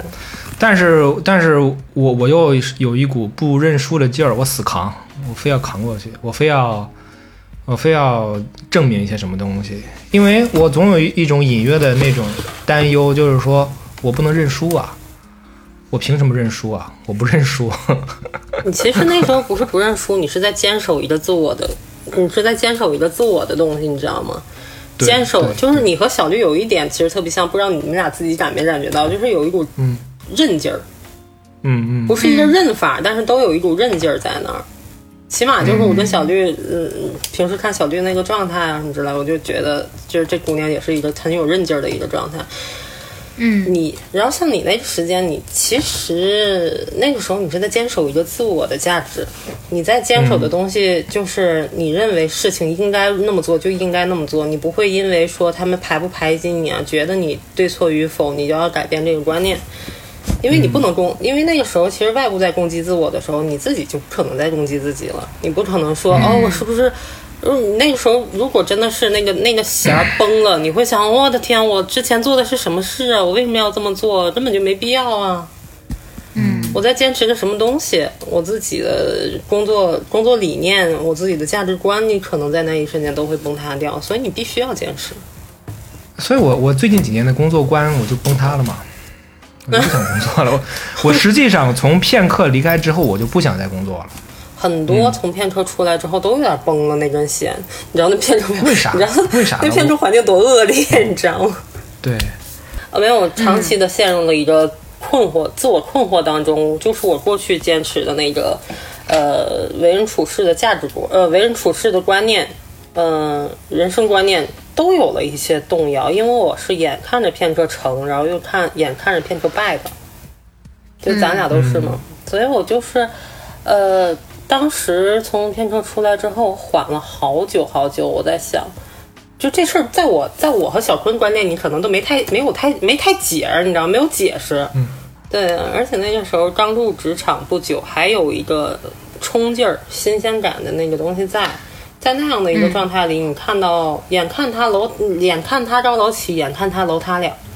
Speaker 4: 但是，但是我我又有一股不认输的劲儿，我死扛，我非要扛过去，我非要，我非要证明一些什么东西，因为我总有一种隐约的那种担忧，就是说我不能认输啊，我凭什么认输啊？ 嗯我不认输，
Speaker 5: 你其实那时候不是不认输，你是在坚守一个自我的，你是在坚守一个自我的东西，你知道吗？
Speaker 4: 对
Speaker 5: 坚守
Speaker 4: 对
Speaker 5: 就是你和小绿有一点其实特别像，不知道你们俩自己感没感觉到，就是有一股
Speaker 4: 嗯
Speaker 5: 韧劲儿，
Speaker 4: 嗯嗯
Speaker 5: 不是一个韧法，但是都有一股韧劲儿在那儿。起码就是我跟小绿，嗯，平时看小绿那个状态啊什么之类，我就觉得就是这姑娘也是一个很有韧劲儿的一个状态。
Speaker 2: 嗯，
Speaker 5: 你，然后像你那个时间，你其实那个时候你是在坚守一个自我的价值，你在坚守的东西就是你认为事情应该那么做就应该那么做，你不会因为说他们排不排挤你啊，觉得你对错与否，你就要改变这个观念。因为你不能攻，因为那个时候其实外部在攻击自我的时候，你自己就不可能再攻击自己了。你不可能说、哦，我是不是？嗯，那个时候如果真的是那个那个弦儿崩了，你会想，哦我的天，我之前做的是什么事啊？我为什么要这么做？根本就没必要啊！嗯，我在坚持着什么东西？我自己的工作工作理念，我自己的价值观，你可能在那一瞬间都会崩塌掉，所以你必须要坚持。
Speaker 4: 所以我我最近几年的工作观我就崩塌了嘛，我就不想工作了，我我实际上从片刻离开之后，我就不想再工作了。
Speaker 5: 很
Speaker 4: 嗯
Speaker 5: 多从片车出来之后都有点崩了那根弦，你知道那片车
Speaker 4: 为啥
Speaker 5: 你知道
Speaker 4: 为啥哦
Speaker 5: 那片车环境多恶劣，你知道吗？
Speaker 4: 对，
Speaker 5: 啊，没有，我长期的陷入了一个困惑、自我困惑当中，就是我过去坚持的那个，呃，为人处事的价值观，呃，为人处事的观念，嗯、人生观念都有了一些动摇，因为我是眼看着片车成，然后又看眼看着片车败的，就咱俩都是嘛，所以我就是，呃，当时从片车出来之后，缓了好久好久，我在想。就这事儿，在我在我和小坤观念里，可能都没太没有太没太解儿，你知道吗没有解释。嗯，对，而且那个时候刚入职场不久，还有一个冲劲儿、新鲜感的那个东西在，在那样的
Speaker 4: 嗯
Speaker 5: 一个状态里，你看到眼看他楼，眼看他高楼起，眼看他楼塌了。嗯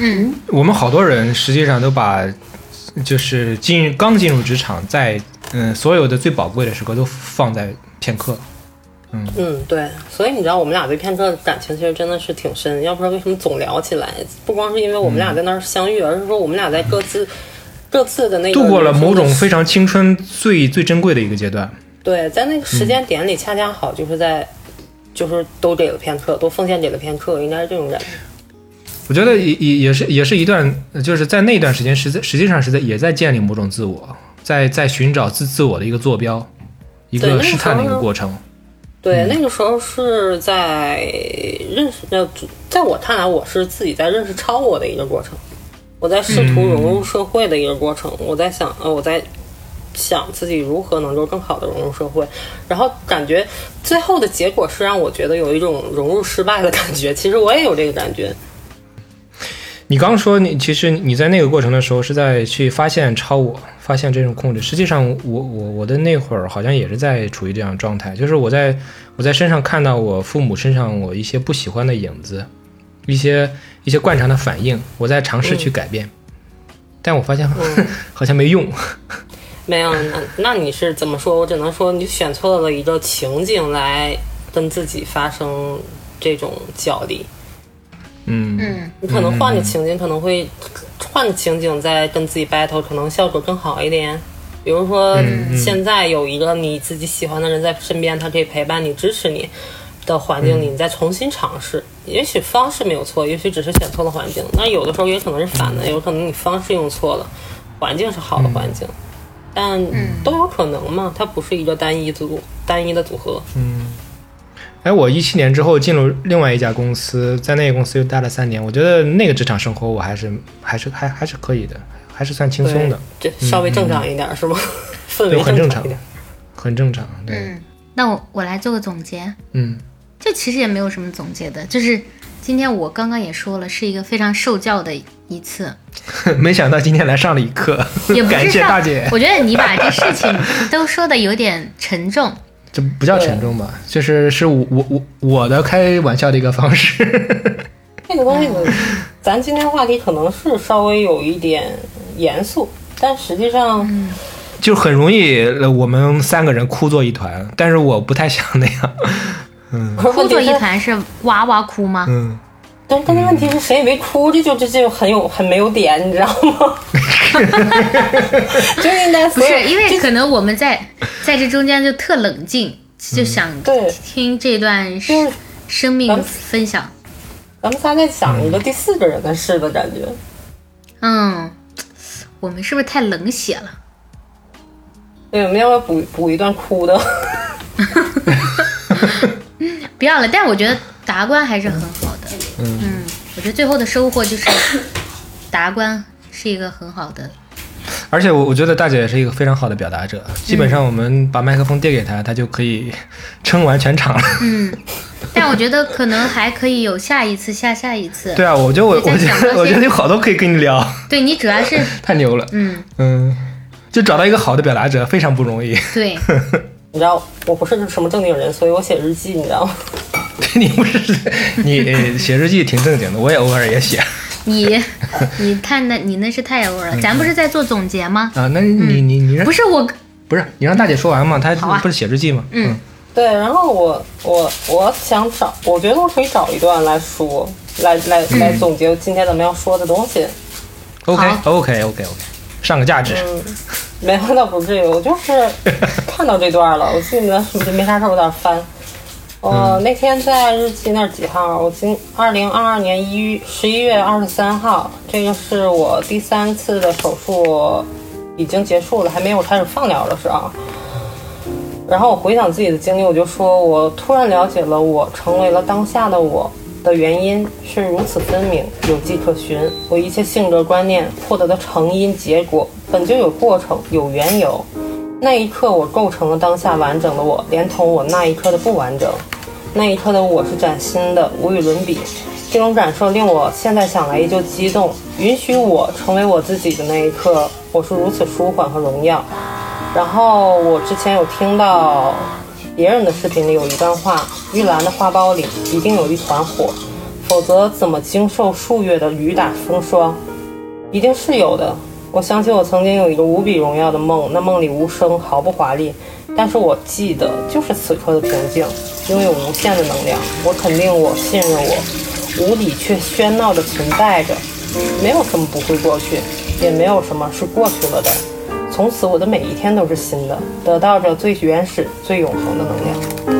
Speaker 2: 嗯
Speaker 4: 我们好多人实际上都把，就是进刚进入职场在，嗯所有的最宝贵的时刻都放在片刻。
Speaker 5: 嗯，对，所以你知道我们俩对片车的感情其实真的是挺深，要不知道为什么总聊起来，不光是因为我们
Speaker 4: 嗯
Speaker 5: 俩在那儿相遇，而是说我们俩在各自各自的那个
Speaker 4: 度过了某种
Speaker 5: 人生的
Speaker 4: 非常青春最最珍贵的一个阶段。
Speaker 5: 对，在那个时间点里，恰恰好就是在，就是都给了片刻，都奉献给了片刻，应该是这种感觉。
Speaker 4: 我觉得也也也是也是一段，呃就是在那段时间实在实际上是在也在建立某种自我，在在寻找自自我的一个坐标，一
Speaker 5: 对那
Speaker 4: 个
Speaker 5: 个
Speaker 4: 试探的一
Speaker 5: 时
Speaker 4: 个
Speaker 5: 候
Speaker 4: 过程。
Speaker 5: 对，那个时候是在认识，呃，在我看来，我是自己在认识超我的一个过程，我在试图融入社会的一个过程，我在想，呃，我在想自己如何能够更好的融入社会，然后感觉最后的结果是让我觉得有一种融入失败的感觉。其实我也有这个感觉，
Speaker 4: 你刚说你其实你在那个过程的时候是在去发现超我，发现这种控制。实际上我，我我的那会儿好像也是在处于这样的状态，就是我在我在身上看到我父母身上我一些不喜欢的影子，一些一些惯常的反应，我在尝试去改变，但我发现 好像没用。
Speaker 5: 没有，那那你是怎么说？我只能说你选错了一个情境来跟自己发生这种角力。
Speaker 4: 嗯，
Speaker 2: 嗯，
Speaker 5: 你可能换个情景，可能会换个情景再跟自己 battle，可能效果更好一点。比如说
Speaker 2: 嗯
Speaker 5: 现在有一个你自己喜欢的人在身边，他可以陪伴你、支持你的环境里，
Speaker 2: 嗯
Speaker 5: 你再重新尝试，也许方式没有错，也许只是选错了环境。那有的时候也可能是反的，有可能你方式用错了，环境是
Speaker 2: 嗯
Speaker 5: 好的环境，但都有可能嘛，它不是一个单一组单一的组合。
Speaker 4: 哎，我一七年之后进入另外一家公司，在那个公司又待了三年，我觉得那个职场生活我还是还是还还是可以的，还是算轻松的，
Speaker 5: 对，这稍微正常一点、是吗？氛
Speaker 4: 对，
Speaker 5: 围
Speaker 4: 很
Speaker 5: 正
Speaker 4: 正
Speaker 5: 常
Speaker 4: 常
Speaker 5: 一点。，
Speaker 4: 很正常，对，
Speaker 2: 嗯，那我我来做个总结，
Speaker 4: 嗯
Speaker 2: 这其实也没有什么总结的，就是今天我刚刚也说了，是一个非常受教的一次，
Speaker 4: 没想到今天来上了一课
Speaker 2: 也，不
Speaker 4: 感
Speaker 2: 是
Speaker 4: 谢
Speaker 2: 上
Speaker 4: 大姐，
Speaker 2: 我觉得你把这事情都说的有点沉重，
Speaker 4: 这不叫沉重吧？就是是我我我我的开玩笑的一个方式，
Speaker 5: 这个东西呢，咱今天话题可能是稍微有一点严肃，但实际上，
Speaker 2: 嗯
Speaker 4: 就很容易呃我们三个人哭作一团，但是我不太想那样，
Speaker 5: 可是
Speaker 2: 哭
Speaker 5: 问
Speaker 2: 作
Speaker 5: 题
Speaker 2: 一
Speaker 5: 是，
Speaker 2: 团是哇哇哭吗？
Speaker 4: 嗯，
Speaker 5: 但但是问题是谁也没哭，这就这这就很有很没有点，你知道吗？ 就应该
Speaker 2: 不
Speaker 5: 不
Speaker 2: 是，因为可能我们在在这中间就特冷静，
Speaker 4: 嗯
Speaker 2: 就想
Speaker 5: 对
Speaker 2: 听这段
Speaker 5: 就是
Speaker 2: 生生命分享。
Speaker 5: 咱们仨在想一个第四个人的事的感觉。
Speaker 2: 嗯，我们是不是太冷血了？
Speaker 5: 对，我们要不要补补一段哭的？
Speaker 2: 不要了，但我觉得达观还是很好的。嗯我觉得最后的收获就是 达观是一个很好的。
Speaker 4: 而且我我觉得大姐也是一个非常好的表达者，
Speaker 2: 嗯
Speaker 4: 基本上我们把麦克风递给她，她就可以撑完全场了。
Speaker 2: 嗯但我觉得可能还可以有下一次、下下一次。
Speaker 4: 对啊，我觉得我
Speaker 2: 对
Speaker 4: 我
Speaker 2: 在
Speaker 4: 觉
Speaker 2: 想
Speaker 4: 得
Speaker 2: 这
Speaker 4: 我觉
Speaker 2: 些
Speaker 4: 得有好多可以跟你聊，
Speaker 2: 对你主要是
Speaker 4: 太牛了。
Speaker 2: 嗯，
Speaker 4: 嗯，就找到一个好的表达者非常不容易。
Speaker 2: 对，
Speaker 5: 你知道，我不是什么正经人，所以我写日记，你知道吗？
Speaker 4: 你不是你写日记挺正经的，我也偶尔也写
Speaker 2: 你 你太那，你那是太偶尔了。咱不是在做总结吗？
Speaker 4: 啊。那你你你让
Speaker 2: 嗯不是我，
Speaker 4: 不是你让大姐说完嘛？她
Speaker 2: 好啊
Speaker 4: 不是写日记吗？
Speaker 2: 嗯
Speaker 5: 对，然后我我我想找，我觉得我可以找一段来说，来来来总结今天咱们要说的东西。
Speaker 4: ，OK
Speaker 2: 好
Speaker 4: OK OK OK，上个价值。
Speaker 5: 没有，倒不至于，我就是看到这段了，我记得没啥事儿，我有点翻。我、那天在日记那儿几号？啊我今二零二二年一十一月二十三号，这个是我第三次的手术已经结束了，还没有开始放疗的时候。啊然后我回想自己的经历，我就说我突然了解了我成为了当下的我的原因是如此分明，有迹可循。我一切性格观念获得的成因结果本就有过程，有缘由。那一刻，我构成了当下完整的我，连同我那一刻的不完整。那一刻的我是崭新的，无与伦比。这种感受令我现在想来依旧激动。允许我成为我自己的那一刻，我是如此舒缓和荣耀。然后我之前有听到别人的视频里有一段话：玉兰的花苞里一定有一团火，否则怎么经受数月的雨打风霜？一定是有的。我想起我曾经有一个无比荣耀的梦，那梦里无声，毫不华丽，但是我记得就是此刻的平静，拥有无限的能量。我肯定我，信任我，无理却喧闹的存在着，没有什么不会过去，也没有什么是过去了的。从此，我的每一天都是新的，得到着最原始、最永恒的能量。